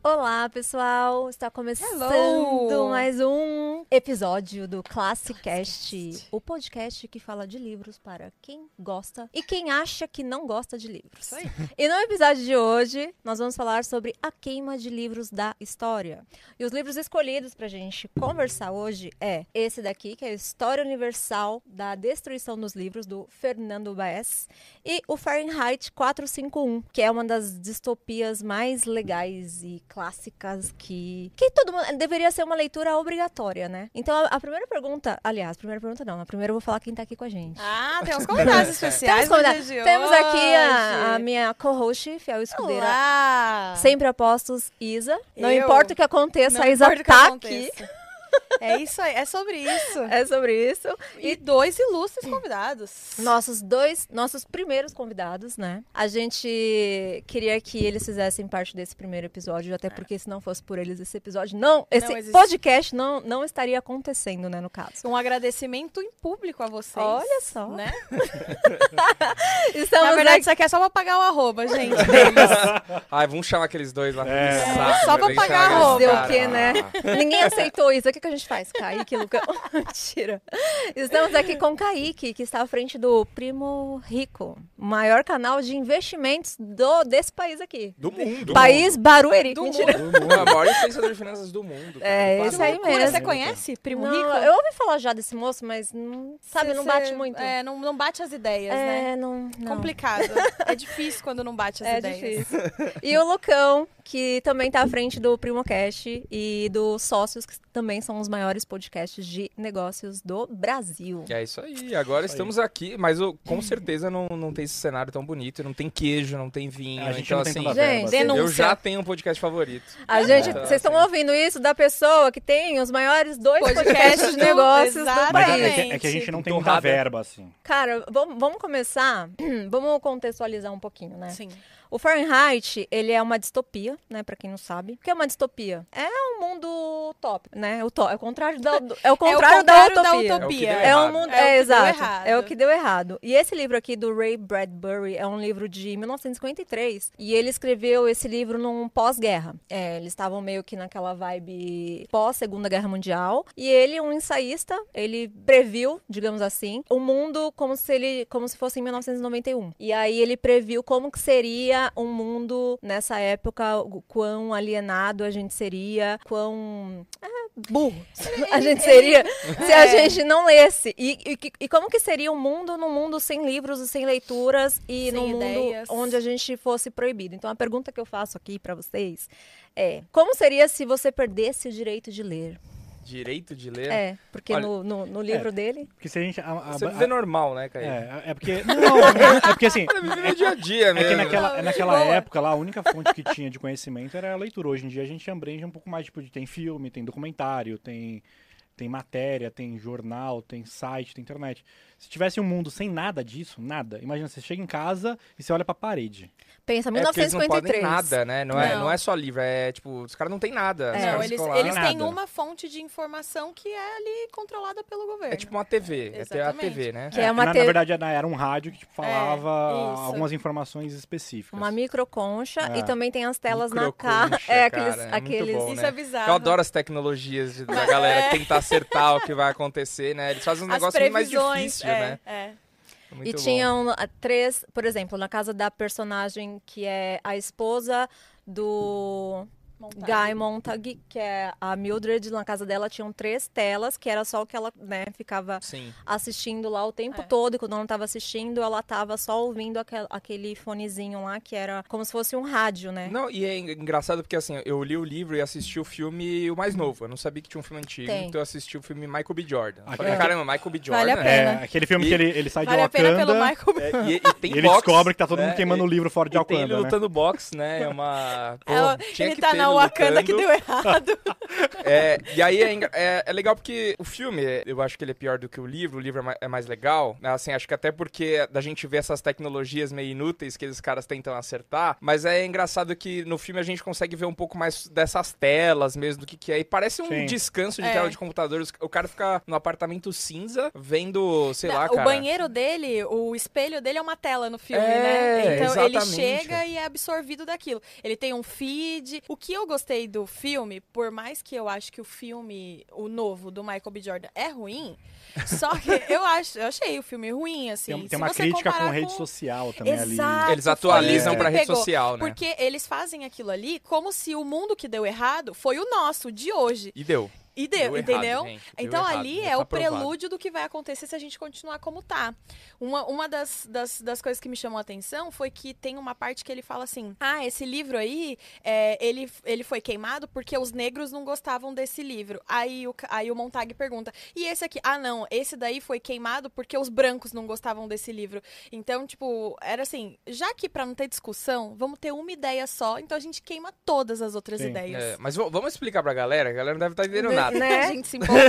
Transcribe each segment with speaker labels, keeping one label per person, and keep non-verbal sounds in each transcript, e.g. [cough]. Speaker 1: Olá, pessoal! Está começando
Speaker 2: Hello!
Speaker 1: mais um episódio do Classicast, o podcast que fala de livros para quem gosta e quem acha que não gosta de livros.
Speaker 2: Isso aí.
Speaker 1: E no episódio de hoje, nós vamos falar sobre a queima de livros da história. E os livros escolhidos pra gente conversar hoje é esse daqui, que é a História Universal da Destruição dos Livros, do Fernando Baez, e o Fahrenheit 451, que é uma das distopias mais legais e clássicas que, que todo mundo... Deveria ser uma leitura obrigatória, né? Então, a, a primeira pergunta... Aliás, a primeira pergunta não. A primeira eu vou falar quem tá aqui com a gente.
Speaker 2: Ah,
Speaker 1: [laughs]
Speaker 2: tem uns convidados especiais
Speaker 1: Temos, convidado-
Speaker 2: no dia de
Speaker 1: Temos aqui a, a
Speaker 2: hoje.
Speaker 1: minha co-host, fiel escudeira,
Speaker 2: Olá!
Speaker 1: Sempre apostos, Isa. Não
Speaker 2: Eu?
Speaker 1: importa o que aconteça,
Speaker 2: Não
Speaker 1: a Isa
Speaker 2: importa o que
Speaker 1: tá aqui.
Speaker 2: aconteça. É isso aí, é sobre isso.
Speaker 1: É sobre isso.
Speaker 2: E dois ilustres convidados.
Speaker 1: Nossos dois, nossos primeiros convidados, né? A gente queria que eles fizessem parte desse primeiro episódio, até porque se não fosse por eles, esse episódio É. não, esse
Speaker 2: existe.
Speaker 1: podcast não, não estaria acontecendo, né, no caso.
Speaker 2: Um agradecimento em público a vocês.
Speaker 1: Olha só.
Speaker 2: Né?
Speaker 1: [laughs] Estamos
Speaker 2: Na verdade,
Speaker 1: aqui-
Speaker 2: isso aqui é só pra pagar o arroba, gente. deles.
Speaker 3: Ai, vamos chamar aqueles dois lá.
Speaker 4: É.
Speaker 3: que saco,
Speaker 2: Só
Speaker 3: meu
Speaker 2: pra
Speaker 3: Deus,
Speaker 2: pagar
Speaker 3: cara,
Speaker 2: a roupa.
Speaker 3: cara.
Speaker 1: Deu o quê, né?
Speaker 3: Ah,
Speaker 1: Ninguém aceitou isso. O que, que a gente faz? Kaique, [laughs] Lucão? Mentira. Estamos aqui com o Kaique, que está à frente do Primo Rico, maior canal de investimentos do, desse país aqui.
Speaker 4: Do mundo.
Speaker 1: país Barueri.
Speaker 2: Do
Speaker 1: Mentira.
Speaker 4: Do
Speaker 3: Pô, A
Speaker 4: mundo.
Speaker 3: maior influenciadora de finanças do mundo. cara.
Speaker 1: É,
Speaker 3: Quase
Speaker 1: isso aí
Speaker 3: louco.
Speaker 2: Cura,
Speaker 1: mesmo.
Speaker 2: você conhece Primo
Speaker 1: Não,
Speaker 2: Rico?
Speaker 1: eu ouvi falar já desse moço, mas não, sabe,
Speaker 2: Cê-
Speaker 1: não
Speaker 2: cê-
Speaker 1: bate muito.
Speaker 2: É, não, não bate as ideias, né?
Speaker 1: É, não, não.
Speaker 2: Complicado. É difícil quando não bate as
Speaker 1: É
Speaker 2: ideias.
Speaker 1: difícil. [laughs] E o Lucão, que também tá à frente do Primocast e do Sócios, que também são os maiores podcasts de negócios do Brasil.
Speaker 3: Que é isso aí. Agora
Speaker 4: Isso aí.
Speaker 3: estamos aqui, mas eu, com certeza não, não tem esse cenário tão bonito. Não tem queijo, não tem vinho.
Speaker 4: A gente
Speaker 3: então,
Speaker 4: não tem
Speaker 3: assim,
Speaker 4: tanta
Speaker 1: Gente,
Speaker 4: verba.
Speaker 1: denúncia.
Speaker 3: eu já tenho um podcast favorito.
Speaker 1: A gente,
Speaker 3: Então,
Speaker 1: vocês estão
Speaker 3: assim,
Speaker 1: ouvindo isso da pessoa que tem os maiores dois
Speaker 2: Podcast
Speaker 1: podcasts de
Speaker 2: do-
Speaker 1: negócios do
Speaker 2: exatamente.
Speaker 4: Mas
Speaker 1: país.
Speaker 4: é, que, é que a gente não tem muita
Speaker 3: Torrada.
Speaker 4: verba, assim.
Speaker 1: Cara, vamos, vamos começar, [clears throat] vamos contextualizar um pouquinho, né?
Speaker 2: Sim.
Speaker 1: O Fahrenheit, ele é uma distopia, né, Pra quem não sabe. O que é uma distopia? É um mundo top, né? O to- é o contrário da é o contrário,
Speaker 2: contrário da
Speaker 1: da utopia.
Speaker 2: utopia.
Speaker 3: É o que deu
Speaker 1: É um
Speaker 3: errado.
Speaker 1: mundo,
Speaker 2: É o que
Speaker 1: é,
Speaker 2: deu
Speaker 1: exato.
Speaker 2: errado.
Speaker 1: É o que deu errado. E esse livro aqui do Ray Bradbury é um livro de 1953 e ele escreveu esse livro num pós-guerra. É, eles estavam meio que naquela vibe pós Segunda Guerra Mundial e ele, um ensaísta, ele previu, digamos assim, o mundo como se ele, como se fosse em 1991. E aí ele previu como que seria um mundo nessa época, o quão alienado a gente seria, quão burro a
Speaker 2: É.
Speaker 1: gente seria se a gente não lesse. E, e que- e como que seria o mundo num mundo sem livros e sem leituras e
Speaker 2: Sem
Speaker 1: num
Speaker 2: ideias.
Speaker 1: mundo onde a gente fosse proibido? Então a pergunta que eu faço aqui pra vocês é: como seria se você perdesse o direito de ler?
Speaker 3: Direito de ler.
Speaker 1: É, porque
Speaker 3: Olha- é.
Speaker 1: no, no- no livro dele.
Speaker 4: Porque se a gente. a- a-
Speaker 3: Você
Speaker 4: a-
Speaker 3: viver normal, né, Caio?
Speaker 4: Ah, é, é porque. Não, é porque assim.
Speaker 3: Olha, viver no dia a dia
Speaker 4: É que
Speaker 3: mesmo.
Speaker 4: naquela, é naquela
Speaker 2: De boa.
Speaker 4: época lá, a única fonte que tinha de conhecimento era a leitura. Hoje em dia a gente abrange um pouco mais, tipo, de- tem filme, tem documentário, tem, tem matéria, tem jornal, tem site, tem internet. Se tivesse um mundo sem nada disso, nada, imagina, você chega em casa e você olha pra parede.
Speaker 1: Pensa,
Speaker 3: É porque eles não
Speaker 1: 1953.
Speaker 3: podem nada, né? Não, É,
Speaker 2: Não.
Speaker 3: não é só livro, é tipo, os caras não tem nada. os
Speaker 1: É.
Speaker 2: Não,
Speaker 3: caras
Speaker 2: eles,
Speaker 3: ficam lá.
Speaker 2: eles têm
Speaker 4: Nada.
Speaker 2: uma fonte de informação que é ali controlada pelo governo.
Speaker 3: É tipo uma TV, é ter a
Speaker 2: Exatamente.
Speaker 3: TV, né?
Speaker 1: Que é uma
Speaker 4: na,
Speaker 1: te-
Speaker 4: na verdade era era um rádio que tipo, falava
Speaker 2: isso.
Speaker 4: algumas informações específicas.
Speaker 1: Uma microconcha
Speaker 4: É.
Speaker 1: e também tem as telas na cara.
Speaker 3: Ah, Microconcha,
Speaker 1: [laughs] É,
Speaker 3: cara,
Speaker 1: aqueles.
Speaker 3: é muito
Speaker 1: aqueles...
Speaker 3: bom,
Speaker 2: Isso
Speaker 3: né?
Speaker 2: é bizarro.
Speaker 3: Eu adoro as tecnologias de- da galera tentar acertar o que vai acontecer, né? Eles fazem um
Speaker 2: É. as
Speaker 3: negócio muito mais
Speaker 2: previsões.
Speaker 3: difícil,
Speaker 2: é,
Speaker 3: né?
Speaker 2: é.
Speaker 3: Muito
Speaker 1: E
Speaker 3: bom.
Speaker 1: tinham ah, três, por exemplo, na casa da personagem que é a esposa do
Speaker 2: Montagem.
Speaker 1: Guy Montag, que é a Mildred, na casa dela tinham três telas, que era só o que ela, né,
Speaker 2: um-
Speaker 1: ficava
Speaker 3: Sim.
Speaker 1: assistindo lá o tempo
Speaker 2: É.
Speaker 1: todo, e quando ela não tava assistindo, ela tava só ouvindo aquel- aquele fonezinho lá, que era como se fosse um rádio, né?
Speaker 3: Não, e é en- engraçado porque assim, eu li o livro e assisti o filme o mais novo. Eu não sabia que tinha um filme antigo,
Speaker 1: Tem.
Speaker 3: então eu assisti o filme Michael B. Jordan. Eu
Speaker 4: Ah,
Speaker 3: Falei,
Speaker 4: é.
Speaker 3: caramba, Michael B. Jordan.
Speaker 2: Vale a
Speaker 4: É,
Speaker 2: pena.
Speaker 4: aquele filme
Speaker 3: E-
Speaker 4: que ele, ele sai
Speaker 2: Vale
Speaker 4: de
Speaker 2: a pena
Speaker 4: Wakanda
Speaker 2: pelo Michael.
Speaker 3: É, e, e tem
Speaker 4: [laughs] e ele
Speaker 3: box,
Speaker 4: descobre que tá todo
Speaker 3: né?
Speaker 4: mundo queimando o livro fora de
Speaker 3: E tem ele
Speaker 4: Wakanda, né?
Speaker 3: lutando boxe, né? É uma. Pô,
Speaker 2: Ela-
Speaker 3: tinha
Speaker 2: ele
Speaker 3: que
Speaker 2: tá
Speaker 3: ter
Speaker 2: na Wakanda que
Speaker 3: lutando.
Speaker 2: deu errado.
Speaker 3: É, e aí é, engra- é- é legal porque o filme, é, eu acho que ele é pior do que o livro, o livro é ma- é mais legal. né? Assim, acho que até porque da gente vê essas tecnologias meio inúteis que esses caras tentam acertar, mas é engraçado que no filme a gente consegue ver um pouco mais dessas telas mesmo, do que que é. E parece um
Speaker 4: Sim.
Speaker 3: descanso de
Speaker 2: É.
Speaker 3: tela de computador. Os- O cara fica no apartamento cinza vendo, sei lá,
Speaker 2: o
Speaker 3: cara.
Speaker 2: banheiro dele, o espelho dele é uma tela no filme,
Speaker 3: É,
Speaker 2: né? Então ele
Speaker 3: exatamente.
Speaker 2: chega e é absorvido daquilo. Ele tem um feed. O que eu gostei do filme, por mais que eu acho que o filme, o novo, do Michael B. Jordan, é ruim, só
Speaker 3: [laughs]
Speaker 2: que eu acho, eu achei o filme ruim, assim.
Speaker 4: Tem,
Speaker 2: Se
Speaker 4: tem uma
Speaker 2: você
Speaker 4: crítica
Speaker 2: comparar
Speaker 4: com rede social também
Speaker 2: Exato.
Speaker 4: ali.
Speaker 3: Eles
Speaker 2: foi
Speaker 3: atualizam
Speaker 2: isso que
Speaker 3: pra
Speaker 2: me
Speaker 3: rede
Speaker 2: pegou,
Speaker 3: social, né?
Speaker 2: Porque eles fazem aquilo ali como se o mundo que deu errado foi o nosso, de hoje.
Speaker 3: E deu.
Speaker 2: E deu,
Speaker 3: Deu errado,
Speaker 2: entendeu?
Speaker 3: gente, deu
Speaker 2: então
Speaker 3: errado,
Speaker 2: ali
Speaker 3: já
Speaker 2: é
Speaker 3: tá
Speaker 2: o
Speaker 3: aprovado.
Speaker 2: prelúdio do que vai acontecer se a gente continuar como tá. Uma, uma das, das, das coisas que me chamou a atenção foi que tem uma parte que ele fala assim: ah, esse livro aí, é, ele, ele foi queimado porque os negros não gostavam desse livro. Aí o, ca- aí o Montag pergunta: e esse aqui? Ah, não, esse daí foi queimado porque os brancos não gostavam desse livro. Então, tipo, era assim: já que pra não ter discussão, vamos ter uma ideia só, então a gente queima todas as outras
Speaker 4: Sim.
Speaker 2: ideias.
Speaker 3: É, mas v- vamos explicar pra galera, a galera não deve estar entendendo
Speaker 1: Né? [laughs]
Speaker 2: [laughs]
Speaker 3: nada.
Speaker 2: A gente se empolgou.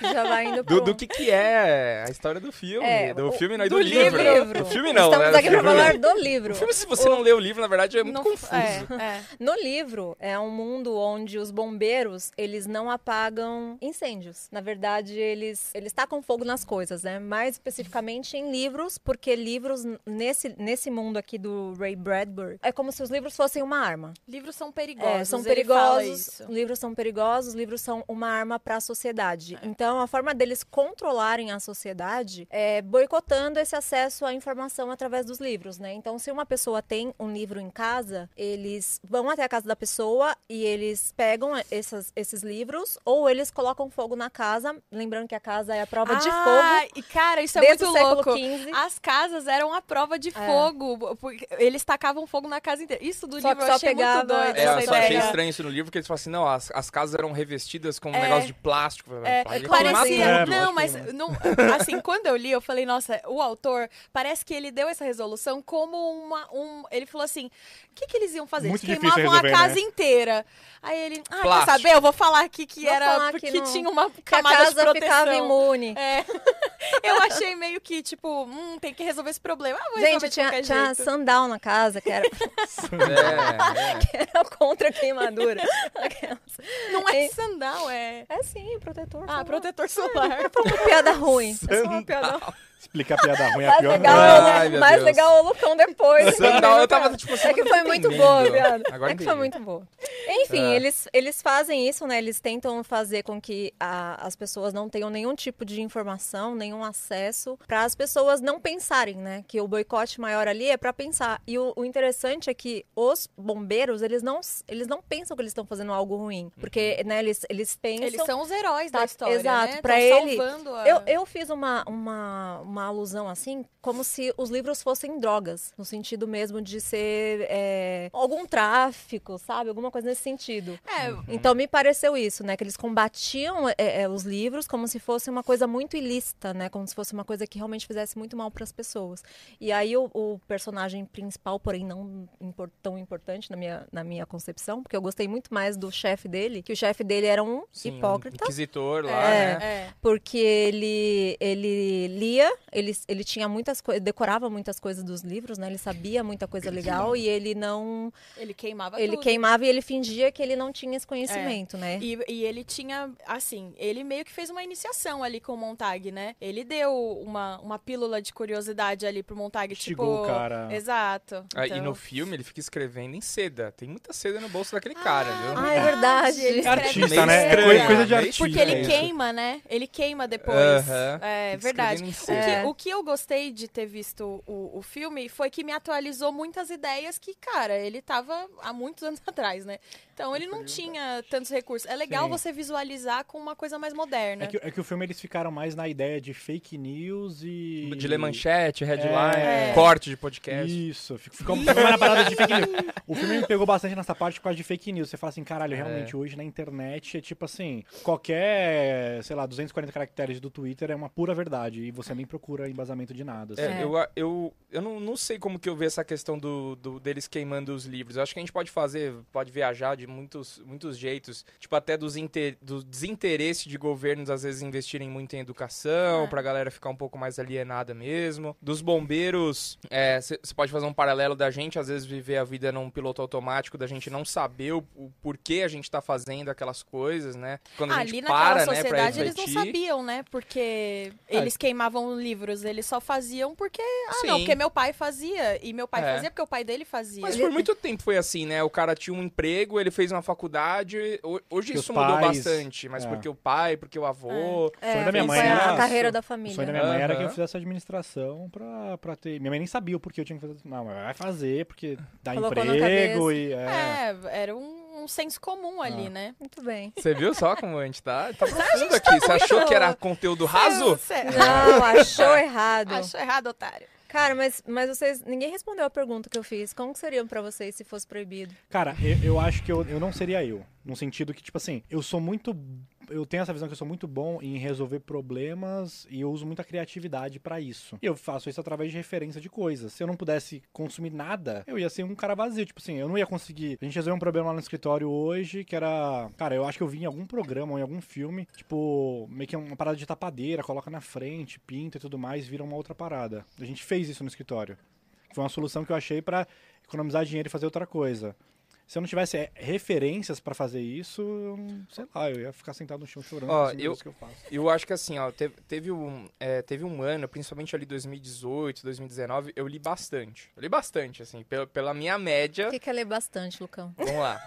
Speaker 1: Já vai indo pro...
Speaker 3: Do, do que que é a história do filme.
Speaker 1: Então, É,
Speaker 3: do
Speaker 1: o-
Speaker 3: filme não, e
Speaker 1: do
Speaker 3: do, livro.
Speaker 1: livro.
Speaker 3: Do filme não,
Speaker 1: Estamos
Speaker 3: né? Do
Speaker 1: aqui pra
Speaker 3: filme,
Speaker 1: falar do livro.
Speaker 3: O filme, se você não lê o livro, na verdade, [laughs] é muito
Speaker 2: Não-
Speaker 3: confuso.
Speaker 2: é, é.
Speaker 1: No livro, é um mundo onde os bombeiros, eles não apagam incêndios. Na verdade, eles, eles tacam fogo nas coisas, né? Mais especificamente em livros, porque livros, n- nesse, nesse mundo aqui do Ray Bradbury, é como se os livros fossem uma arma.
Speaker 2: Livros são perigosos.
Speaker 1: É, são
Speaker 2: ele fala
Speaker 1: perigosos,
Speaker 2: isso.
Speaker 1: livros são perigosos, livros são uma arma para a sociedade.
Speaker 2: É.
Speaker 1: Então, a forma deles controlarem a sociedade é boicotando esse acesso à informação através dos livros, né? Então, se uma pessoa tem um livro em casa, eles vão até a casa da pessoa e eles pegam essas- esses livros ou eles colocam fogo na casa, lembrando que a casa é a prova de
Speaker 2: Ah,
Speaker 1: fogo.
Speaker 2: E cara, isso é
Speaker 1: desde
Speaker 2: muito
Speaker 1: o século É.
Speaker 2: louco.
Speaker 1: XV.
Speaker 2: As casas eram a prova de fogo. porque Eles tacavam fogo na casa inteira. Isso do
Speaker 1: Só
Speaker 2: livro
Speaker 1: que
Speaker 2: eu
Speaker 1: só
Speaker 2: achei
Speaker 1: pegava-
Speaker 2: muito doido.
Speaker 3: É,
Speaker 1: Essa
Speaker 3: eu só achei
Speaker 1: ideia.
Speaker 3: estranho isso no livro, porque eles falam assim, não, as, as casas eram revestidas com um
Speaker 2: É.
Speaker 3: negócio de plástico.
Speaker 2: É,
Speaker 3: Aí ia queimar
Speaker 2: parecia.
Speaker 3: tudo.
Speaker 4: É,
Speaker 2: não,
Speaker 4: lógico,
Speaker 2: mas
Speaker 4: né?
Speaker 2: não- assim, quando eu li, eu falei, nossa, o autor parece que ele deu essa resolução como uma. Um, ele falou assim: o que, que eles iam fazer?
Speaker 4: Muito
Speaker 2: eles
Speaker 4: difícil
Speaker 2: queimavam a
Speaker 4: resolver,
Speaker 2: casa
Speaker 4: né?
Speaker 2: inteira. Aí ele, ah, quer
Speaker 3: Plástico.
Speaker 2: saber? Eu vou falar aqui que
Speaker 1: Vou
Speaker 2: era
Speaker 1: falar
Speaker 2: porque
Speaker 1: que não-
Speaker 2: tinha uma
Speaker 1: que a
Speaker 2: camada de
Speaker 1: casa
Speaker 2: proteção.
Speaker 1: ficava imune.
Speaker 2: É. [laughs] Eu achei meio que, tipo, hum, tem que resolver esse problema. Ah, vou resolver
Speaker 1: Gente,
Speaker 2: de
Speaker 1: tinha,
Speaker 2: qualquer
Speaker 1: tinha
Speaker 2: jeito.
Speaker 1: sandal na casa, que era,
Speaker 3: É, é.
Speaker 1: que era contra a queimadura. [laughs] Aquelas.
Speaker 2: Não é
Speaker 1: É.
Speaker 2: sandal, é.
Speaker 1: É sim, protetor.
Speaker 2: Ah,
Speaker 1: solar.
Speaker 2: protetor solar.
Speaker 1: Foi uma [laughs] piada ruim. Foi uma piada ruim.
Speaker 4: Explicar a piada
Speaker 2: [laughs]
Speaker 4: ruim é
Speaker 2: Tá
Speaker 1: Mais
Speaker 4: a pior
Speaker 1: legal,
Speaker 4: coisa.
Speaker 1: né?
Speaker 3: Ai, meu
Speaker 1: Mais
Speaker 3: Deus.
Speaker 1: legal é o Lucão depois.
Speaker 3: Sandal, eu tava tipo assim,
Speaker 1: É que
Speaker 3: não
Speaker 1: foi
Speaker 3: tô
Speaker 1: muito
Speaker 3: entendendo.
Speaker 1: boa, viado.
Speaker 3: Agora
Speaker 1: é que foi
Speaker 3: entendi.
Speaker 1: muito boa. Enfim,
Speaker 3: É.
Speaker 1: eles, eles fazem isso, né? Eles tentam fazer com que a- as pessoas não tenham nenhum tipo de informação, nenhum acesso, para as pessoas não pensarem, né? Que o boicote maior ali é para pensar. E o, o interessante é que os bombeiros, eles não, s- eles não pensam que eles estão fazendo algo ruim. Porque,
Speaker 3: Uhum.
Speaker 1: né, eles, eles pensam.
Speaker 2: Eles são os heróis da
Speaker 1: Tá,
Speaker 2: história.
Speaker 1: exato,
Speaker 2: né?
Speaker 1: pra
Speaker 2: Tão
Speaker 1: ele-
Speaker 2: salvando a-
Speaker 3: É.
Speaker 1: Eu, eu fiz uma, uma, uma alusão assim, como se os livros fossem drogas, no sentido mesmo de ser é, algum tráfico, sabe? Alguma coisa nesse sentido.
Speaker 2: É,
Speaker 3: Uhum.
Speaker 1: Então me pareceu isso, né? Que eles combatiam é, é, os livros como se fosse uma coisa muito ilícita, né? Como se fosse uma coisa que realmente fizesse muito mal para as pessoas. E aí o, o personagem principal, porém não impor- tão importante na minha, na minha concepção, porque eu gostei muito mais do chefe dele, que o chefe dele era um
Speaker 3: Sim, um
Speaker 1: hipócrita.
Speaker 3: Inquisitor lá,
Speaker 2: é,
Speaker 3: né?
Speaker 2: é.
Speaker 1: Porque ele, ele lia, ele, ele tinha muitas coisas, decorava muitas coisas dos livros, né? Ele sabia muita coisa legal e ele não.
Speaker 2: Ele queimava
Speaker 1: Ele
Speaker 2: tudo.
Speaker 1: queimava e ele fingia que ele não tinha esse conhecimento, né?
Speaker 2: E, e ele tinha, assim, ele meio que fez uma iniciação ali com o Montag, né? Ele deu uma, uma pílula de curiosidade ali pro Montag,
Speaker 4: Instigou
Speaker 2: tipo...
Speaker 4: o cara.
Speaker 2: Exato.
Speaker 3: Ah, E
Speaker 2: Então-
Speaker 3: no filme ele fica escrevendo em seda. Tem muita seda no bolso daquele cara, viu?
Speaker 1: Ah, é verdade.
Speaker 2: Então, Ele escreve
Speaker 4: Artista,
Speaker 3: Meio
Speaker 4: né? É
Speaker 2: em
Speaker 3: estranho,
Speaker 4: coi- coisa de
Speaker 3: meio
Speaker 4: artista.
Speaker 2: Porque ele
Speaker 3: isso.
Speaker 2: queima, né? Ele queima depois.
Speaker 3: Aham.
Speaker 2: É
Speaker 3: Fica
Speaker 2: verdade.
Speaker 3: escrevendo em
Speaker 2: O que,
Speaker 3: cena.
Speaker 2: o que eu gostei de ter visto o, o filme foi que me atualizou muitas ideias que, cara, ele tava há muitos [laughs] anos atrás, né? Então ele não tinha tantos recursos. É legal
Speaker 4: Sim.
Speaker 2: você visualizar com uma coisa mais moderna.
Speaker 4: É que, é que o filme eles ficaram mais na ideia de fake news e.
Speaker 3: De ler manchete, headline,
Speaker 2: É.
Speaker 3: corte de podcast.
Speaker 4: Isso, fico- ficou, ficou mais na parada
Speaker 3: [laughs]
Speaker 4: de fake news. O filme me pegou bastante nessa parte por causa de fake news. Você fala assim,
Speaker 3: É.
Speaker 4: caralho, realmente hoje na internet é tipo assim, qualquer, sei lá, 240 caracteres do Twitter é uma pura verdade e você nem procura embasamento de nada. assim.
Speaker 3: É, Eu, eu, eu não, não sei como que eu vejo essa questão do, do- deles queimando os livros. Eu acho que a gente pode fazer, pode viajar de muitos, muitos jeitos. Tipo, até dos inte- do desinteresse de governos, às vezes, investirem muito em
Speaker 2: É.
Speaker 3: educação, pra galera ficar um pouco mais alienada mesmo. Dos bombeiros, você pode fazer um paralelo da gente, às vezes, viver a vida num piloto automático, da gente não saber o, o porquê a gente tá fazendo aquelas coisas, né? Quando a
Speaker 2: Ah, Ali
Speaker 3: gente
Speaker 2: naquela
Speaker 3: para, né, pra
Speaker 2: sociedade eles não
Speaker 3: refletir. Ah,
Speaker 2: sabiam, né? Porque eles queimavam livros, eles só faziam porque. Ah, não,
Speaker 3: Sim.
Speaker 2: porque meu pai fazia. E meu pai
Speaker 3: É.
Speaker 2: fazia porque o pai dele fazia.
Speaker 3: Mas por muito tempo foi assim, né? O cara tinha um emprego, ele fez uma faculdade. ho- Hoje
Speaker 4: Porque
Speaker 3: isso
Speaker 4: os
Speaker 3: mudou
Speaker 4: pais-
Speaker 3: bastante, mas
Speaker 4: é.
Speaker 3: porque o pai, porque o avô.
Speaker 1: É,
Speaker 4: sonho da minha
Speaker 1: foi
Speaker 4: mãe era
Speaker 1: a
Speaker 4: isso.
Speaker 1: carreira da
Speaker 4: O
Speaker 1: família.
Speaker 4: sonho da minha mãe era que eu
Speaker 3: Aham.
Speaker 4: fizesse administração pra, pra ter. Minha mãe nem sabia o porquê eu tinha que fazer. Não, mas vai fazer, porque dá
Speaker 1: Colocou na
Speaker 4: emprego e. É.
Speaker 2: É, era um, um senso comum ali,
Speaker 4: Ah.
Speaker 2: né?
Speaker 1: Muito bem.
Speaker 3: Você viu só como a gente [laughs] tá? Tá profundo aqui. Você achou que era conteúdo raso?
Speaker 2: Cê- cê-
Speaker 1: Não, é achou errado.
Speaker 2: Achou errado, otário.
Speaker 1: Cara, mas, mas vocês. Ninguém respondeu a pergunta que eu fiz. Como que seria pra vocês se fosse proibido?
Speaker 4: Cara, eu, eu acho que eu, eu não seria eu. No sentido que, tipo assim, eu sou muito. Eu tenho essa visão que eu sou muito bom em resolver problemas e eu uso muita criatividade pra isso. E eu faço isso através de referência de coisas. Se eu não pudesse consumir nada, eu ia ser um cara vazio. Tipo assim, eu não ia conseguir. A gente resolveu um problema lá no escritório hoje que era. Cara, eu acho que eu vi em algum programa ou em algum filme, tipo, meio que uma parada de tapadeira, coloca na frente, pinta e tudo mais, vira uma outra parada. A gente fez isso no escritório. Foi uma solução que eu achei pra economizar dinheiro e fazer outra coisa. Se eu não tivesse eh, referências pra fazer isso, eu não- sei lá, eu ia ficar sentado no chão chorando.
Speaker 3: Ó,
Speaker 4: assim, meu
Speaker 3: eu-
Speaker 4: Deus, o que eu faço.
Speaker 3: Eu acho que assim, ó, teve, teve um, é, teve um ano, principalmente ali 2018, 2019, eu li bastante. Eu li bastante, assim, pela, pela minha média. [laughs]
Speaker 1: O que que é ler bastante, Lucão?
Speaker 3: Vamos lá.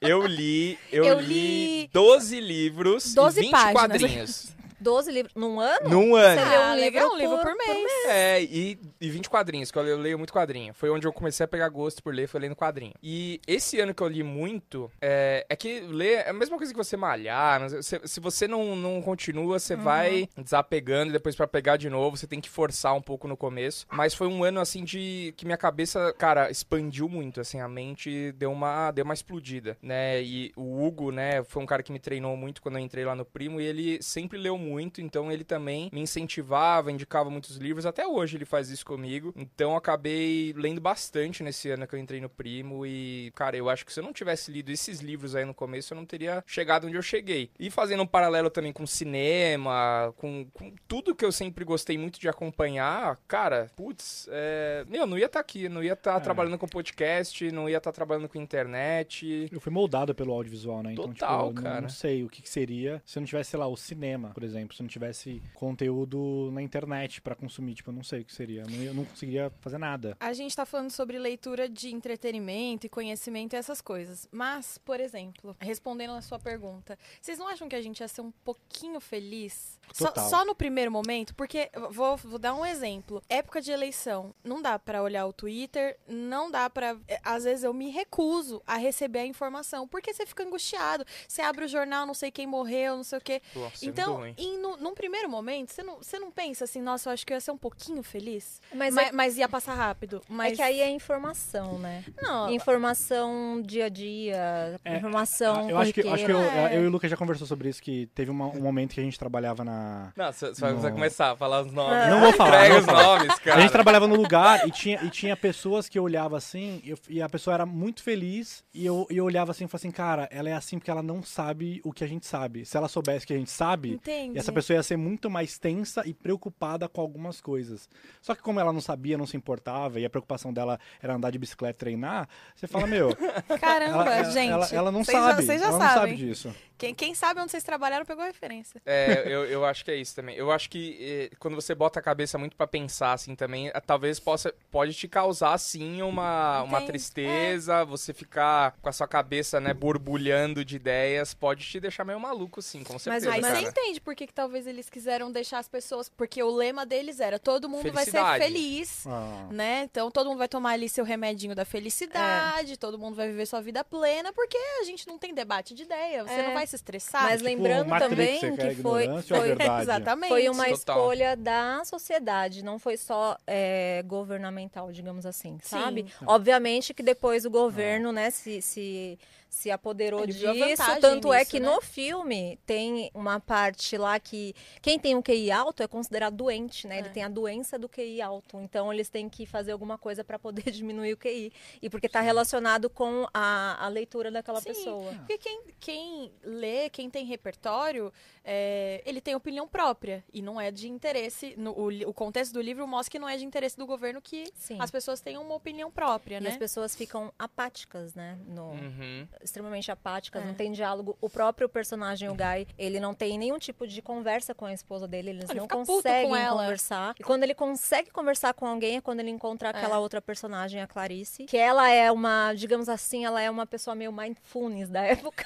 Speaker 3: Eu li, eu,
Speaker 2: Eu
Speaker 3: li,
Speaker 2: li
Speaker 3: 12 livros, e
Speaker 2: 12
Speaker 3: 20
Speaker 2: páginas.
Speaker 3: [laughs] quadrinhos
Speaker 1: 12 livros num ano?
Speaker 3: num ano.
Speaker 1: Você leu um
Speaker 2: Ah,
Speaker 1: livro
Speaker 2: legal, um livro
Speaker 1: por-
Speaker 2: por mês.
Speaker 3: É, e, e 20 quadrinhos, que eu leio, eu leio muito quadrinho. Foi onde eu comecei a pegar gosto por ler, foi lendo quadrinho. E esse ano que eu li muito, é, é que ler é a mesma coisa que você malhar. mas Se, se você não, não continua, você vai desapegando e depois pra pegar de novo, você tem que forçar um pouco no começo. Mas foi um ano, assim, de que minha cabeça, cara, expandiu muito, assim, a mente deu uma, deu uma explodida, né? E o Hugo, né, foi um cara que me treinou muito quando eu entrei lá no Primo e ele sempre leu muito, então ele também me incentivava, indicava muitos livros, até hoje ele faz isso comigo. Então eu acabei lendo bastante nesse ano que eu entrei no Primo e, cara, eu acho que se eu não tivesse lido esses livros aí no começo, eu não teria chegado onde eu cheguei. E fazendo um paralelo também com cinema, com, com tudo que eu sempre gostei muito de acompanhar, cara, putz, é, meu, não ia estar aqui, não ia estar
Speaker 4: É.
Speaker 3: trabalhando com podcast, não ia estar trabalhando com internet.
Speaker 4: Eu fui moldado pelo audiovisual, né? Então,
Speaker 3: Total,
Speaker 4: tipo, eu não-
Speaker 3: cara.
Speaker 4: não sei o que, que seria se eu não tivesse, sei lá, o cinema, por exemplo. Se eu não tivesse conteúdo na internet pra consumir, tipo, eu não sei o que seria. Eu não, ia- eu não conseguiria fazer nada.
Speaker 2: A gente tá falando sobre leitura de entretenimento e conhecimento e essas coisas. Mas, por exemplo, respondendo a sua pergunta, vocês não acham que a gente ia ser um pouquinho feliz? Só,
Speaker 4: Total.
Speaker 2: só no primeiro momento? Porque, vou, vou dar um exemplo. Época de eleição, não dá pra olhar o Twitter, não dá pra. é, Às vezes eu me recuso a receber a informação, porque você fica angustiado. Você abre o jornal, não sei quem morreu, não sei o quê.
Speaker 3: Nossa, é muito
Speaker 2: então,
Speaker 3: ruim.
Speaker 2: em, no, num primeiro momento, você não, você não pensa assim, nossa, eu acho que eu ia ser um pouquinho feliz?
Speaker 1: Mas,
Speaker 2: Mas,
Speaker 1: é,
Speaker 2: mas ia passar rápido. Mas
Speaker 1: é que aí é informação, né?
Speaker 2: não.
Speaker 1: Informação dia a dia,
Speaker 4: É,
Speaker 1: informação
Speaker 4: eu acho que, acho que eu,
Speaker 2: é.
Speaker 4: eu e o Lucas já conversou sobre isso, que teve uma- um momento que a gente trabalhava na,
Speaker 3: Não, você você vai
Speaker 4: Não.
Speaker 3: começar a falar os nomes.
Speaker 4: Não vou falar,
Speaker 3: Entrega
Speaker 4: não
Speaker 3: os
Speaker 4: vou falar.
Speaker 3: nomes,
Speaker 4: A
Speaker 3: cara.
Speaker 4: gente trabalhava num lugar e tinha, e tinha pessoas que eu olhava assim, e eu- e a pessoa era muito feliz, e eu, e eu olhava assim e falava assim, cara, ela é assim porque ela não sabe o que a gente sabe. Se ela soubesse o que a gente sabe,
Speaker 2: Entende?
Speaker 4: essa pessoa ia ser muito mais tensa e preocupada com algumas coisas. Só que como ela não sabia, não se importava, e a preocupação dela era andar de bicicleta e treinar, você fala, meu,
Speaker 2: [laughs] Caramba,
Speaker 4: ela, ela-
Speaker 2: gente.
Speaker 4: ela, ela não
Speaker 2: vocês
Speaker 4: sabe.
Speaker 2: Já, vocês já
Speaker 4: ela não sabe
Speaker 2: sabem.
Speaker 4: disso.
Speaker 2: quem, quem sabe onde vocês trabalharam pegou a referência.
Speaker 3: É, eu, eu acho que é isso também. Eu acho que eh, quando você bota a cabeça muito pra pensar, assim, também, eh, talvez possa, pode te causar, sim, uma, uma
Speaker 2: Entendo,
Speaker 3: tristeza, você ficar com a sua cabeça, né, borbulhando de ideias, pode te deixar meio maluco, sim, com certeza.
Speaker 2: Aí
Speaker 1: mas
Speaker 2: você
Speaker 3: cara.
Speaker 2: entende por que, que talvez eles quiseram deixar as pessoas. Porque o lema deles era: todo mundo vai
Speaker 3: Felicidade.
Speaker 2: ser feliz.
Speaker 4: Ah.
Speaker 2: Né? Então todo mundo vai tomar ali seu remedinho da
Speaker 4: É.
Speaker 2: felicidade, todo mundo vai viver sua vida plena, porque a gente não tem debate de ideia, você
Speaker 1: É.
Speaker 2: não vai se estressar.
Speaker 1: Mas lembrando
Speaker 4: Ah, tipo, Matrix,
Speaker 1: também
Speaker 4: você quer
Speaker 1: que
Speaker 4: a
Speaker 1: foi-
Speaker 4: ignorância ou a
Speaker 1: foi- [laughs]
Speaker 4: verdade?
Speaker 2: Exatamente.
Speaker 1: Foi um uma
Speaker 3: Total.
Speaker 1: escolha da sociedade, não foi só é, governamental, digamos assim,
Speaker 2: Sim.
Speaker 1: sabe? Obviamente que depois o governo, né, se, se, se apoderou
Speaker 2: Ele viu a
Speaker 1: disso.
Speaker 2: vantagem
Speaker 1: Tanto é
Speaker 2: nisso,
Speaker 1: que
Speaker 2: né?
Speaker 1: no filme tem uma parte lá que quem tem um QI alto é considerado doente, né? Ele
Speaker 2: É.
Speaker 1: tem a doença do QI alto. Então eles têm que fazer alguma coisa para poder [laughs] diminuir o QI. E porque está relacionado com tá a, a leitura daquela
Speaker 2: Sim.
Speaker 1: pessoa.
Speaker 2: Porque quem, quem lê, quem tem repertório, é, ele tem opinião própria. E não é de interesse. no- o, li- o contexto do livro mostra que não é de interesse do governo que
Speaker 1: Sim.
Speaker 2: as pessoas tenham uma opinião própria,
Speaker 1: E
Speaker 2: né?
Speaker 1: as pessoas ficam apáticas, né? No,
Speaker 3: Uhum.
Speaker 1: Extremamente apáticas,
Speaker 2: É. Uhum.
Speaker 1: não tem diálogo. O próprio personagem, o Guy, ele não tem nenhum tipo de conversa com a esposa dele, eles
Speaker 2: Ele
Speaker 1: não
Speaker 2: fica puto com
Speaker 1: conseguem
Speaker 2: ela.
Speaker 1: conversar. E quando ele consegue conversar com alguém é quando ele encontra aquela
Speaker 2: É.
Speaker 1: outra personagem, a Clarice, que ela é uma, digamos assim, ela é uma pessoa meio mindfulness da
Speaker 2: [laughs]
Speaker 1: época.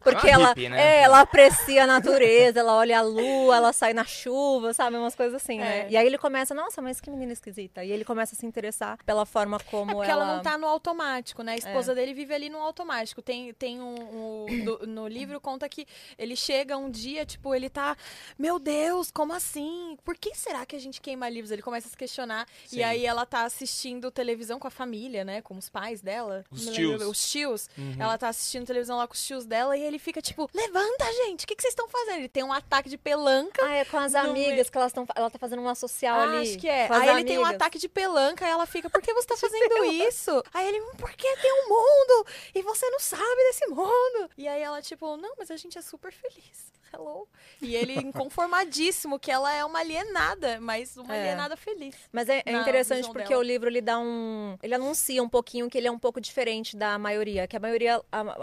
Speaker 1: Porque
Speaker 3: Uma
Speaker 1: ela,
Speaker 3: hippie, né?
Speaker 1: é, ela aprecia a natureza, ela olha a lua, ela sai na chuva, sabe? Umas coisas assim,
Speaker 2: É.
Speaker 1: né? E aí ele começa, nossa, mas que menina esquisita. E ele começa a se interessar pela forma
Speaker 2: É
Speaker 1: como É.
Speaker 2: porque ela... não tá no automático, né? A esposa dele vive ali no automático. Tem, tem um.
Speaker 1: [coughs]
Speaker 2: um- do- no livro conta que ele chega um dia, tipo, ele tá. Meu Deus, como assim? Por que será que a gente queima livros? Ele começa a se questionar.
Speaker 3: Sim.
Speaker 2: E aí ela tá assistindo televisão com a família, né? Com os pais dela.
Speaker 3: Os
Speaker 2: Me lembro-
Speaker 3: tios.
Speaker 2: Os tios.
Speaker 3: Uhum.
Speaker 2: Ela tá assistindo televisão lá com os tios dela e ele fica tipo: Levanta, gente! O que, que vocês estão fazendo? Ele tem um ataque de pelanca.
Speaker 1: Ah, é com as
Speaker 2: Não é-
Speaker 1: amigas que elas estão. Ela tá fazendo uma social
Speaker 2: Ah,
Speaker 1: ali.
Speaker 2: acho que é.
Speaker 1: com as
Speaker 2: Aí ele tem um
Speaker 1: amigas.
Speaker 2: ataque de pelanca, aí ela fica, por que você tá fazendo isso? Aí ele, "Hum, porque tem um mundo e você não sabe desse mundo. E aí ela, tipo, não, mas a gente é super feliz. Hello. E
Speaker 1: [laughs]
Speaker 2: ele, inconformadíssimo, que ela é uma alienada, mas uma
Speaker 1: É.
Speaker 2: alienada feliz.
Speaker 1: Mas é, é
Speaker 2: na
Speaker 1: interessante
Speaker 2: visão
Speaker 1: porque
Speaker 2: dela.
Speaker 1: o livro ele dá um. Ele anuncia um pouquinho que ele é um pouco diferente da maioria. Que a maioria.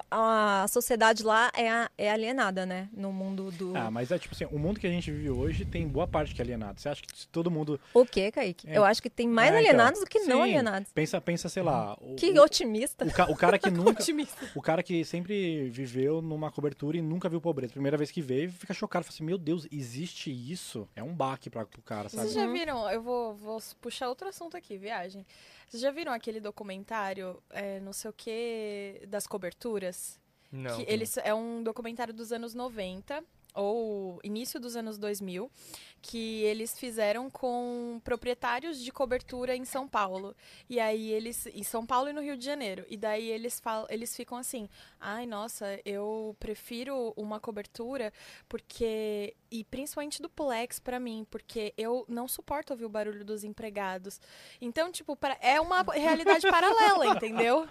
Speaker 1: A, a sociedade lá é, a- é alienada, né? No mundo do.
Speaker 4: Ah, mas é tipo assim, o mundo que a gente vive hoje tem boa parte que é alienado. Você acha que se todo mundo
Speaker 1: O quê, Kaique?
Speaker 4: É.
Speaker 1: Eu acho que tem mais
Speaker 4: É, então.
Speaker 1: alienados do que não
Speaker 4: Sim.
Speaker 1: alienados.
Speaker 4: pensa, pensa, sei lá, o,
Speaker 1: Que
Speaker 4: o,
Speaker 1: otimista.
Speaker 4: o ca-
Speaker 1: [laughs]
Speaker 4: o cara que nunca,
Speaker 2: Otimista.
Speaker 4: o cara que sempre viveu numa cobertura e nunca viu pobreza, primeira vez que vê, fica chocado, fala assim, meu Deus, existe isso? É um baque para pro cara, sabe?
Speaker 2: Vocês já viram? Eu vou, vou puxar outro assunto aqui, viagem. Vocês já viram aquele documentário, é, não sei o que, das coberturas?
Speaker 3: Não.
Speaker 2: que eles é um documentário dos anos 90 ou início dos anos 2000 que eles fizeram com proprietários de cobertura em São Paulo. E aí eles em São Paulo e no Rio de Janeiro. E daí eles falam, eles ficam assim: "Ai, nossa, eu prefiro uma cobertura porque e principalmente duplex pra mim, porque eu não suporto ouvir o barulho dos empregados". Então, tipo, pra- é uma realidade paralela, entendeu?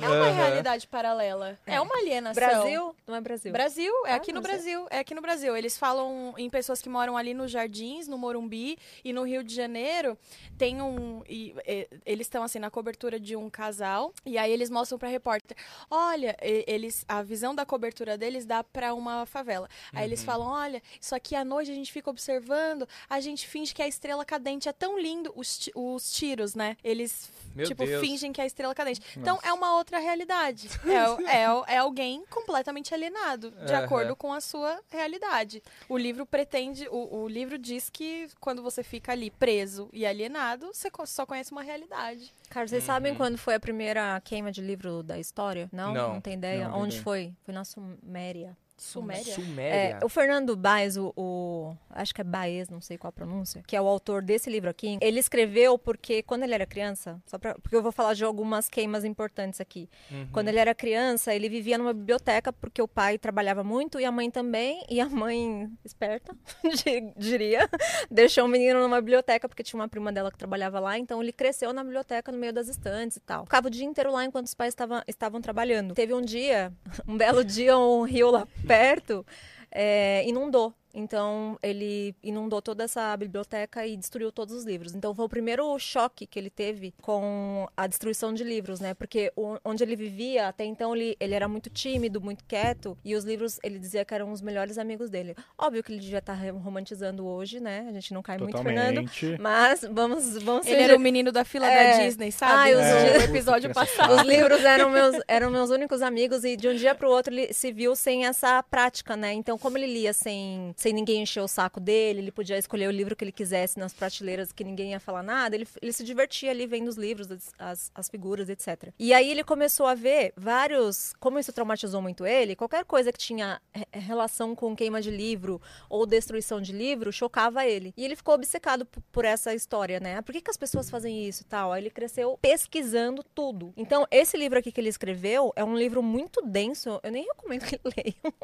Speaker 2: É uma
Speaker 3: Aham.
Speaker 2: realidade paralela. É, uma alienação.
Speaker 1: Brasil? Não é Brasil.
Speaker 2: Brasil, é
Speaker 1: Ah,
Speaker 2: aqui no
Speaker 1: não sei.
Speaker 2: Brasil, é aqui no Brasil. Eles falam em pessoas que moram ali nos Jardins, no Morumbi e no Rio de Janeiro. Tem um. e- e- eles estão assim na cobertura de um casal. E aí eles mostram pra repórter. Olha, e- eles, a visão da cobertura deles dá pra uma favela. Aí
Speaker 1: Uhum.
Speaker 2: eles falam: olha, isso aqui à noite a gente fica observando, a gente finge que a estrela cadente é tão lindo. Os, ti- os tiros, né? Eles,
Speaker 3: Meu
Speaker 2: tipo,
Speaker 3: Deus.
Speaker 2: fingem que é a estrela cadente. Então é uma outra realidade.
Speaker 3: [laughs]
Speaker 2: É, é, é alguém completamente alienado, de
Speaker 3: Aham.
Speaker 2: acordo com a sua realidade. O livro pretende, o, o livro diz que quando você fica ali preso e alienado, você co- só conhece uma realidade.
Speaker 1: Cara, vocês
Speaker 3: Uhum.
Speaker 1: sabem quando foi a primeira queima de livro da história? Não?
Speaker 3: Não.
Speaker 1: Não, tem ideia?
Speaker 4: Não, não
Speaker 1: Onde
Speaker 4: tenho
Speaker 1: foi? Foi na Suméria.
Speaker 2: Suméria.
Speaker 1: É,
Speaker 3: Suméria.
Speaker 1: o Fernando Baez, o, o- acho que é Baez, não sei qual a pronúncia, que é o autor desse livro aqui, ele escreveu porque quando ele era criança, só pra, porque eu vou falar de algumas queimas importantes aqui.
Speaker 3: Uhum.
Speaker 1: Quando é ele era criança, ele vivia numa biblioteca porque o pai trabalhava muito e a mãe também, e a mãe esperta, [laughs] di- diria, deixou o menino numa biblioteca porque tinha uma prima dela que trabalhava lá, então ele cresceu na biblioteca no meio das estantes e tal. Ficava o dia inteiro lá enquanto os pais estavam, estavam trabalhando. Teve um dia, um belo dia, um rio lá perto é, inundou. Então, ele inundou toda essa biblioteca e destruiu todos os livros. Então, foi o primeiro choque que ele teve com a destruição de livros, né? Porque o- onde ele vivia, até então, ele, ele era muito tímido, muito quieto. E os livros, ele dizia que eram os melhores amigos dele. Óbvio que ele devia estar romantizando hoje, né? A gente não cai muito, Fernando.
Speaker 4: Totalmente.
Speaker 1: Mas vamos, vamos
Speaker 2: Ele era o menino da fila
Speaker 1: É.
Speaker 2: da Disney, sabe?
Speaker 1: Ai, os- É,
Speaker 2: o episódio
Speaker 4: puta, que
Speaker 1: [laughs]
Speaker 2: passado.
Speaker 1: os livros eram meus, eram meus únicos amigos e de um dia para o outro ele se viu sem essa prática, né? Então, como ele lia sem, sem ninguém encher o saco dele, ele podia escolher o livro que ele quisesse nas prateleiras que ninguém ia falar nada, ele, ele se divertia ali vendo os livros, as- as, as figuras, etc. E aí ele começou a ver vários. Como isso traumatizou muito ele, qualquer coisa que tinha re- relação com queima de livro ou destruição de livro chocava ele. E ele ficou obcecado p- por essa história, né? Ah, Por que, que as pessoas fazem isso e tal? Aí ele cresceu pesquisando tudo. Então, esse livro aqui que ele escreveu é um livro muito denso. Eu nem recomendo que [laughs] leiam.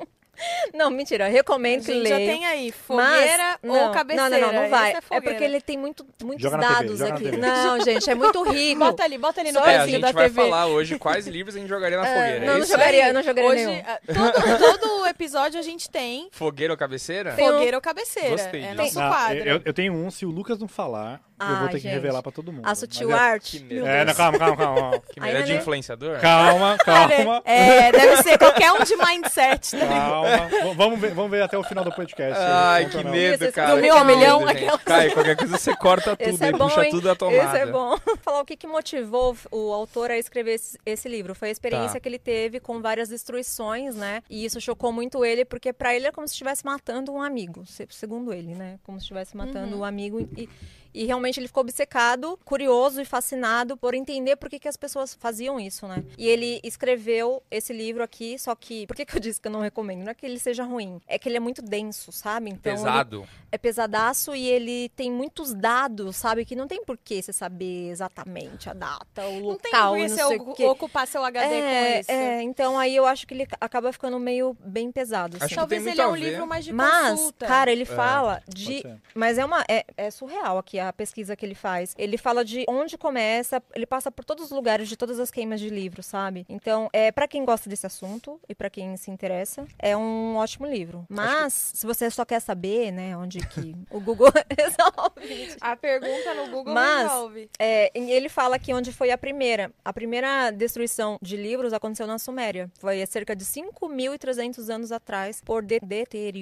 Speaker 1: Não, mentira, eu recomendo que
Speaker 2: Gente, já
Speaker 1: leiam.
Speaker 2: tem aí,
Speaker 1: Mas-
Speaker 2: fogueira ou
Speaker 1: não,
Speaker 2: cabeceira.
Speaker 1: Não, não, não, não vai.
Speaker 2: Esse
Speaker 1: É,
Speaker 2: fogueira.
Speaker 1: porque ele tem muito, muitos
Speaker 4: Joga na TV,
Speaker 1: dados
Speaker 4: joga na
Speaker 1: aqui.
Speaker 4: TV.
Speaker 1: Não, gente, é muito rico.
Speaker 2: Bota ali, bota ali no
Speaker 1: Só
Speaker 3: É, a
Speaker 2: cantinho
Speaker 3: gente
Speaker 2: da
Speaker 3: vai
Speaker 2: TV.
Speaker 3: falar hoje quais livros a gente jogaria na fogueira.
Speaker 1: não,
Speaker 3: é
Speaker 1: não
Speaker 3: isso
Speaker 1: jogaria.
Speaker 3: aí.
Speaker 2: Hoje,
Speaker 1: nenhum.
Speaker 2: ah, Todo, todo todo episódio a gente tem
Speaker 3: Fogueira ou cabeceira?
Speaker 1: Tem um-
Speaker 2: fogueira ou cabeceira.
Speaker 3: Gostei
Speaker 2: É
Speaker 3: disso.
Speaker 2: nosso
Speaker 4: Ah,
Speaker 2: quadro.
Speaker 4: eu, eu tenho um, se o Lucas não falar, eu
Speaker 1: Ah,
Speaker 4: vou ter que
Speaker 1: gente.
Speaker 4: revelar pra todo mundo.
Speaker 1: A
Speaker 4: Mas
Speaker 1: sutil
Speaker 4: é-
Speaker 1: arte.
Speaker 3: Que
Speaker 1: Meu
Speaker 3: merda.
Speaker 4: É, não,
Speaker 1: Deus.
Speaker 4: calma, calma, calma.
Speaker 3: Que
Speaker 1: Aí
Speaker 3: merda
Speaker 1: não
Speaker 3: de
Speaker 1: é-
Speaker 3: influenciador?
Speaker 1: [laughs]
Speaker 4: Calma, calma.
Speaker 2: É, deve ser qualquer um de mindset.
Speaker 1: é.
Speaker 3: [laughs]
Speaker 2: Tá? ligado?
Speaker 4: Calma. V- vamos, ver, vamos ver até o final do podcast.
Speaker 3: Ai,
Speaker 4: Ou
Speaker 3: que
Speaker 4: não.
Speaker 1: Esse é
Speaker 3: medo, cara.
Speaker 2: do meu
Speaker 3: Que
Speaker 2: milhão,
Speaker 3: medo, gente.
Speaker 2: aquelas-
Speaker 3: Caio, qualquer coisa você corta tudo
Speaker 1: Esse
Speaker 3: e
Speaker 1: é bom,
Speaker 3: puxa
Speaker 1: hein?
Speaker 3: tudo a tomada.
Speaker 1: Esse é bom. [laughs] Falar o que, que motivou o autor a escrever esse, esse livro. Foi a experiência
Speaker 3: Tá.
Speaker 1: que ele teve com várias destruições, né? E isso chocou muito ele, porque pra ele é como se estivesse matando um amigo, se- segundo ele, né? Como se estivesse matando um amigo. E, e realmente ele ficou obcecado, curioso e fascinado por entender por que, que as pessoas faziam isso, né? E ele escreveu esse livro aqui, só que. Por que, que eu disse que eu não recomendo? Não é que ele seja ruim, é que ele é muito denso, sabe? Então, ele
Speaker 3: Pesado.
Speaker 1: é pesadaço e ele tem muitos dados, sabe? Que não tem por que você saber exatamente a data, o
Speaker 2: Não tem
Speaker 1: local,
Speaker 2: por
Speaker 1: e
Speaker 2: que
Speaker 1: não
Speaker 2: você
Speaker 1: sei o
Speaker 2: o-
Speaker 1: quê.
Speaker 2: ocupar seu HD com
Speaker 1: é,
Speaker 2: isso.
Speaker 1: é, então aí eu acho que ele acaba ficando meio bem pesado.
Speaker 3: Acho
Speaker 1: Assim.
Speaker 3: que tem
Speaker 2: Talvez
Speaker 3: muito
Speaker 2: ele é
Speaker 3: a
Speaker 2: um
Speaker 3: ver.
Speaker 2: livro mais de
Speaker 1: Mas,
Speaker 2: consulta.
Speaker 1: cara, ele fala
Speaker 4: É, Pode
Speaker 1: de.
Speaker 4: ser.
Speaker 1: Mas é uma. É, é surreal aqui a pesquisa que ele faz. Ele fala de onde começa, ele passa por todos os lugares de todas as queimas de livro, sabe? Então, é para quem gosta desse assunto e para quem se interessa, é um ótimo livro. Mas, se você só quer saber, né, onde que o Google [laughs] é resolve.
Speaker 2: a pergunta no Google
Speaker 1: Mas-
Speaker 2: resolve.
Speaker 1: É, e ele fala aqui onde foi a primeira. A primeira destruição de livros aconteceu na Suméria. Foi há cerca de 5.300 anos atrás, por de-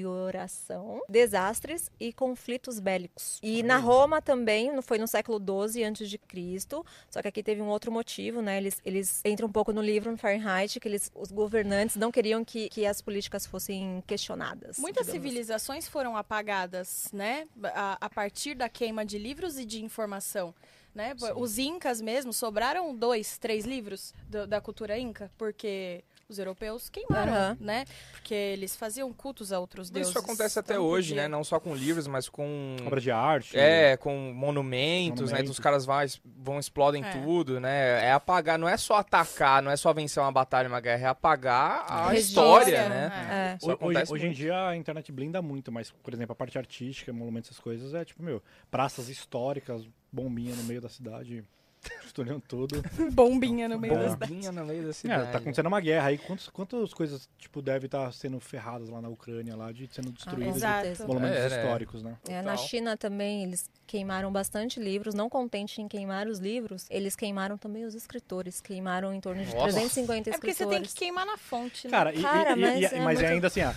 Speaker 1: deterioração, desastres e conflitos bélicos. E na Roma também, no- foi no século XII a.C., só que aqui teve um outro motivo, né? Eles, eles entram um pouco no livro, no Fahrenheit, que eles, os governantes não queriam que, que as políticas fossem
Speaker 3: é
Speaker 1: questionadas.
Speaker 2: Muitas
Speaker 1: digamos assim.
Speaker 2: civilizações foram apagadas, né? A, a partir da queima de livros e de informação. Né? Os incas mesmo, sobraram dois, três livros do- da cultura inca, porque os europeus queimaram,
Speaker 1: Aham.
Speaker 2: né? Porque eles faziam cultos a outros deuses.
Speaker 3: Isso acontece até
Speaker 2: Então,
Speaker 3: hoje,
Speaker 2: podia.
Speaker 3: né? Não só com livros, mas com...
Speaker 4: Obra de arte.
Speaker 3: É, com monumentos, né?
Speaker 4: Monumentos.
Speaker 3: Dos caras vai- vão explodem
Speaker 2: É.
Speaker 3: tudo, né? É apagar, não é só atacar, não é só vencer uma batalha, uma guerra, é apagar a
Speaker 1: Registro,
Speaker 3: história, né?
Speaker 2: É.
Speaker 1: É.
Speaker 3: Isso
Speaker 4: Ho- Hoje,
Speaker 3: acontece
Speaker 4: hoje em
Speaker 3: muito.
Speaker 4: dia a internet blinda muito, mas, por exemplo, a parte artística, monumentos, essas coisas, é tipo, meu, praças históricas, bombinha no meio da cidade, [laughs] estourando
Speaker 2: [laughs]
Speaker 4: tudo.
Speaker 2: Bombinha no meio
Speaker 4: Bom.
Speaker 2: das
Speaker 3: Bombinha no meio da cidade. né?
Speaker 4: É, tá acontecendo uma guerra aí. Quantos, quantas coisas, tipo, deve estar sendo ferradas lá na Ucrânia, lá, de sendo
Speaker 1: Ah,
Speaker 4: destruídas de
Speaker 2: Ah, exato.
Speaker 4: monumentos
Speaker 3: É, né?
Speaker 4: históricos, né?
Speaker 1: É, na
Speaker 3: Total.
Speaker 1: China também eles queimaram bastante livros, não contente em queimar os livros, eles queimaram também os escritores, queimaram em torno de
Speaker 3: Nossa.
Speaker 1: 350
Speaker 2: É porque
Speaker 1: escritores.
Speaker 2: você tem que queimar na fonte, né?
Speaker 4: Cara, e,
Speaker 1: Cara,
Speaker 4: e- e-
Speaker 1: mas
Speaker 4: e-
Speaker 1: é
Speaker 4: mas
Speaker 1: muito-
Speaker 4: ainda assim, ah,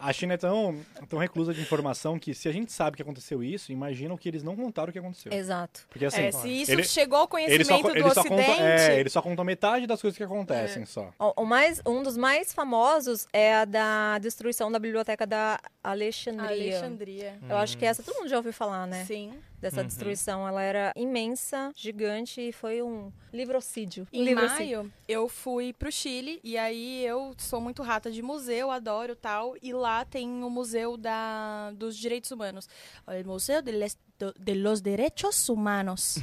Speaker 4: a China é tão, tão reclusa de informação que se a gente sabe que aconteceu isso, imagina o que eles não contaram o que aconteceu.
Speaker 1: Exato.
Speaker 4: Porque assim,
Speaker 2: É, se isso
Speaker 4: ele-
Speaker 2: chegou ao
Speaker 4: eles só,
Speaker 2: conhecimento do
Speaker 4: eles só
Speaker 2: Ocidente, É.
Speaker 4: contam, é, eles só contam metade das coisas que acontecem só.
Speaker 1: O, o mais, um dos mais famosos é a da destruição da biblioteca da Alexandria.
Speaker 2: Alexandria.
Speaker 1: Eu acho
Speaker 3: Hum.
Speaker 1: que essa todo mundo já ouviu falar, né?
Speaker 2: Sim.
Speaker 1: Dessa
Speaker 3: Uhum.
Speaker 1: destruição. Ela era imensa, gigante e foi um livrocídio. Um
Speaker 2: Em
Speaker 1: Livrocídio.
Speaker 2: maio, eu fui pro Chile e aí eu sou muito rata de museu, adoro tal. E lá tem o Museu da, dos Direitos Humanos. O Museu de, les- do- de los Derechos Humanos.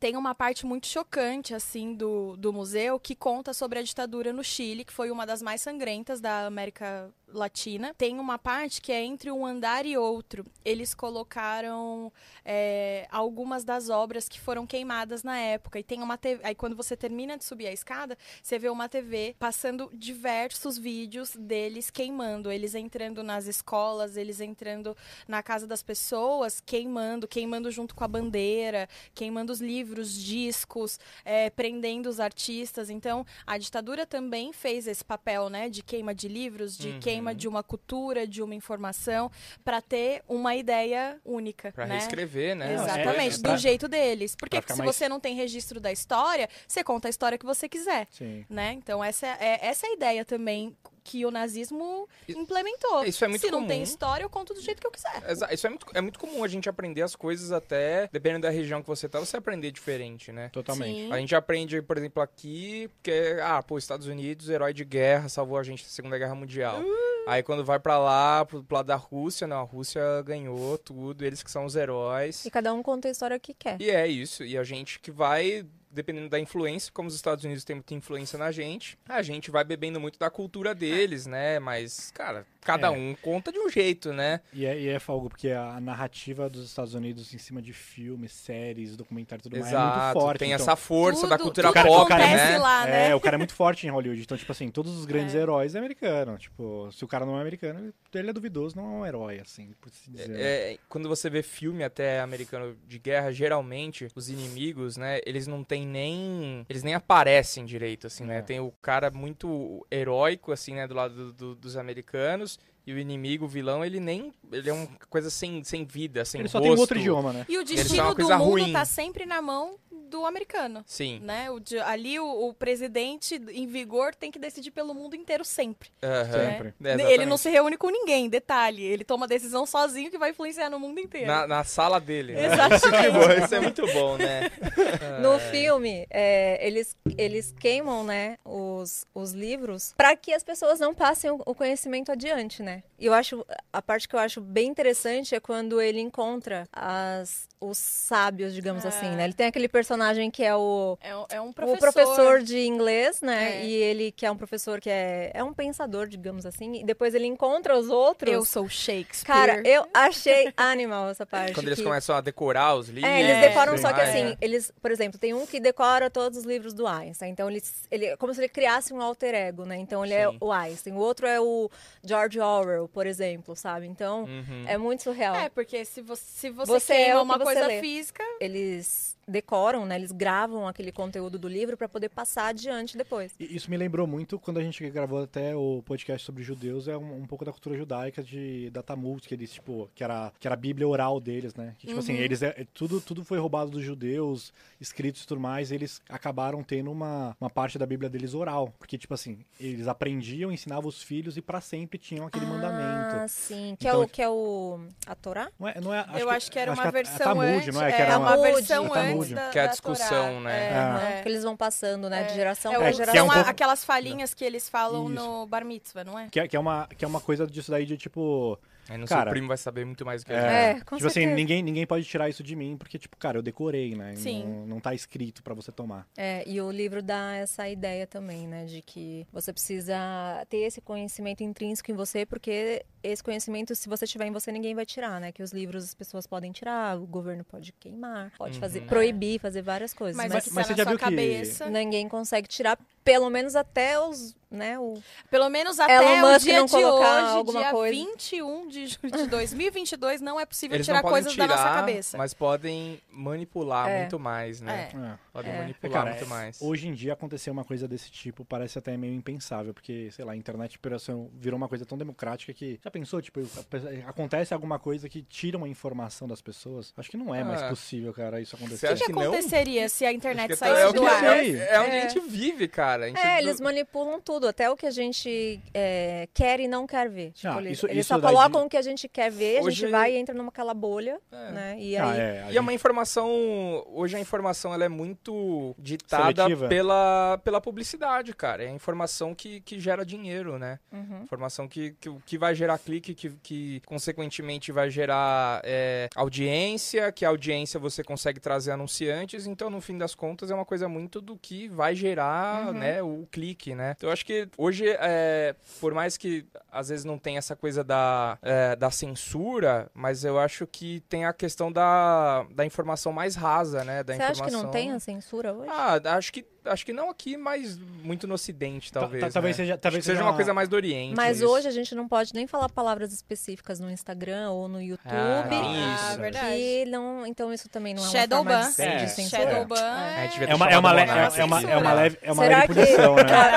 Speaker 2: tem uma parte muito chocante, assim, do, do museu que conta sobre a ditadura no Chile, que foi uma das mais sangrentas da América Latina. Tem uma parte que é entre um andar e outro. Eles colocaram é, algumas das obras que foram queimadas na época. E tem uma TV. Aí quando você termina de subir a escada, você vê uma TV passando diversos vídeos deles queimando. Eles entrando nas escolas, eles entrando na casa das pessoas, queimando, queimando junto com a bandeira, queimando os livros, discos, é, prendendo os artistas. Então, a ditadura também fez esse papel, né? De queima de livros, de
Speaker 3: Uhum.
Speaker 2: queima de uma cultura, de uma informação, para ter uma ideia única.
Speaker 3: Pra
Speaker 2: né?
Speaker 3: reescrever, né?
Speaker 2: Exatamente,
Speaker 4: é
Speaker 2: do
Speaker 4: pra-
Speaker 2: jeito deles. Porque
Speaker 4: pra ficar
Speaker 2: se
Speaker 4: mais-
Speaker 2: você não tem registro da história, você conta a história que você quiser,
Speaker 4: Sim.
Speaker 2: né? Então essa é, é- essa é a ideia também que o nazismo
Speaker 3: Isso-
Speaker 2: implementou.
Speaker 3: isso é muito
Speaker 2: se não
Speaker 3: comum.
Speaker 2: tem história, eu conto do jeito que eu quiser.
Speaker 3: Exa- Isso é muito, é muito comum a gente aprender as coisas até, dependendo da região que você tá, você aprender diferente, né?
Speaker 4: Totalmente.
Speaker 2: Sim.
Speaker 3: A gente aprende, por exemplo, aqui, que, ah, pô, Estados Unidos, herói de guerra, salvou a gente da Segunda Guerra Mundial. Aí quando vai pra lá, pro, pro lado da Rússia, não, a Rússia ganhou tudo, eles que são os heróis.
Speaker 1: é? E cada um conta a história que quer.
Speaker 3: E é isso, e a gente que vai dependendo da influência, como os Estados Unidos têm muita influência na gente, a gente vai bebendo muito da cultura deles, né? Mas, cara, cada
Speaker 4: É.
Speaker 3: um conta de um jeito, né?
Speaker 4: E é, e é folgo, porque a narrativa dos Estados Unidos em cima de filmes, séries, documentários e tudo mais é muito
Speaker 3: Exato.
Speaker 4: forte.
Speaker 3: tem
Speaker 4: então,
Speaker 3: essa força
Speaker 2: Tudo-
Speaker 3: da cultura
Speaker 4: tudo
Speaker 3: pop,
Speaker 2: acontece
Speaker 3: né?
Speaker 2: lá, né?
Speaker 4: É, o cara é muito forte em Hollywood. Então, tipo assim, todos os grandes
Speaker 2: É.
Speaker 4: heróis é americano. Tipo, se o cara não é americano, ele- ele é duvidoso, não é um herói, assim, por se dizer. né?
Speaker 3: É, quando você vê filme até americano de guerra, geralmente os inimigos, né, eles não tem nem. Eles nem aparecem direito, assim, né?
Speaker 4: É.
Speaker 3: Tem o cara muito heróico, assim, né, do lado do- do- dos americanos. E o inimigo, o vilão, ele nem. Ele é uma coisa sem, sem vida, sem
Speaker 4: ele só
Speaker 3: assim, rosto.
Speaker 4: tem outro idioma, né?
Speaker 2: E o
Speaker 3: são
Speaker 2: destino
Speaker 3: uma
Speaker 2: do
Speaker 3: coisa
Speaker 2: mundo
Speaker 3: ruim.
Speaker 2: tá sempre na mão do americano.
Speaker 3: Sim.
Speaker 2: Né? O de- ali o, o presidente em vigor tem que decidir pelo mundo inteiro sempre.
Speaker 3: Aham.
Speaker 4: Sempre.
Speaker 3: É,
Speaker 2: ele
Speaker 3: exatamente.
Speaker 2: não se reúne com ninguém, detalhe. Ele toma decisão sozinho que vai influenciar no mundo inteiro.
Speaker 3: Na, na sala dele. né? [laughs]
Speaker 2: Exatamente.
Speaker 3: Isso é muito bom, né?
Speaker 1: No filme, é, eles, eles queimam, né, os, os livros para que as pessoas não passem o, o conhecimento adiante, né? E eu acho a parte que eu acho bem interessante é quando ele encontra as, os sábios, digamos
Speaker 2: Ah.
Speaker 1: assim, né? Ele tem aquele personagem que é o
Speaker 2: É, um- é um
Speaker 1: o professor de inglês, né?
Speaker 2: É.
Speaker 1: E ele que é um professor que é, é um pensador, digamos assim. E depois ele encontra os outros.
Speaker 2: Eu sou Shakespeare.
Speaker 1: Cara, eu achei [laughs] animal essa parte.
Speaker 3: Quando eles
Speaker 1: que-
Speaker 3: começam a decorar os livros.
Speaker 1: é, eles
Speaker 2: É,
Speaker 1: decoram
Speaker 3: tudo
Speaker 1: só que
Speaker 3: mais,
Speaker 1: assim,
Speaker 3: né?
Speaker 1: eles, por exemplo, tem um que decora todos os livros do Einstein. Então ele, ele é como se ele criasse um alter ego, né? Então ele é
Speaker 3: Sim.
Speaker 1: o Einstein. O outro é o George Orwell, por exemplo, sabe? Então
Speaker 3: Uhum.
Speaker 1: é muito surreal.
Speaker 2: É, porque se você, se você,
Speaker 1: Você é o
Speaker 2: queima
Speaker 1: que
Speaker 2: uma
Speaker 1: você
Speaker 2: coisa
Speaker 1: lê.
Speaker 2: física,
Speaker 1: Eles decoram, né? Eles gravam aquele conteúdo do livro pra poder passar adiante depois.
Speaker 4: E Isso me lembrou muito quando a gente gravou até o podcast sobre judeus, é um, um pouco da cultura judaica de da Talmud, que eles, tipo, que era, que era a bíblia oral deles, né? Que, tipo
Speaker 2: Uhum.
Speaker 4: assim, eles é, é- tudo, tudo foi roubado dos judeus, escritos e tudo mais, e eles acabaram tendo uma, uma parte da bíblia deles oral. Porque, tipo assim, eles aprendiam, ensinavam os filhos e pra sempre tinham aquele
Speaker 1: Ah,
Speaker 4: mandamento.
Speaker 1: sim. Que
Speaker 4: Então,
Speaker 1: é o que é o a Torá?
Speaker 4: Não é, não é,
Speaker 2: eu acho que era uma
Speaker 4: a- a
Speaker 2: versão
Speaker 4: Talmud,
Speaker 2: antes.
Speaker 4: não é? Que era
Speaker 1: é
Speaker 4: uma-
Speaker 1: uma-
Speaker 2: versão
Speaker 4: Talmud.
Speaker 2: antes da,
Speaker 3: Que é a
Speaker 2: da É,
Speaker 3: discussão,
Speaker 2: Torá.
Speaker 3: né?
Speaker 1: Aham, É, Que eles vão passando, né? De geração
Speaker 2: É,
Speaker 1: pra
Speaker 2: o-
Speaker 4: que é um
Speaker 1: geração.
Speaker 2: são a-
Speaker 4: pouco-
Speaker 2: aquelas falinhas que eles falam
Speaker 4: Isso.
Speaker 2: no Bar Mitzvah, não é?
Speaker 4: que é, que é uma que é uma coisa disso daí de tipo
Speaker 3: Aí no
Speaker 4: Cara,
Speaker 3: seu primo vai saber muito mais do que a gente.
Speaker 1: É, com
Speaker 4: tipo assim,
Speaker 1: certeza.
Speaker 4: ninguém, ninguém pode tirar isso de mim, porque, tipo, cara, eu decorei, né?
Speaker 2: Sim.
Speaker 4: Não, não tá escrito pra você tomar.
Speaker 1: É, e o livro dá essa ideia também, né? De que você precisa ter esse conhecimento intrínseco em você, porque esse conhecimento, se você tiver em você, ninguém vai tirar, né? Que os livros as pessoas podem tirar, o governo pode queimar, pode
Speaker 3: Uhum.
Speaker 1: fazer, proibir, fazer várias coisas.
Speaker 2: Mas,
Speaker 1: Mas, Né?
Speaker 2: o que
Speaker 4: mas
Speaker 2: tá
Speaker 4: você já
Speaker 2: na sua
Speaker 4: viu que-
Speaker 2: cabeça.
Speaker 1: ninguém consegue tirar, pelo menos até os, né? O...
Speaker 2: Pelo menos até
Speaker 1: Elon
Speaker 2: o
Speaker 1: Musk
Speaker 2: dia
Speaker 1: não
Speaker 2: de
Speaker 1: colocar
Speaker 2: hoje,
Speaker 1: alguma
Speaker 2: dia
Speaker 1: coisa.
Speaker 2: 21 de, ju- de 2022, não é possível
Speaker 3: Eles
Speaker 2: tirar
Speaker 3: não podem
Speaker 2: coisas
Speaker 3: tirar,
Speaker 2: da nossa cabeça.
Speaker 3: mas podem manipular
Speaker 1: É.
Speaker 3: muito mais, né?
Speaker 2: É.
Speaker 4: É.
Speaker 3: Podem
Speaker 1: É.
Speaker 4: É,
Speaker 3: manipular
Speaker 4: Cara,
Speaker 3: muito
Speaker 4: é,
Speaker 3: mais.
Speaker 4: hoje em dia acontecer uma coisa desse tipo parece até meio impensável, porque, sei lá, a internet operação virou uma coisa tão democrática que. Já pensou, tipo, a pe- acontece alguma coisa que tira uma informação das pessoas? Acho que não é mais
Speaker 3: Ah.
Speaker 4: possível, cara, isso acontecer. Ah,
Speaker 2: O
Speaker 3: Você acho
Speaker 2: que
Speaker 3: que não.
Speaker 2: aconteceria se a
Speaker 3: Acho
Speaker 2: internet
Speaker 3: que é,
Speaker 2: saísse
Speaker 3: o que
Speaker 2: do ar?
Speaker 3: é,
Speaker 4: ar.
Speaker 3: é onde
Speaker 1: É.
Speaker 3: a gente vive, cara. A gente
Speaker 1: É,
Speaker 3: do-
Speaker 1: eles manipulam tudo, até o que a gente é, quer e não quer ver. Tipo,
Speaker 4: Ah,
Speaker 1: eles,
Speaker 4: isso-
Speaker 1: eles
Speaker 4: isso
Speaker 1: só
Speaker 4: daí-
Speaker 1: colocam o que a gente quer ver, a
Speaker 3: Hoje-
Speaker 1: gente vai e entra numa aquela bolha,
Speaker 3: É.
Speaker 1: né? E
Speaker 4: Ah,
Speaker 1: aí.
Speaker 4: é, a
Speaker 3: E
Speaker 4: gente-
Speaker 3: é uma informação. Hoje a informação ela é muito ditada
Speaker 4: Seletiva?
Speaker 3: pela, pela publicidade, cara. É a informação que, que gera dinheiro, né?
Speaker 1: Uhum.
Speaker 3: Informação que, que, que vai gerar clique, que, que consequentemente vai gerar é, audiência, que a audiência você consegue trazer anunciantes, então no fim das contas é uma coisa muito do que vai
Speaker 1: Uhum.
Speaker 3: gerar né, o clique, né? Então eu acho que hoje, é, por mais que às vezes não tenha essa coisa da, é, da censura, mas eu acho que tem a questão da, da informação mais rasa, né? Da
Speaker 1: Você acha que
Speaker 3: informação...
Speaker 1: não tem a censura hoje?
Speaker 3: Ah, acho que, acho que não aqui, mas muito no ocidente,
Speaker 4: ta- ta-
Speaker 3: talvez.
Speaker 4: talvez
Speaker 3: né?
Speaker 4: seja,
Speaker 3: Acho que
Speaker 4: talvez
Speaker 3: seja uma coisa mais do Oriente.
Speaker 1: Mas
Speaker 3: isso.
Speaker 1: hoje a gente não pode nem falar palavras específicas no Instagram ou no YouTube.
Speaker 3: Ah,
Speaker 2: Ah,
Speaker 3: Isso.
Speaker 2: verdade.
Speaker 1: que não, então isso também não é uma forma
Speaker 2: Shadowban.
Speaker 1: de,
Speaker 4: É.
Speaker 1: de censura.
Speaker 2: Shadowban
Speaker 3: É, devia
Speaker 4: É uma, é uma, le- é, é uma, é
Speaker 3: né?
Speaker 4: uma leve, é uma leve punição,
Speaker 1: [laughs]
Speaker 4: né?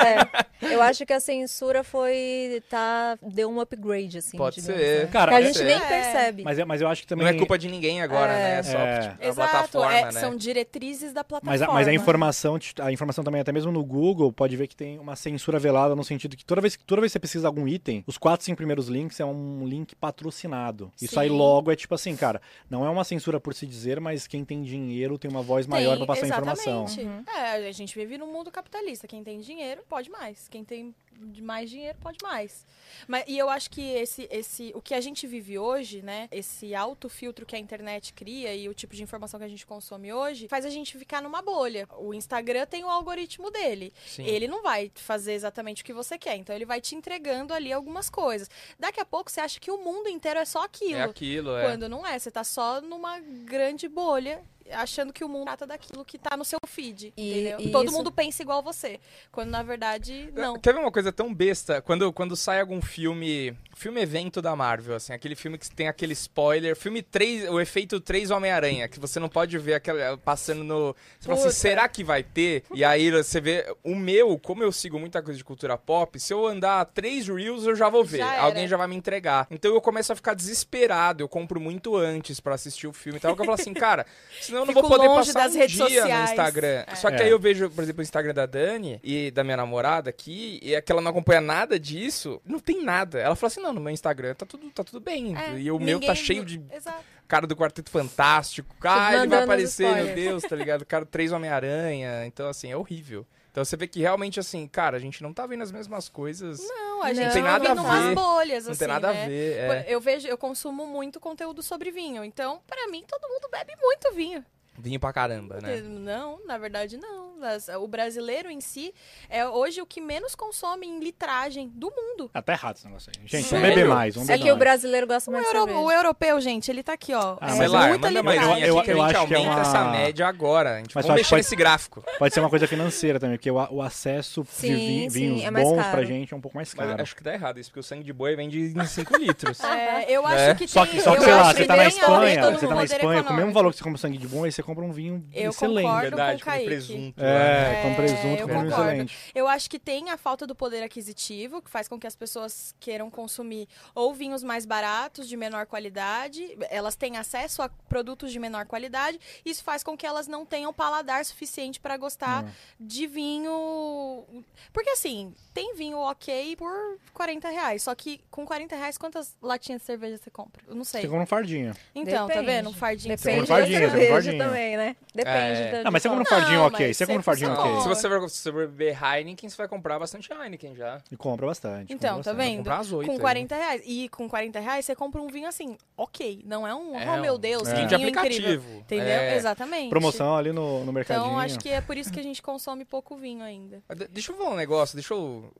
Speaker 1: É, eu acho que a censura foi tá deu um upgrade assim.
Speaker 3: Pode
Speaker 1: digamos,
Speaker 3: ser.
Speaker 1: né?
Speaker 4: Cara,
Speaker 1: Que a
Speaker 3: pode
Speaker 1: gente
Speaker 3: ser.
Speaker 1: nem
Speaker 2: É.
Speaker 1: percebe.
Speaker 4: Mas, é- mas eu acho que também.
Speaker 3: Não é culpa de ninguém agora, né? É só
Speaker 4: É.
Speaker 3: tipo, a
Speaker 2: Exato,
Speaker 3: plataforma,
Speaker 2: é,
Speaker 3: né?
Speaker 2: são diretrizes da
Speaker 4: Mas,
Speaker 2: plataforma.
Speaker 4: a, mas a informação, te- a informação também, até mesmo no Google, pode ver que tem uma censura velada no sentido que toda vez, que- toda vez que você pesquisa algum item, os quatro, cinco primeiros links é um link patrocinado. Isso aí
Speaker 2: Sim.
Speaker 4: logo é tipo assim, cara, não é uma censura por se dizer, mas quem tem dinheiro tem uma voz maior pra passar informação.
Speaker 2: exatamente. É, a gente vive num mundo capitalista. Quem tem dinheiro pode mais. Quem tem de mais dinheiro, pode mais. Mas, e eu acho que esse, esse, o que a gente vive hoje, né? Esse autofiltro que a internet cria e o tipo de informação que a gente consome hoje, faz a gente ficar numa bolha. O Instagram tem o algoritmo dele.
Speaker 3: Sim.
Speaker 2: Ele não vai fazer exatamente o que você quer. Então ele vai te entregando ali algumas coisas. Daqui a pouco você acha que o mundo inteiro é só aquilo.
Speaker 3: É aquilo, é.
Speaker 2: Quando não é, você tá só numa grande bolha, achando que o mundo trata daquilo que tá no seu feed.
Speaker 1: E-
Speaker 2: entendeu?
Speaker 1: e
Speaker 2: Todo
Speaker 1: isso-
Speaker 2: mundo pensa igual você. Quando na verdade, não.
Speaker 3: Quer ver uma coisa tão besta? Quando, quando sai algum filme. Filme evento da Marvel, assim, aquele filme que tem aquele spoiler. Filme 3, o efeito 3 Homem-Aranha, que você não pode ver aquela, passando no. Você fala assim,
Speaker 2: Puta.
Speaker 3: será que vai ter? E aí você vê. O meu, como eu sigo muita coisa de cultura pop, se eu andar três reels, eu já vou ver.
Speaker 2: Já era.
Speaker 3: Alguém já vai me entregar. Então eu começo a ficar desesperado. Eu compro muito antes pra assistir o filme e tal. Que eu falo assim, cara, senão eu não
Speaker 2: Fico
Speaker 3: vou poder
Speaker 2: longe
Speaker 3: passar
Speaker 2: das
Speaker 3: um
Speaker 2: redes
Speaker 3: dia no
Speaker 2: sociais.
Speaker 3: Instagram.
Speaker 2: É.
Speaker 3: Só que
Speaker 4: É.
Speaker 3: aí eu eu vejo, por exemplo, o Instagram da Dani e da minha namorada aqui, e é que ela não acompanha nada disso, não tem nada. Ela fala assim: não, no meu Instagram tá tudo, tá tudo bem.
Speaker 2: É,
Speaker 3: e o meu tá
Speaker 2: ninguém-
Speaker 3: cheio de
Speaker 2: Exato.
Speaker 3: cara do Quarteto Fantástico. Ah, ele vai
Speaker 1: mandando os
Speaker 3: aparecer, meu
Speaker 1: spoilers.
Speaker 3: Deus, tá ligado? Cara, três Homem-Aranha. Então, assim, é horrível. Então você vê que realmente, assim, cara, a gente não tá vendo as mesmas coisas. Não,
Speaker 2: Não, a gente
Speaker 1: Não
Speaker 2: não
Speaker 1: tem nada a
Speaker 2: vive numas
Speaker 3: ver.
Speaker 2: bolhas, assim.
Speaker 3: tem nada
Speaker 2: né?
Speaker 3: a ver.
Speaker 2: Por-
Speaker 3: É.
Speaker 2: Eu vejo, eu consumo muito conteúdo sobre vinho. Então, pra mim, todo mundo bebe muito vinho.
Speaker 3: Vinho pra caramba, né?
Speaker 2: Não, na verdade, não. Mas, O brasileiro em si é hoje o que menos consome em litragem do mundo.
Speaker 4: Ah, tá errado esse negócio aí. Gente,
Speaker 3: Sério?
Speaker 4: vamos beber mais. Vamos
Speaker 1: É
Speaker 4: beber
Speaker 1: que o
Speaker 4: mais.
Speaker 1: brasileiro gosta
Speaker 2: O,
Speaker 1: mais de
Speaker 2: euro-
Speaker 1: cerveja.
Speaker 2: o europeu, gente, ele tá aqui, ó.
Speaker 4: Ah,
Speaker 2: É
Speaker 4: mas
Speaker 3: Sei lá,
Speaker 2: muita
Speaker 3: manda mais
Speaker 4: eu-
Speaker 3: vinho
Speaker 2: litragem.
Speaker 3: aqui
Speaker 4: eu-
Speaker 3: que
Speaker 4: eu
Speaker 3: a gente
Speaker 4: acho que é
Speaker 3: aumenta
Speaker 4: uma-
Speaker 3: essa média agora. A gente vamos
Speaker 4: Mas eu acho
Speaker 3: mexer
Speaker 4: que pode-
Speaker 3: nesse gráfico.
Speaker 4: Pode ser uma coisa financeira também, porque o, a- o acesso
Speaker 1: Sim,
Speaker 4: de vi-
Speaker 1: sim,
Speaker 4: vinhos
Speaker 1: é mais
Speaker 4: bons
Speaker 1: caro.
Speaker 4: pra gente é um pouco mais
Speaker 3: Mas
Speaker 4: caro.
Speaker 3: acho que tá errado isso, porque o sangue de boi vende em
Speaker 2: [laughs]
Speaker 3: 5 litros.
Speaker 2: É, eu
Speaker 3: Né?
Speaker 2: acho que
Speaker 4: Só
Speaker 2: tem-
Speaker 4: que, só que
Speaker 2: eu
Speaker 4: sei lá,
Speaker 2: acho
Speaker 4: você
Speaker 2: que
Speaker 4: tá na
Speaker 2: tem a ver
Speaker 4: Espanha,
Speaker 2: todo
Speaker 4: você tá
Speaker 2: mundo,
Speaker 4: na
Speaker 2: poder
Speaker 4: Espanha, com o mesmo
Speaker 2: econômico.
Speaker 4: valor que você compra um sangue de boi, você compra um vinho
Speaker 2: Eu
Speaker 4: excelente.
Speaker 2: concordo.
Speaker 3: Verdade,
Speaker 2: com o
Speaker 3: com
Speaker 2: Kaique.
Speaker 3: presunto. né?
Speaker 4: É, com
Speaker 2: É,
Speaker 4: presunto,
Speaker 2: eu
Speaker 4: com um
Speaker 2: concordo.
Speaker 4: excelente.
Speaker 2: Eu acho que tem a falta do poder aquisitivo, que faz com que as pessoas queiram consumir ou vinhos mais baratos, de menor qualidade, elas têm acesso a produtos de menor qualidade, isso faz com que elas não tenham paladar suficiente para gostar
Speaker 4: Hum.
Speaker 2: de vinho. Porque assim, tem vinho ok por 40 reais, só que com 40 reais quantas latinhas de cerveja você compra? Eu não
Speaker 4: Você
Speaker 2: sei.
Speaker 4: compra um fardinho.
Speaker 2: Então,
Speaker 1: Depende.
Speaker 2: tá vendo? Um fardinho. de é
Speaker 1: Depende
Speaker 4: Você
Speaker 1: da
Speaker 4: compra um fardinho, você compra um
Speaker 1: cerveja
Speaker 4: fardinho.
Speaker 1: também, né? Depende
Speaker 3: É.
Speaker 1: da...
Speaker 4: Não, mas você compra um
Speaker 2: Não,
Speaker 4: fardinho ok,
Speaker 2: mas
Speaker 4: você
Speaker 2: você consome.
Speaker 4: compra um fardinho ok.
Speaker 3: Então, Se você for, se você for beber Heineken, você vai comprar bastante Heineken já.
Speaker 4: E compra bastante.
Speaker 2: Então,
Speaker 4: compra
Speaker 2: tá
Speaker 4: bastante.
Speaker 3: Vai
Speaker 2: vendo?
Speaker 3: comprar as oito.
Speaker 2: Com 40 reais. E com 40 reais você compra um vinho assim, ok. Não é um,
Speaker 3: É
Speaker 2: oh meu
Speaker 3: um
Speaker 2: Deus, que
Speaker 4: vinho
Speaker 3: de
Speaker 2: vinho incrível.
Speaker 3: aplicativo.
Speaker 2: Entendeu?
Speaker 3: É.
Speaker 2: Exatamente.
Speaker 4: Promoção ali no, no mercadinho.
Speaker 2: Então acho que é por isso que a gente consome pouco vinho ainda.
Speaker 3: De- Deixa eu falar um negócio, deixa eu.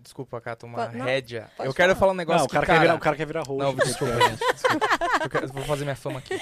Speaker 3: Desculpa, Cato, uma
Speaker 1: Pode- não,
Speaker 3: rédea.
Speaker 1: pode
Speaker 3: eu quero
Speaker 1: falar.
Speaker 3: falar um negócio
Speaker 4: Não, o
Speaker 3: que,
Speaker 4: cara,
Speaker 3: cara-
Speaker 4: Quer virar, o cara quer virar roxo.
Speaker 3: Não, [laughs]
Speaker 4: porque- tipo,
Speaker 3: desculpa, gente. Desculpa. Eu quero- vou fazer minha fama aqui.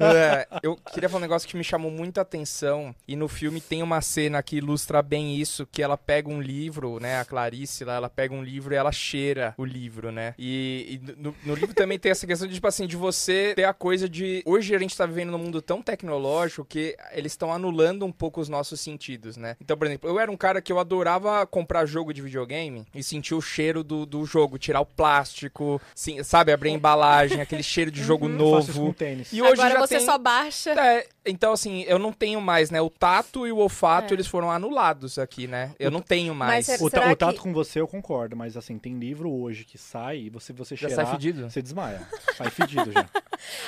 Speaker 3: É, eu queria falar um negócio que me chamou muita atenção. E no filme tem uma cena que ilustra bem isso, que ela pega um livro, né? A Clarice lá, ela pega um livro e ela cheira o livro, né? E, e no, no livro também tem essa questão de, tipo assim, de você ter a coisa de... Hoje a gente tá vivendo num mundo tão tecnológico que eles estão anulando um pouco os nossos sentidos, né? Então, por exemplo, eu era um cara que eu adorava comprar jogo de videogame e sentir o cheiro do, do jogo, tirar o plástico, sim, sabe? Abrir a embalagem, aquele cheiro de jogo
Speaker 4: Eu faço isso com
Speaker 3: novo.
Speaker 4: tênis.
Speaker 3: E hoje
Speaker 2: Agora
Speaker 3: já
Speaker 2: você
Speaker 3: tem...
Speaker 2: só baixa.
Speaker 3: É, então assim, eu não tenho mais, né? O tato e o olfato, eles foram anulados aqui, né? Eu não tenho mais.
Speaker 1: Mas
Speaker 4: O, ta-
Speaker 1: Será
Speaker 4: o tato
Speaker 1: que-
Speaker 4: com você eu concordo, mas assim, tem livro hoje que sai e você, você
Speaker 3: Já
Speaker 4: cheirar,
Speaker 3: sai fedido?
Speaker 4: você desmaia. Sai fedido já.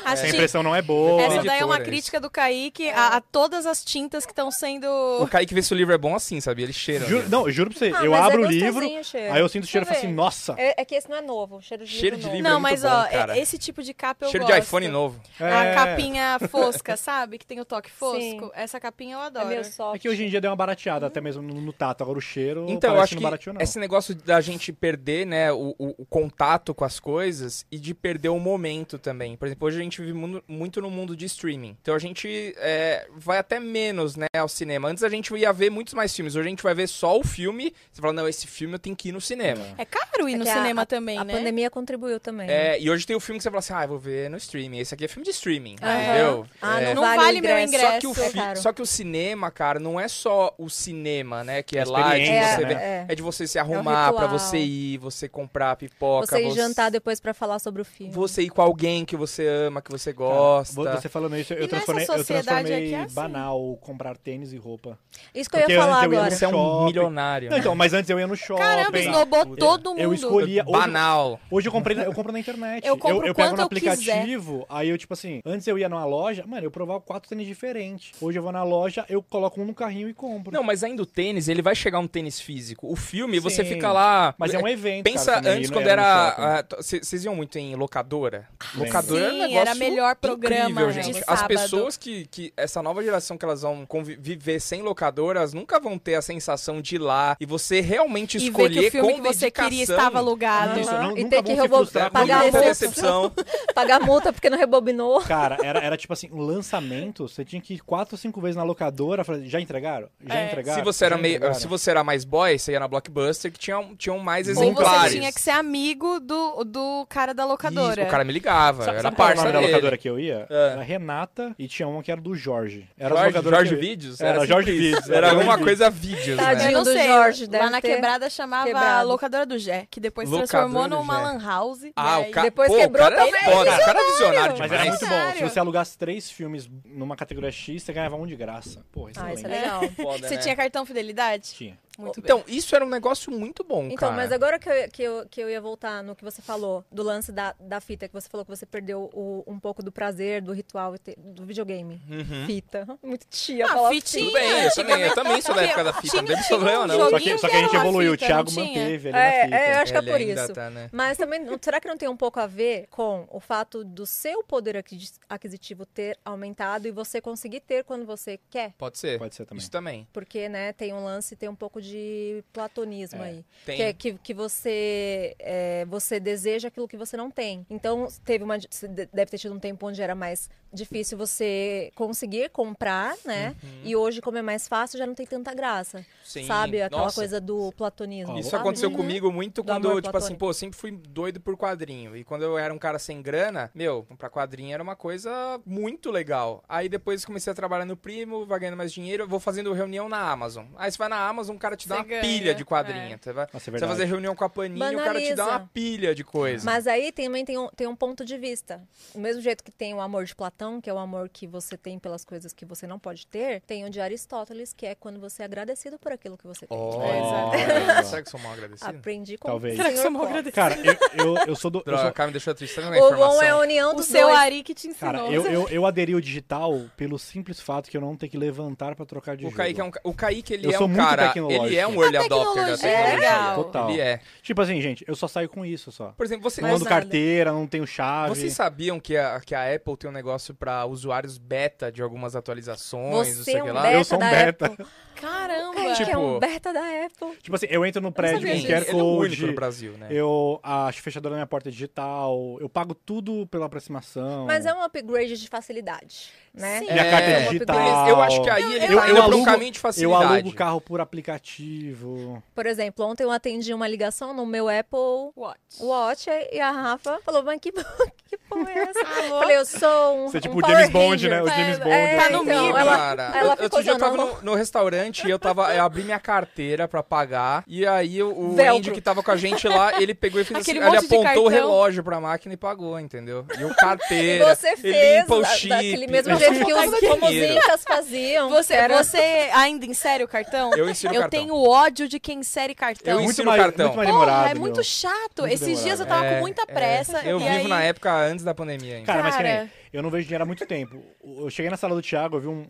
Speaker 2: As
Speaker 4: Se a
Speaker 2: tin-
Speaker 4: impressão não é boa.
Speaker 2: Essa daí é uma
Speaker 3: Editoras. É.
Speaker 2: crítica do Kaique a, a todas as tintas que estão sendo.
Speaker 3: O Kaique vê se o livro é bom assim, sabe? Ele cheira.
Speaker 4: Ju-
Speaker 3: né?
Speaker 4: não, eu juro pra você,
Speaker 1: Ah,
Speaker 4: eu
Speaker 1: mas é
Speaker 4: abro o
Speaker 1: gostosinho
Speaker 4: livro,
Speaker 1: o cheiro.
Speaker 4: aí eu sinto o cheiro e falo assim,
Speaker 1: Deixa eu
Speaker 4: nossa.
Speaker 1: ver. É, é que esse não é novo, cheiro de
Speaker 3: Cheiro
Speaker 1: livro
Speaker 3: de
Speaker 1: novo.
Speaker 3: livro.
Speaker 2: Não,
Speaker 3: muito
Speaker 2: mas
Speaker 3: bom,
Speaker 2: ó, é-
Speaker 3: cara.
Speaker 2: esse tipo de capa eu
Speaker 3: cheiro
Speaker 2: gosto.
Speaker 3: de iPhone novo.
Speaker 4: é-
Speaker 2: A capinha fosca, sabe? Que tem o toque fosco.
Speaker 1: Sim.
Speaker 2: Essa capinha eu
Speaker 1: É
Speaker 2: adoro.
Speaker 1: meio soft.
Speaker 4: É que hoje em dia deu uma barateada até mesmo no, no tato, agora o cheiro
Speaker 3: Então, eu
Speaker 4: parece
Speaker 3: acho
Speaker 4: que
Speaker 3: que
Speaker 4: não barateou não.
Speaker 3: esse negócio da gente perder, né, o, o- o contato com as coisas e de perder o momento também. Por exemplo, hoje a gente vive mu- muito no mundo de streaming. Então a gente é, vai até menos, né, ao cinema. Antes a gente ia ver muitos mais filmes. Hoje a gente vai ver só o filme. Você fala, não, esse filme eu tenho que ir no cinema.
Speaker 2: É caro ir
Speaker 1: É
Speaker 2: no
Speaker 1: que a-
Speaker 2: cinema
Speaker 1: a-
Speaker 2: também,
Speaker 1: A
Speaker 2: né?
Speaker 1: pandemia contribuiu também. né?
Speaker 3: É, e hoje tem o filme que você fala assim, ah, eu vou ver no streaming. Esse aqui é filme de streaming,
Speaker 2: Aham.
Speaker 3: entendeu?
Speaker 1: Ah,
Speaker 3: É.
Speaker 1: não,
Speaker 2: Não
Speaker 1: vale,
Speaker 2: vale
Speaker 1: o
Speaker 2: meu
Speaker 1: ingresso.
Speaker 2: ingresso.
Speaker 3: Só que, o
Speaker 1: É
Speaker 3: fi-
Speaker 1: caro.
Speaker 3: só que o cinema, cara, não é só o cinema, né? Que
Speaker 4: A
Speaker 3: é lá, de
Speaker 4: experiência,
Speaker 3: você
Speaker 4: né?
Speaker 3: ver.
Speaker 1: É.
Speaker 3: É de você se arrumar pra
Speaker 1: ritual.
Speaker 3: você ir, você comprar pipoca,
Speaker 1: Você ir jantar depois pra falar sobre o filme.
Speaker 3: você ir com alguém que você ama, que você tá gosta. Hum,
Speaker 4: Cara, Você falando isso, eu
Speaker 2: nessa
Speaker 4: transformei, eu
Speaker 2: sociedade
Speaker 4: transformei
Speaker 2: aqui é assim. Então
Speaker 4: banal comprar tênis e roupa.
Speaker 1: Isso que eu ia
Speaker 4: Porque
Speaker 1: falar
Speaker 4: antes eu ia
Speaker 1: agora.
Speaker 3: Você é um
Speaker 4: Shopping.
Speaker 3: milionário.
Speaker 4: Não,
Speaker 3: né?
Speaker 4: então, mas antes eu ia no shopping.
Speaker 2: Caramba, esnobou todo mundo.
Speaker 4: Eu escolhia. Hoje,
Speaker 3: Banal.
Speaker 4: hoje eu comprei na- eu compro na internet.
Speaker 2: Eu compro
Speaker 4: eu,
Speaker 2: quanto
Speaker 4: pego no
Speaker 2: eu quiser.
Speaker 4: aplicativo, aí eu, tipo assim, antes eu ia numa loja, mano, eu provava quatro tênis diferentes. Hoje eu vou na loja, eu coloco um no carrinho e compro.
Speaker 3: Não, mas ainda o tênis, ele vai chegar um tênis físico. O filme, você
Speaker 4: Sim.
Speaker 3: fica lá.
Speaker 4: Mas é um evento.
Speaker 3: Pensa
Speaker 4: cara, também,
Speaker 3: antes
Speaker 4: não é
Speaker 3: quando
Speaker 4: no shopping.
Speaker 3: era. ah, Vocês iam muito em locadora? locadora era um
Speaker 2: Sim,
Speaker 3: negócio
Speaker 2: era melhor programa,
Speaker 3: incrível,
Speaker 2: né,
Speaker 3: gente.
Speaker 2: de
Speaker 3: As
Speaker 2: sábado.
Speaker 3: pessoas que, que. Essa nova geração que elas vão convi- viver sem locadoras nunca vão ter a sensação de ir lá e você realmente
Speaker 2: e ver que
Speaker 3: escolher
Speaker 2: o filme
Speaker 3: com
Speaker 2: que você
Speaker 3: dedicação.
Speaker 2: queria estava alugado.
Speaker 4: Isso,
Speaker 1: Aham.
Speaker 4: não-
Speaker 1: E
Speaker 4: nunca
Speaker 1: ter
Speaker 4: vão
Speaker 1: que
Speaker 4: se
Speaker 1: rebo-
Speaker 4: frustrar com
Speaker 1: pagar a
Speaker 3: Pagar a
Speaker 4: isso.
Speaker 1: multa.
Speaker 3: decepção.
Speaker 1: [laughs] Pagar multa porque não rebobinou.
Speaker 4: Cara, era, era tipo assim, um lançamento, você tinha que ir quatro, cinco vezes na locadora, falar, já entregaram? Já
Speaker 2: É.
Speaker 4: entregaram?
Speaker 3: Se você, era
Speaker 4: Já
Speaker 3: meio,
Speaker 4: entregaram?"
Speaker 3: se você era mais boy, você ia na Blockbuster que tinham, tinham mais
Speaker 4: Ou
Speaker 2: Ou você
Speaker 3: exemplares.
Speaker 2: tinha que ser amigo do, do cara da
Speaker 3: Isso,
Speaker 2: locadora.
Speaker 3: o cara me ligava,
Speaker 4: Sabe,
Speaker 3: era
Speaker 4: sabe qual era o
Speaker 3: parça
Speaker 4: nome da
Speaker 3: dele.
Speaker 4: locadora que eu ia?
Speaker 3: É.
Speaker 4: Era Renata e tinha uma que era do Jorge. Era a
Speaker 3: Jorge,
Speaker 4: locadora
Speaker 3: Jorge
Speaker 4: que eu ia.
Speaker 3: Vídeos?
Speaker 4: Era Jorge
Speaker 3: sempre isso.
Speaker 4: Vídeos,
Speaker 3: Era
Speaker 4: Jorge
Speaker 3: alguma
Speaker 4: Vídeos.
Speaker 3: coisa vídeos, né?
Speaker 1: Tadinho.
Speaker 2: Eu não
Speaker 1: do
Speaker 2: sei,
Speaker 1: Jorge,
Speaker 2: lá
Speaker 1: deve
Speaker 2: na
Speaker 1: ter
Speaker 2: quebrada chamava
Speaker 1: quebrado.
Speaker 2: locadora do Jé, que depois
Speaker 3: Locadora
Speaker 2: transformou
Speaker 3: do
Speaker 2: numa
Speaker 3: Jé.
Speaker 2: lan house. né? É, e
Speaker 3: Ah, o
Speaker 2: aí-
Speaker 3: ca...
Speaker 1: Depois
Speaker 3: Pô,
Speaker 1: quebrou
Speaker 3: o cara
Speaker 1: também,
Speaker 3: era foda, o cara era visionário
Speaker 4: Mas
Speaker 3: demais.
Speaker 4: era muito bom. Se
Speaker 2: Sério?
Speaker 4: você alugasse três filmes numa categoria X, você ganhava um de graça. Porra,
Speaker 1: Ah, isso
Speaker 4: excelente.
Speaker 1: é legal.
Speaker 3: Foda,
Speaker 2: Você
Speaker 3: né?
Speaker 2: tinha cartão fidelidade?
Speaker 4: Tinha.
Speaker 2: Muito bem.
Speaker 3: Então, isso era um negócio muito bom,
Speaker 1: Então,
Speaker 3: cara.
Speaker 1: mas agora que eu, que, eu, que eu ia voltar no que você falou, do lance da, da fita, que você falou que você perdeu o- um pouco do prazer, do ritual e te- do videogame.
Speaker 3: Uhum.
Speaker 1: Fita. [laughs] Muito tia.
Speaker 2: Ah,
Speaker 1: falar
Speaker 2: fitinha.
Speaker 3: Tudo bem, eu também, eu também sou da época da fita, não tem problema Ah, não.
Speaker 2: Tinha um
Speaker 4: Só
Speaker 2: Joguinho
Speaker 4: que, só
Speaker 2: que
Speaker 4: que a gente
Speaker 2: era uma
Speaker 4: evoluiu.
Speaker 2: fita,
Speaker 4: o Thiago
Speaker 2: não tinha?
Speaker 4: manteve ali
Speaker 1: É,
Speaker 4: na fita.
Speaker 1: é, eu acho que é
Speaker 3: Ele
Speaker 1: por
Speaker 3: ainda
Speaker 1: isso.
Speaker 3: tá, né?
Speaker 1: Mas também, não- será que não tem um pouco a ver com o fato do seu poder aqui- aquisitivo ter aumentado e você conseguir ter quando você quer?
Speaker 3: Pode ser.
Speaker 4: Pode ser também.
Speaker 3: Isso também.
Speaker 1: Porque, né, tem um lance, tem um pouco de platonismo
Speaker 4: É.
Speaker 1: aí.
Speaker 3: Tem.
Speaker 1: Que, é que, que você, é, você deseja aquilo que você não tem. Então, teve uma. di- se de- Deve ter tido um tempo onde era mais difícil você conseguir comprar, né? E hoje, como é mais fácil, já não tem tanta graça.
Speaker 3: Uhum. Sim.
Speaker 1: Sabe? Aquela
Speaker 3: Nossa. Uhum.
Speaker 1: coisa do platonismo.
Speaker 3: Isso
Speaker 1: sabe?
Speaker 3: aconteceu comigo muito
Speaker 1: Do
Speaker 3: quando,
Speaker 1: amor
Speaker 3: tipo assim,
Speaker 1: platônico.
Speaker 3: pô, eu sempre fui doido por quadrinho. E quando eu era um cara sem grana, meu, comprar quadrinho era uma coisa muito legal. Aí depois comecei a trabalhar no primo, vai ganhando mais dinheiro, eu vou fazendo reunião na Amazon. Aí você vai na Amazon, um cara te dá
Speaker 2: Você
Speaker 3: uma
Speaker 2: ganha,
Speaker 3: pilha de quadrinho.
Speaker 2: é.
Speaker 3: Você, vai,
Speaker 4: Nossa, é
Speaker 3: você vai fazer
Speaker 4: verdade.
Speaker 3: reunião com a Panini, o cara te
Speaker 1: Banaliza.
Speaker 3: dá uma pilha de coisa.
Speaker 1: Mas aí também tem um, tem um ponto de vista. Do mesmo jeito que tem o amor de Platão, que é o amor que você tem pelas coisas que você não pode ter, tem o de Aristóteles, que é quando você é agradecido por aquilo que você tem.
Speaker 3: Oh,
Speaker 4: Olha só.
Speaker 3: será que sou mal agradecido?
Speaker 1: Aprendi com
Speaker 4: Talvez.
Speaker 1: o
Speaker 4: Será
Speaker 2: é
Speaker 1: senhor Platão.
Speaker 4: Cara, eu, eu, eu sou do. eu
Speaker 3: [laughs] Droga,
Speaker 4: sou-
Speaker 3: o cara me deixou triste. Sabe
Speaker 1: O
Speaker 3: informação?
Speaker 1: bom é a união
Speaker 2: o
Speaker 1: dos
Speaker 2: seu
Speaker 1: dois.
Speaker 2: Ari que te ensinou.
Speaker 4: Cara, eu, eu, eu aderi o digital pelo simples fato que eu não tenho que levantar pra trocar de
Speaker 3: O
Speaker 4: jogo.
Speaker 3: Kaique, é um, ca- o Kaique, ele
Speaker 4: Eu
Speaker 3: é
Speaker 4: sou
Speaker 3: um
Speaker 4: muito
Speaker 3: cara.
Speaker 4: tecnológico.
Speaker 3: Ele é um early
Speaker 2: A
Speaker 3: adopter da
Speaker 2: tecnologia é
Speaker 3: tecnologia.
Speaker 2: legal.
Speaker 4: Total.
Speaker 3: Ele é.
Speaker 4: Tipo assim, gente, eu só saio com isso só.
Speaker 3: Por exemplo, você,
Speaker 4: Não
Speaker 1: Mas
Speaker 4: ando
Speaker 1: nada.
Speaker 4: carteira, não tenho chave.
Speaker 3: vocês sabiam que a, que a Apple tem um negócio pra usuários beta de algumas atualizações, não
Speaker 1: Você
Speaker 3: sei
Speaker 1: é
Speaker 3: o que
Speaker 1: um
Speaker 3: lá?
Speaker 1: beta
Speaker 4: Eu sou um
Speaker 1: da
Speaker 4: beta.
Speaker 1: Apple.
Speaker 2: Caramba!
Speaker 1: Que é um
Speaker 3: Tipo-
Speaker 1: beta da Apple.
Speaker 4: Tipo assim, eu entro no prédio
Speaker 2: sabia
Speaker 4: com
Speaker 3: Sim,
Speaker 2: disso.
Speaker 4: QR
Speaker 3: ele é o
Speaker 4: Code.
Speaker 3: único no Brasil, né?
Speaker 4: Eu a fechadora da minha porta é digital, eu pago tudo pela aproximação.
Speaker 1: Mas é um upgrade de facilidade, né?
Speaker 2: Sim.
Speaker 4: Minha
Speaker 3: É.
Speaker 4: carta
Speaker 1: um
Speaker 4: é
Speaker 1: upgrade.
Speaker 4: digital.
Speaker 3: Eu acho que aí ele
Speaker 4: Eu-
Speaker 3: tá indo
Speaker 4: eu
Speaker 3: pra um
Speaker 4: alugo-
Speaker 3: caminho de
Speaker 4: eu
Speaker 3: facilidade.
Speaker 4: alugo o carro por aplicativo.
Speaker 1: Por exemplo, ontem eu atendi uma ligação no meu Apple
Speaker 2: What?
Speaker 1: Watch e a Rafa falou, mas que, [laughs] que porra é
Speaker 2: [laughs]
Speaker 1: essa?
Speaker 2: Alô?
Speaker 1: Falei, eu sou um
Speaker 4: Você é tipo
Speaker 1: um
Speaker 4: o James
Speaker 1: Power
Speaker 4: Bond, né?
Speaker 1: Ranger.
Speaker 4: O James Bond.
Speaker 1: É,
Speaker 2: Tá no
Speaker 1: então,
Speaker 2: mimo.
Speaker 1: ela-
Speaker 3: Cara,
Speaker 1: ela
Speaker 3: eu,
Speaker 1: ficou
Speaker 3: outro dia eu
Speaker 1: olhando,
Speaker 3: tava no, no restaurante e eu tava. Eu abri minha carteira pra pagar. E aí o, o
Speaker 1: Velcro.
Speaker 3: Andy que tava com a gente lá, ele pegou e fez assim,
Speaker 2: Aquele
Speaker 3: Ele
Speaker 2: monte de
Speaker 3: apontou o
Speaker 2: cartão.
Speaker 3: relógio pra máquina e pagou, entendeu? E o
Speaker 1: E
Speaker 3: carteira.
Speaker 1: você
Speaker 3: ele
Speaker 1: fez
Speaker 3: limpa o
Speaker 1: da-
Speaker 3: chip.
Speaker 1: daquele mesmo jeito que os como os incas faziam.
Speaker 2: Você,
Speaker 1: que era-
Speaker 2: você ainda insere o cartão?
Speaker 3: Eu insiro
Speaker 2: Eu
Speaker 3: cartão.
Speaker 2: tenho um, ódio de quem insere cartão.
Speaker 3: Eu
Speaker 4: muito
Speaker 3: ensino
Speaker 4: mais,
Speaker 3: cartão.
Speaker 4: muito mais
Speaker 2: Porra,
Speaker 4: demorado.
Speaker 2: é
Speaker 4: meu.
Speaker 2: muito chato.
Speaker 4: Muito
Speaker 2: Esses
Speaker 4: demorado.
Speaker 2: dias eu tava com muita pressa.
Speaker 3: É, eu
Speaker 2: e
Speaker 3: vivo
Speaker 2: aí...
Speaker 3: na época antes da pandemia ainda.
Speaker 4: Cara, mas que
Speaker 2: Cara.
Speaker 4: nem, eu não vejo dinheiro há muito tempo. Eu cheguei na sala do Thiago, eu vi um,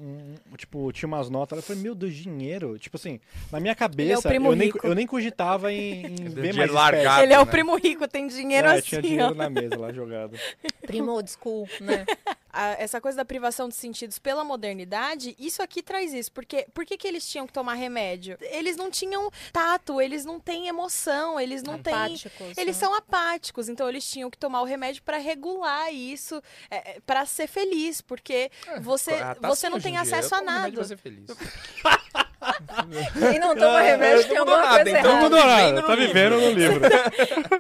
Speaker 4: um- tipo, tinha umas notas, eu falei, meu Deus, dinheiro? Tipo assim, na minha cabeça,
Speaker 2: primo
Speaker 4: eu, nem,
Speaker 2: rico.
Speaker 4: eu nem cogitava em, em
Speaker 3: Dinheiro
Speaker 4: ver mais
Speaker 3: largado,
Speaker 4: espécie.
Speaker 2: Ele é o
Speaker 3: né?
Speaker 2: primo rico, tem dinheiro
Speaker 4: É,
Speaker 2: assim.
Speaker 4: tinha
Speaker 2: ó.
Speaker 4: dinheiro na mesa lá jogado.
Speaker 1: Primo, desculpa, né?
Speaker 2: a- essa coisa da privação de sentidos pela modernidade, isso aqui traz isso. Porque por que, que eles tinham que tomar remédio? Eles não tinham tato, eles não têm emoção, eles não têm.
Speaker 1: Empáticos,
Speaker 2: Eles
Speaker 1: né?
Speaker 2: são apáticos, então eles tinham que tomar o remédio pra regular isso, é, para ser feliz, porque você,
Speaker 3: Ah, tá
Speaker 2: você
Speaker 3: assim
Speaker 2: não
Speaker 3: hoje
Speaker 2: tem
Speaker 3: em dia, eu
Speaker 2: acesso a
Speaker 3: tomo remédio
Speaker 2: nada.
Speaker 3: pra ser feliz.
Speaker 1: Quem não
Speaker 3: Ah,
Speaker 1: toma remédio tem
Speaker 3: mudou
Speaker 1: alguma
Speaker 3: nada,
Speaker 1: coisa
Speaker 3: então
Speaker 4: Não
Speaker 1: errada.
Speaker 3: vivendo
Speaker 4: mudou nada,
Speaker 3: no
Speaker 4: tá
Speaker 3: livro.
Speaker 4: vivendo no livro.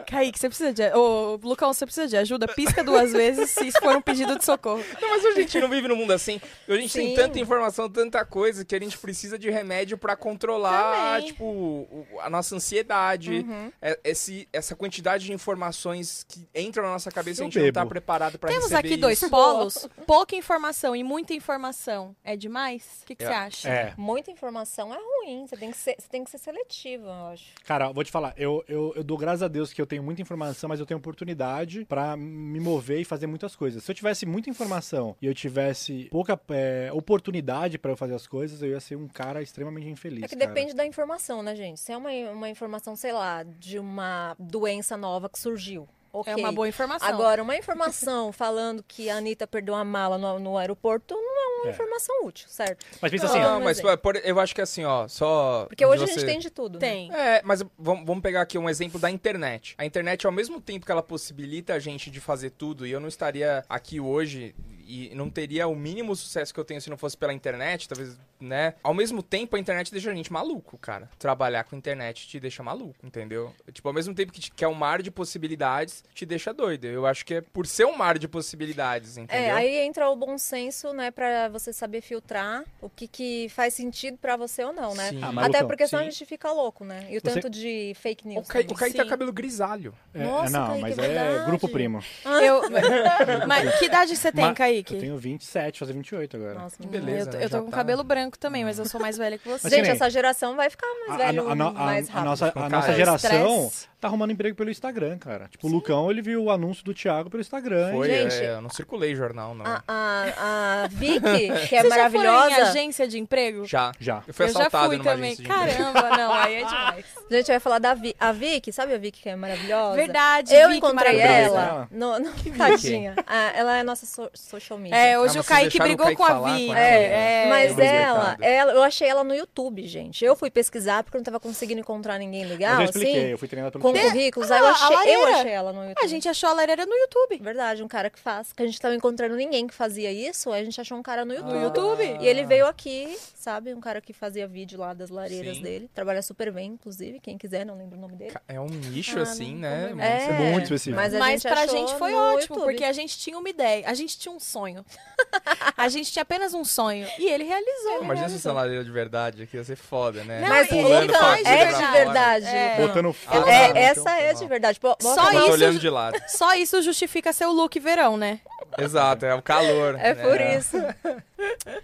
Speaker 2: Kaique, você precisa de. Ô, Lucão, você precisa de ajuda? Pisca duas vezes se isso for um pedido de socorro.
Speaker 3: Não, mas a gente não vive num mundo assim. A gente tem
Speaker 1: Sim.
Speaker 3: tanta informação, tanta coisa, que a gente precisa de remédio pra controlar,
Speaker 2: Também.
Speaker 3: tipo, o- a nossa ansiedade.
Speaker 1: Uhum.
Speaker 3: É- esse- essa quantidade de informações que entram na nossa cabeça e a
Speaker 4: Eu
Speaker 3: gente não tá
Speaker 4: bebo.
Speaker 3: preparado pra
Speaker 2: Temos
Speaker 3: receber
Speaker 2: aqui dois
Speaker 3: isso.
Speaker 2: polos. Pouca informação e muita informação é demais? O que, que
Speaker 3: É.
Speaker 2: você acha?
Speaker 4: É.
Speaker 1: Muita informação é ruim, você tem que ser, você tem que ser seletiva, eu acho.
Speaker 4: Cara, vou te falar, eu, eu, eu dou graças a Deus que eu tenho muita informação, mas eu tenho oportunidade pra me mover e fazer muitas coisas. Se eu tivesse muita informação e eu tivesse pouca é, oportunidade pra eu fazer as coisas, eu ia ser um cara extremamente infeliz.
Speaker 1: É que
Speaker 4: cara.
Speaker 1: depende da informação, né, gente? Se é uma, uma informação, sei lá, de uma doença nova que surgiu. ok.
Speaker 2: É uma boa informação.
Speaker 1: Agora, uma
Speaker 2: [laughs]
Speaker 1: informação falando que a Anitta perdeu a mala no, no aeroporto não é uma
Speaker 4: É.
Speaker 1: informação útil, certo?
Speaker 4: Mas pensa
Speaker 1: Não,
Speaker 4: assim,
Speaker 3: Não,
Speaker 1: um
Speaker 3: mas
Speaker 1: exemplo.
Speaker 3: por- eu acho que assim, ó, só.
Speaker 1: Porque hoje a
Speaker 3: você-
Speaker 1: gente tem de tudo. né?
Speaker 2: [laughs] tem.
Speaker 3: É, mas vamos vamos pegar aqui um exemplo da internet. A internet, ao mesmo tempo que ela possibilita a gente de fazer tudo, e eu não estaria aqui hoje e não teria o mínimo sucesso que eu tenho se não fosse pela internet, talvez, né? Ao mesmo tempo, a internet deixa a gente maluco, cara. Trabalhar com internet te deixa maluco, entendeu? Tipo, ao mesmo tempo que, te- que é um mar de possibilidades, te deixa doido. Eu acho que é por ser um mar de possibilidades, entendeu?
Speaker 1: É, aí entra o bom senso, né, pra você saber filtrar o que, que faz sentido pra você ou não, né?
Speaker 3: Sim.
Speaker 4: Ah,
Speaker 1: Até
Speaker 4: Lucão,
Speaker 1: porque senão
Speaker 4: sim.
Speaker 1: a gente fica louco, né? E o
Speaker 4: Você-
Speaker 1: tanto de fake
Speaker 3: O
Speaker 1: news.
Speaker 3: Kai, o
Speaker 1: também.
Speaker 3: Kai tá
Speaker 2: Sim.
Speaker 3: cabelo grisalho.
Speaker 4: É,
Speaker 1: Nossa,
Speaker 4: não,
Speaker 1: Kaique,
Speaker 4: mas
Speaker 1: é
Speaker 4: é
Speaker 1: verdade.
Speaker 4: grupo primo.
Speaker 2: Eu,
Speaker 3: [laughs]
Speaker 2: mas que idade você tem,
Speaker 4: Ma-
Speaker 2: Kaique? Hum,
Speaker 4: Eu tenho 27, fazer 28 agora.
Speaker 1: Nossa,
Speaker 3: Beleza.
Speaker 1: beleza.
Speaker 2: eu, tô-
Speaker 3: né?
Speaker 2: eu tô
Speaker 3: Já
Speaker 2: com
Speaker 3: tá.
Speaker 2: cabelo branco também, mas eu sou mais velha que você.
Speaker 4: Mas que
Speaker 1: Gente,
Speaker 4: nem-
Speaker 1: essa geração vai ficar mais
Speaker 4: A, a,
Speaker 1: velho,
Speaker 4: a, no- a-
Speaker 1: mais
Speaker 4: a
Speaker 1: rápido.
Speaker 4: nossa, a
Speaker 3: Cara,
Speaker 4: nossa
Speaker 3: é
Speaker 4: geração
Speaker 2: estresse.
Speaker 4: tá arrumando emprego pelo Instagram, cara. Tipo, o Lucão, ele viu o anúncio do Thiago pelo Instagram.
Speaker 3: Foi,
Speaker 1: Gente- Ah,
Speaker 3: é, eu não circulei jornal, não.
Speaker 1: A, a, a Vicky,
Speaker 4: [laughs]
Speaker 1: que é
Speaker 2: Vocês já foram em
Speaker 1: maravilhosa.
Speaker 2: agência de emprego?
Speaker 3: Já.
Speaker 4: Já.
Speaker 3: Eu fui
Speaker 2: eu já
Speaker 3: assaltado
Speaker 2: fui
Speaker 3: numa
Speaker 2: também.
Speaker 3: agência de emprego.
Speaker 2: Caramba,
Speaker 3: [laughs]
Speaker 2: não, aí é demais.
Speaker 1: A gente vai falar da Vi a Vicky, sabe a Vicky que é maravilhosa?
Speaker 2: Verdade,
Speaker 1: Eu
Speaker 2: Vicky,
Speaker 1: encontrei
Speaker 2: maravilhosa.
Speaker 4: maravilhosa.
Speaker 1: ela. No, no, tadinha. Ah, ela é a nossa so- social media.
Speaker 2: É,
Speaker 3: Ah,
Speaker 2: hoje
Speaker 3: mas
Speaker 2: o Kaique
Speaker 3: vocês deixaram
Speaker 2: brigou
Speaker 3: o Kaique
Speaker 2: com a
Speaker 3: falar
Speaker 2: Vi.
Speaker 3: com ela?
Speaker 2: é, é.
Speaker 1: Mas
Speaker 3: Pois é,
Speaker 1: ela,
Speaker 3: coitada.
Speaker 1: ela, eu achei ela no YouTube, gente. Eu fui pesquisar porque eu não tava conseguindo encontrar ninguém legal,
Speaker 4: Mas eu expliquei,
Speaker 1: assim,
Speaker 4: eu fui treinado pelo
Speaker 1: com
Speaker 4: Thiago.
Speaker 1: currículos.
Speaker 2: Ah,
Speaker 1: Aí eu achei,
Speaker 2: a
Speaker 1: eu
Speaker 2: Lareira. Ah,
Speaker 1: achei ela no YouTube.
Speaker 2: a gente achou a lareira no YouTube.
Speaker 1: Verdade, um cara que faz. Que a gente tava encontrando ninguém que fazia isso, aí a gente achou um cara no YouTube.
Speaker 2: No YouTube?
Speaker 1: E ele veio aqui, sabe? Um cara que fazia vídeo lá das lareiras
Speaker 3: Sim.
Speaker 1: dele. Trabalha super bem, inclusive, quem quiser, não lembro o nome dele.
Speaker 3: Ca- É um nicho,
Speaker 2: Ah,
Speaker 3: assim,
Speaker 2: não
Speaker 3: né?
Speaker 2: tô lembrando.
Speaker 1: É,
Speaker 4: muito específico.
Speaker 1: Mas, a
Speaker 2: Mas
Speaker 1: gente
Speaker 2: pra
Speaker 1: achou
Speaker 2: gente foi
Speaker 1: no
Speaker 2: ótimo,
Speaker 1: YouTube.
Speaker 2: porque a gente tinha uma ideia, a gente tinha um sonho. [laughs] a gente tinha apenas um sonho. E ele realizou.
Speaker 3: Imagina se essa lareira é de verdade aqui, ia ser foda, né?
Speaker 2: Não,
Speaker 1: É Mas
Speaker 2: Ele
Speaker 1: o
Speaker 2: pulando pra
Speaker 1: Lucão é
Speaker 2: fora.
Speaker 1: de verdade.
Speaker 2: É.
Speaker 1: Lucão.
Speaker 4: Botando né?
Speaker 3: Eu-
Speaker 4: fogo.
Speaker 1: É,
Speaker 3: Ah,
Speaker 1: essa
Speaker 3: então,
Speaker 1: é de
Speaker 3: não.
Speaker 1: verdade. Pô,
Speaker 2: Só
Speaker 1: bota
Speaker 3: Eu
Speaker 1: lá.
Speaker 3: tô
Speaker 2: isso-
Speaker 3: Tá olhando de lado.
Speaker 2: Só isso justifica seu look verão, né?
Speaker 3: Exato, é o calor.
Speaker 1: É
Speaker 3: né?
Speaker 1: por isso.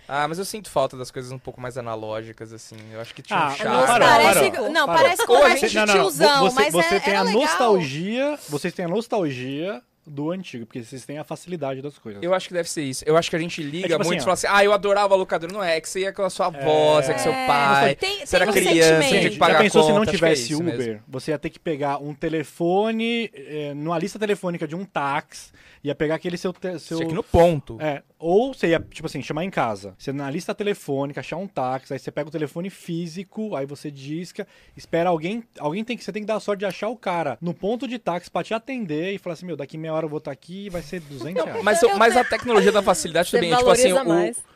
Speaker 3: Ah, mas eu sinto falta das coisas um pouco mais analógicas, assim. Eu acho que tinha
Speaker 4: Ah,
Speaker 3: um charme.
Speaker 4: Parou,
Speaker 2: parece,
Speaker 4: parou.
Speaker 2: não,
Speaker 4: Parou.
Speaker 2: parece
Speaker 3: Ou a
Speaker 2: conversa de tiozão,
Speaker 4: você,
Speaker 2: mas
Speaker 4: você
Speaker 2: é,
Speaker 4: tem
Speaker 2: era
Speaker 4: a
Speaker 2: legal.
Speaker 4: nostalgia, vocês têm a nostalgia do antigo, porque vocês têm a facilidade das coisas.
Speaker 3: Eu acho que deve ser isso. Eu acho que a gente liga
Speaker 4: É tipo
Speaker 3: muito
Speaker 4: assim,
Speaker 3: e fala assim, ah, eu adorava a locadora. Não é, é que você ia com a sua avó, você ia com seu
Speaker 2: É.
Speaker 3: pai.
Speaker 2: Tem- tem
Speaker 3: você era
Speaker 2: um
Speaker 3: criança,
Speaker 2: sentimento.
Speaker 3: você tinha
Speaker 4: Gente,
Speaker 3: que
Speaker 4: Assim, já
Speaker 3: pagar
Speaker 4: pensou se
Speaker 3: conta,
Speaker 4: não
Speaker 3: acho que é
Speaker 4: tivesse
Speaker 3: isso
Speaker 4: Uber?
Speaker 3: mesmo.
Speaker 4: Você ia ter que pegar um telefone, eh, numa lista telefônica de um táxi, ia pegar aquele seu... te-
Speaker 3: Você
Speaker 4: seu
Speaker 3: tinha que ir no ponto.
Speaker 4: É, ou você ia, tipo assim, chamar em casa. Você na lista telefônica, achar um táxi, aí você pega o telefone físico, aí você disca, espera alguém. Alguém tem que. Você tem que dar a sorte de achar o cara no ponto de táxi pra te atender e falar assim: meu, daqui meia hora eu vou estar aqui e vai ser 200 reais.
Speaker 3: Mas, eu- mas a tecnologia da facilidade
Speaker 1: Você
Speaker 3: também é tipo assim,
Speaker 1: valoriza
Speaker 3: o,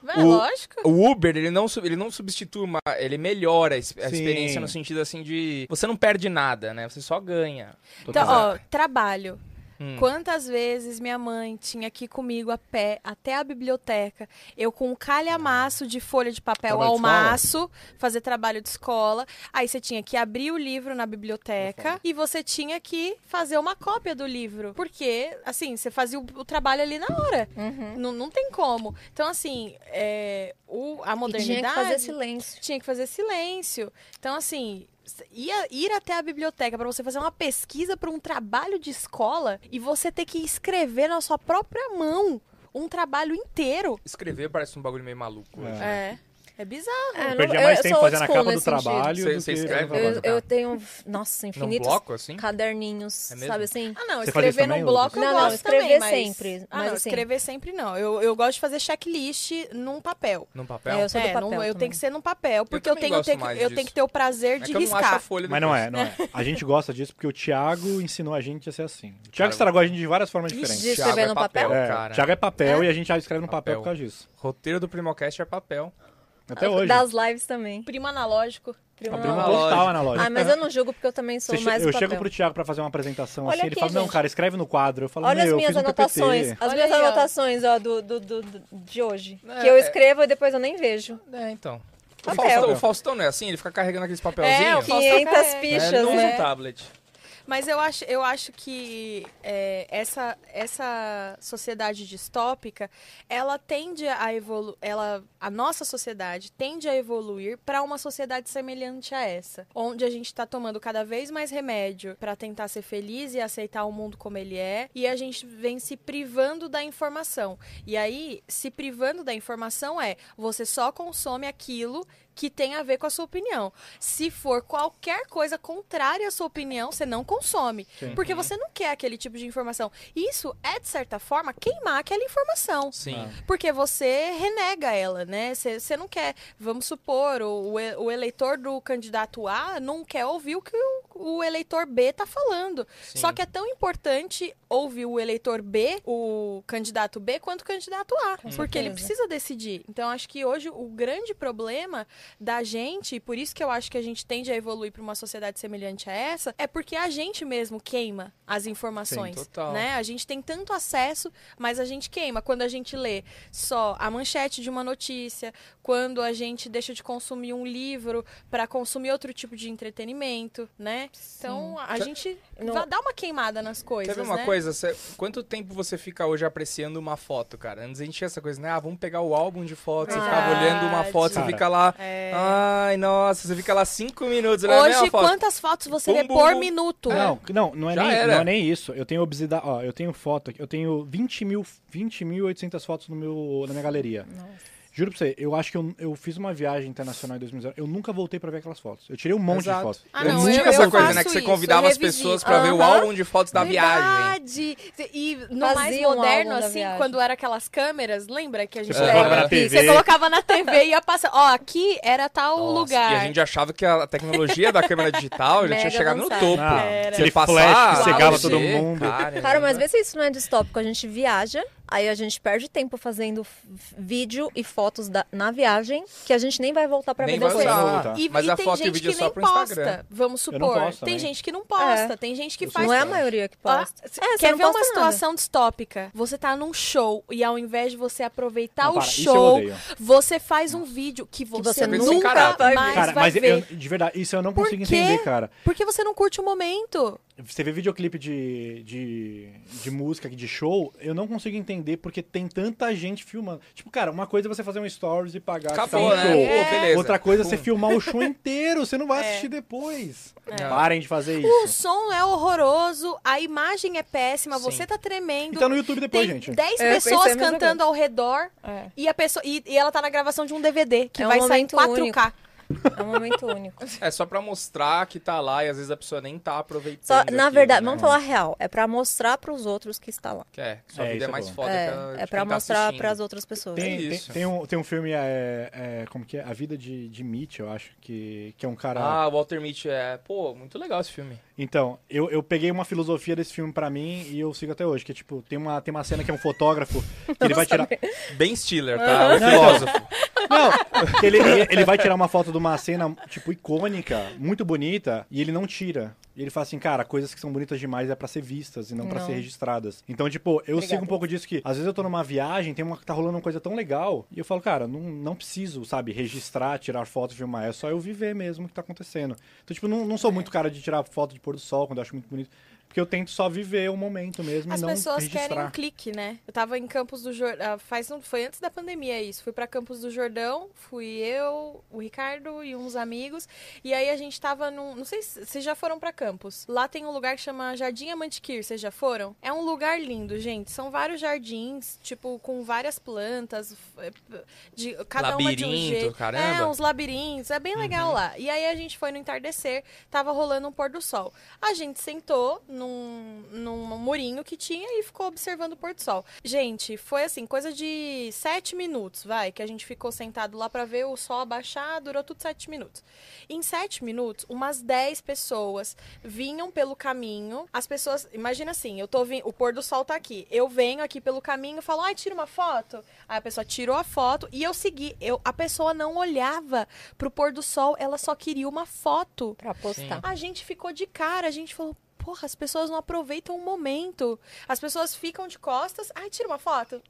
Speaker 1: mais.
Speaker 2: É
Speaker 3: O-
Speaker 2: lógico.
Speaker 3: O Uber, ele não, su- ele não substitui, uma, ele melhora a, es- a
Speaker 4: Sim.
Speaker 3: experiência no sentido assim de. Você não perde nada, né? Você só ganha.
Speaker 2: Então,
Speaker 3: Exato.
Speaker 2: ó, trabalho.
Speaker 3: Hum.
Speaker 2: Quantas vezes minha mãe tinha aqui comigo a pé até a biblioteca, eu com um calhamaço de folha de papel
Speaker 4: Trabalho
Speaker 2: ao
Speaker 4: de escola?
Speaker 2: maço, fazer trabalho de escola. Aí você tinha que abrir o livro na biblioteca e você tinha que fazer uma cópia do livro. Porque, assim, você fazia o, o trabalho ali na hora.
Speaker 1: Uhum.
Speaker 2: Não, não tem como. Então, assim, é, o- a
Speaker 1: E
Speaker 2: modernidade
Speaker 1: tinha que fazer silêncio.
Speaker 2: tinha que fazer silêncio. Então, assim, s- ia, ir até a biblioteca para você fazer uma pesquisa para um trabalho de escola e você ter que escrever na sua própria mão um trabalho inteiro.
Speaker 3: Escrever parece um bagulho meio maluco. hoje. né?
Speaker 2: É. É bizarro.
Speaker 1: É,
Speaker 4: Eu
Speaker 1: não-
Speaker 4: perdia mais
Speaker 1: eu
Speaker 4: tempo
Speaker 1: sou
Speaker 4: fazendo a
Speaker 1: old school
Speaker 4: capa do
Speaker 1: nesse sentido.
Speaker 4: trabalho.
Speaker 3: Você-
Speaker 4: do
Speaker 3: você
Speaker 4: que-
Speaker 3: escreve?
Speaker 1: Eu, eu tenho, nossa,
Speaker 3: Num
Speaker 1: infinitos
Speaker 3: bloco, assim?
Speaker 1: caderninhos,
Speaker 3: É mesmo?
Speaker 1: sabe assim?
Speaker 2: Ah, não,
Speaker 4: Você faz isso
Speaker 2: escrever
Speaker 4: também,
Speaker 2: num
Speaker 1: Lucas?
Speaker 2: bloco eu
Speaker 1: Não, não,
Speaker 2: gosto
Speaker 1: escrever
Speaker 2: também, mas...
Speaker 1: sempre,
Speaker 2: Ah,
Speaker 1: mas
Speaker 2: não,
Speaker 1: assim-
Speaker 2: escrever sempre não. Eu, eu gosto de fazer checklist num papel.
Speaker 3: Num papel?
Speaker 1: É, eu sou do
Speaker 2: É,
Speaker 1: papel
Speaker 2: num- eu
Speaker 1: também.
Speaker 2: tenho que ser num papel, porque eu,
Speaker 3: também
Speaker 2: tenho,
Speaker 3: gosto
Speaker 2: ter que-
Speaker 3: mais
Speaker 2: eu
Speaker 3: disso.
Speaker 2: tenho que ter o prazer
Speaker 3: É
Speaker 2: de
Speaker 3: que eu não acho a
Speaker 2: riscar.
Speaker 3: folha
Speaker 4: Mas
Speaker 3: depois.
Speaker 4: não é, não é. A gente gosta disso porque o Thiago ensinou a gente a ser assim. O Thiago
Speaker 3: Cara,
Speaker 4: estragou a gente de várias formas diferentes.
Speaker 1: de
Speaker 3: Thiago
Speaker 1: escrever
Speaker 3: é
Speaker 1: no papel?
Speaker 4: É,
Speaker 3: cara.
Speaker 4: o Thiago é papel e a gente já escreve no papel,
Speaker 3: Papel.
Speaker 4: por causa disso.
Speaker 3: Roteiro do Primocast é papel.
Speaker 4: Até hoje.
Speaker 1: Das lives também.
Speaker 2: Primo analógico.
Speaker 1: Primo
Speaker 4: Abriu um
Speaker 1: analógico.
Speaker 3: analógico.
Speaker 4: total analógico.
Speaker 1: Ah, mas eu não julgo porque eu também sou
Speaker 4: Você che-
Speaker 1: mais
Speaker 4: eu
Speaker 1: o papel.
Speaker 4: chego pro Thiago pra fazer uma apresentação
Speaker 1: Olha
Speaker 4: assim, ele
Speaker 1: aqui,
Speaker 4: fala, não,
Speaker 1: gente.
Speaker 4: cara, escreve no quadro. Eu falo,
Speaker 1: Olha as
Speaker 4: meu,
Speaker 1: minhas
Speaker 4: eu fiz um
Speaker 1: anotações.
Speaker 4: PPT.
Speaker 1: As
Speaker 2: Olha
Speaker 1: minhas
Speaker 2: aí, ó.
Speaker 1: anotações, ó, do, do, do- do- de hoje.
Speaker 3: É,
Speaker 1: que eu
Speaker 3: é.
Speaker 1: escrevo e depois eu nem vejo.
Speaker 3: É, então. O
Speaker 1: Papel.
Speaker 3: Faustão, o Faustão não é assim? Ele fica carregando aqueles papelzinhos?
Speaker 2: É, o
Speaker 3: né?
Speaker 2: Faustão
Speaker 1: 500
Speaker 2: carrega.
Speaker 1: fichas,
Speaker 3: Ele não usa
Speaker 1: né?
Speaker 3: um tablet.
Speaker 2: Mas eu acho, eu acho que é, essa, essa sociedade distópica, ela tende a evoluir, ela, a nossa sociedade tende a evoluir para uma sociedade semelhante a essa, onde a gente está tomando cada vez mais remédio para tentar ser feliz e aceitar o mundo como ele é, e a gente vem se privando da informação. E aí, se privando da informação é, você só consome aquilo que tem a ver com a sua opinião. Se for qualquer coisa contrária à sua opinião, você não consome.
Speaker 4: Sim.
Speaker 2: Porque você não quer aquele tipo de informação. E Isso é, de certa forma, queimar aquela informação.
Speaker 3: Sim.
Speaker 4: Ah.
Speaker 2: Porque você renega ela, né? Você você não quer. Vamos supor, o, o e- o eleitor do candidato A não quer ouvir o que o, o eleitor B tá falando.
Speaker 3: Sim.
Speaker 2: Só que é tão importante ouvir o eleitor B, o candidato B, quanto o candidato A. porque ele
Speaker 1: certeza.
Speaker 2: precisa decidir. Então, acho que hoje o grande problema da gente, e por isso que eu acho que a gente tende a evoluir para uma sociedade semelhante a essa, é porque a gente mesmo queima as informações.
Speaker 3: total.
Speaker 2: né? A gente tem tanto acesso, mas a gente queima. Quando a gente lê só a manchete de uma notícia, quando a gente deixa de consumir um livro para consumir outro tipo de entretenimento, né? Então, a
Speaker 3: Quer-
Speaker 2: gente
Speaker 1: Não-
Speaker 2: vai dar uma queimada nas coisas,
Speaker 3: Quer ver uma
Speaker 2: né?
Speaker 3: coisa? Cê- quanto tempo você fica hoje apreciando uma foto, cara? Antes a gente tinha essa coisa, né? Ah, vamos pegar o álbum de fotos. Você ficava
Speaker 2: Verdade.
Speaker 3: olhando uma foto,
Speaker 4: Cara.
Speaker 3: você fica lá.
Speaker 2: É.
Speaker 3: Ai, nossa, você fica lá cinco minutos olhando a
Speaker 2: Hoje,
Speaker 3: mesma foto.
Speaker 2: quantas fotos você
Speaker 3: Bum,
Speaker 2: vê
Speaker 3: bum,
Speaker 2: por
Speaker 3: bum.
Speaker 2: minuto?
Speaker 4: Não, não, não é,
Speaker 3: Já
Speaker 4: nem,
Speaker 3: era.
Speaker 4: não é nem isso. Eu tenho obsidade, ó, eu tenho foto aqui, eu tenho 20 mil, 20.800 fotos no meu, na minha galeria. Juro pra você, eu acho que eu, eu fiz uma viagem internacional em 2019, eu nunca voltei pra ver aquelas fotos. Eu tirei um monte
Speaker 3: Exato.
Speaker 4: de fotos.
Speaker 2: Ah,
Speaker 3: eu
Speaker 2: não,
Speaker 3: tinha
Speaker 2: eu-
Speaker 3: essa
Speaker 2: eu
Speaker 3: coisa, né?
Speaker 2: faço
Speaker 3: Que você
Speaker 2: isso,
Speaker 3: convidava
Speaker 2: eu
Speaker 3: as pessoas
Speaker 2: revisito.
Speaker 3: pra ver o
Speaker 1: Aham.
Speaker 3: álbum de fotos da viagem.
Speaker 2: Verdade. E no mais
Speaker 1: Faziam um
Speaker 2: moderno,
Speaker 1: álbum da
Speaker 2: assim,
Speaker 1: viagem.
Speaker 2: quando era aquelas câmeras, lembra que a gente
Speaker 4: Você colocava
Speaker 2: era-
Speaker 4: na TV.
Speaker 2: Você colocava na TV e ia passar. Ó, aqui era tal
Speaker 3: Nossa,
Speaker 2: lugar.
Speaker 3: E a gente achava que a tecnologia da câmera digital já tinha
Speaker 1: Mega
Speaker 3: chegado no
Speaker 1: avançada.
Speaker 3: topo.
Speaker 4: Ah,
Speaker 2: Era.
Speaker 3: Se
Speaker 4: aquele
Speaker 3: ele passar,
Speaker 4: flash que cegava
Speaker 3: você,
Speaker 4: todo mundo.
Speaker 3: Cara, né?
Speaker 1: Cara, mas vê se isso não é distópico. A gente viaja, aí a gente perde tempo fazendo f- vídeo e fotos da- na viagem, que a gente nem vai voltar pra
Speaker 3: nem
Speaker 1: ver
Speaker 3: vai
Speaker 1: depois.
Speaker 4: usar.
Speaker 3: usar.
Speaker 4: Voltar.
Speaker 2: E,
Speaker 3: Mas
Speaker 2: e
Speaker 3: a
Speaker 2: tem
Speaker 3: foto e o
Speaker 2: gente
Speaker 3: vídeo
Speaker 2: que
Speaker 3: é só
Speaker 2: nem
Speaker 3: pro Instagram.
Speaker 2: posta, vamos
Speaker 4: tá. Eu
Speaker 2: supor.
Speaker 4: não posto
Speaker 2: tem
Speaker 4: também.
Speaker 2: gente que não posta, tem gente que
Speaker 4: Eu sou
Speaker 2: faz.
Speaker 1: Não é a maioria que
Speaker 2: Ah,
Speaker 1: posta.
Speaker 2: c-
Speaker 1: É, você
Speaker 2: quer
Speaker 1: não
Speaker 2: ver uma
Speaker 1: posta nada.
Speaker 2: situação distópica? Você tá num show e ao invés de você aproveitar
Speaker 4: Não,
Speaker 2: Tá o
Speaker 4: para, isso eu
Speaker 2: show,
Speaker 4: odeio.
Speaker 2: você faz um vídeo que você,
Speaker 1: você
Speaker 3: nunca
Speaker 2: nunca
Speaker 3: vai
Speaker 1: ver.
Speaker 2: mais
Speaker 4: Cara,
Speaker 2: vai
Speaker 4: mas eu-
Speaker 2: ver.
Speaker 4: de verdade, isso eu não
Speaker 2: Por
Speaker 4: consigo
Speaker 2: quê?
Speaker 4: entender, cara.
Speaker 2: Porque você não curte o momento.
Speaker 4: Você vê videoclipe de, de, de música, de show, eu não consigo entender porque tem tanta gente filmando. Tipo, cara, uma coisa é você fazer um stories e pagar que
Speaker 3: Acabou,
Speaker 4: tá um
Speaker 3: né?
Speaker 4: show.
Speaker 3: Pô, beleza.
Speaker 4: Outra coisa é você
Speaker 3: Pum.
Speaker 4: filmar o
Speaker 3: [laughs]
Speaker 4: show inteiro, você não vai assistir depois.
Speaker 3: É.
Speaker 4: Parem de fazer
Speaker 2: É. O
Speaker 4: isso.
Speaker 2: som é horroroso, a imagem é péssima,
Speaker 3: Sim.
Speaker 2: você tá tremendo.
Speaker 4: E tá no YouTube depois,
Speaker 2: tem
Speaker 4: gente.
Speaker 2: 10
Speaker 1: É, eu pensei a
Speaker 2: pessoas
Speaker 1: mesma
Speaker 2: cantando ao redor
Speaker 1: É.
Speaker 2: e, a pessoa, e, e ela tá na gravação de um DVD que
Speaker 1: É um
Speaker 2: vai sair em
Speaker 1: momento
Speaker 2: 4K.
Speaker 1: É um momento [laughs] único.
Speaker 3: É só pra mostrar que tá lá e às vezes a pessoa nem tá aproveitando.
Speaker 1: Só, na
Speaker 3: aquilo,
Speaker 1: verdade,
Speaker 3: né?
Speaker 1: vamos falar a real. É pra mostrar pros outros que está lá.
Speaker 3: Que é, que sua
Speaker 4: É,
Speaker 3: vida
Speaker 4: isso
Speaker 3: é
Speaker 4: é
Speaker 3: mais
Speaker 4: bom.
Speaker 3: foda que a de
Speaker 1: É, é pra
Speaker 3: quem tá
Speaker 1: mostrar
Speaker 3: assistindo.
Speaker 1: pras outras pessoas.
Speaker 4: Tem,
Speaker 3: É
Speaker 4: tem-
Speaker 3: isso.
Speaker 4: tem um, tem um filme, é, é, como que é? A Vida de, de Mitch, eu acho, que, que é um cara...
Speaker 3: Ah, o Walter Mitty é. Pô, muito legal esse filme.
Speaker 4: Então, eu, eu peguei uma filosofia desse filme pra mim e eu sigo até hoje, que é tipo, tem uma, tem uma cena que é
Speaker 2: [laughs]
Speaker 4: um fotógrafo que ele vai tirar...
Speaker 3: Ben Stiller,
Speaker 1: Ah.
Speaker 3: tá? O
Speaker 4: Não,
Speaker 3: filósofo.
Speaker 4: Não, que ele, ele, ele vai tirar uma foto de uma cena, tipo, icônica, muito bonita, e ele não tira. E ele fala assim, cara, coisas que são bonitas demais é pra ser vistas e não pra
Speaker 1: Não.
Speaker 4: ser registradas. Então, tipo, eu sigo um pouco disso que, às vezes eu tô numa viagem, tem uma tá rolando uma coisa tão legal, e eu falo, cara, não, não preciso, sabe, registrar, tirar foto, filmar, é só eu viver mesmo o que tá acontecendo. Então, tipo, não, não sou muito cara de tirar foto de pôr do sol quando eu acho muito bonito, porque eu tento só viver o momento mesmo
Speaker 2: As
Speaker 4: e não
Speaker 2: pessoas querem um
Speaker 4: registrar.
Speaker 2: clique, né? Eu tava em Campos do Jordão. Faz um, foi antes da pandemia isso. Fui pra Campos do Jordão, fui eu, o Ricardo e uns amigos. E aí a gente tava num. Não sei se vocês já foram pra Campos. Lá tem um lugar que chama Jardim Amantiquir. Vocês já foram? É um lugar lindo, gente. São vários jardins, tipo, com várias plantas. f- eh, De, cada uma de um
Speaker 3: Labirinto,
Speaker 2: jeito.
Speaker 3: caramba.
Speaker 2: É,
Speaker 3: Uhum.
Speaker 2: uns labirintos. É bem legal lá. E aí a gente foi no entardecer, tava rolando um pôr do sol. A gente sentou num, num murinho que tinha e ficou observando o pôr do sol. Gente, foi assim, coisa de sete minutos, vai, que a gente ficou sentado lá pra ver o sol abaixar, durou tudo sete minutos. Em sete minutos, umas dez pessoas vinham pelo caminho. As pessoas, imagina assim, eu tô vin- o pôr do sol tá aqui. Eu venho aqui pelo caminho, falo, ai, tira uma foto. Aí a pessoa tirou a foto e eu segui. Eu, a pessoa não olhava pro pôr do sol, ela só queria uma foto.
Speaker 1: Pra postar.
Speaker 2: A gente ficou de cara, a gente falou. Porra, as pessoas não aproveitam o momento. As pessoas ficam de costas. Ai, tira uma foto.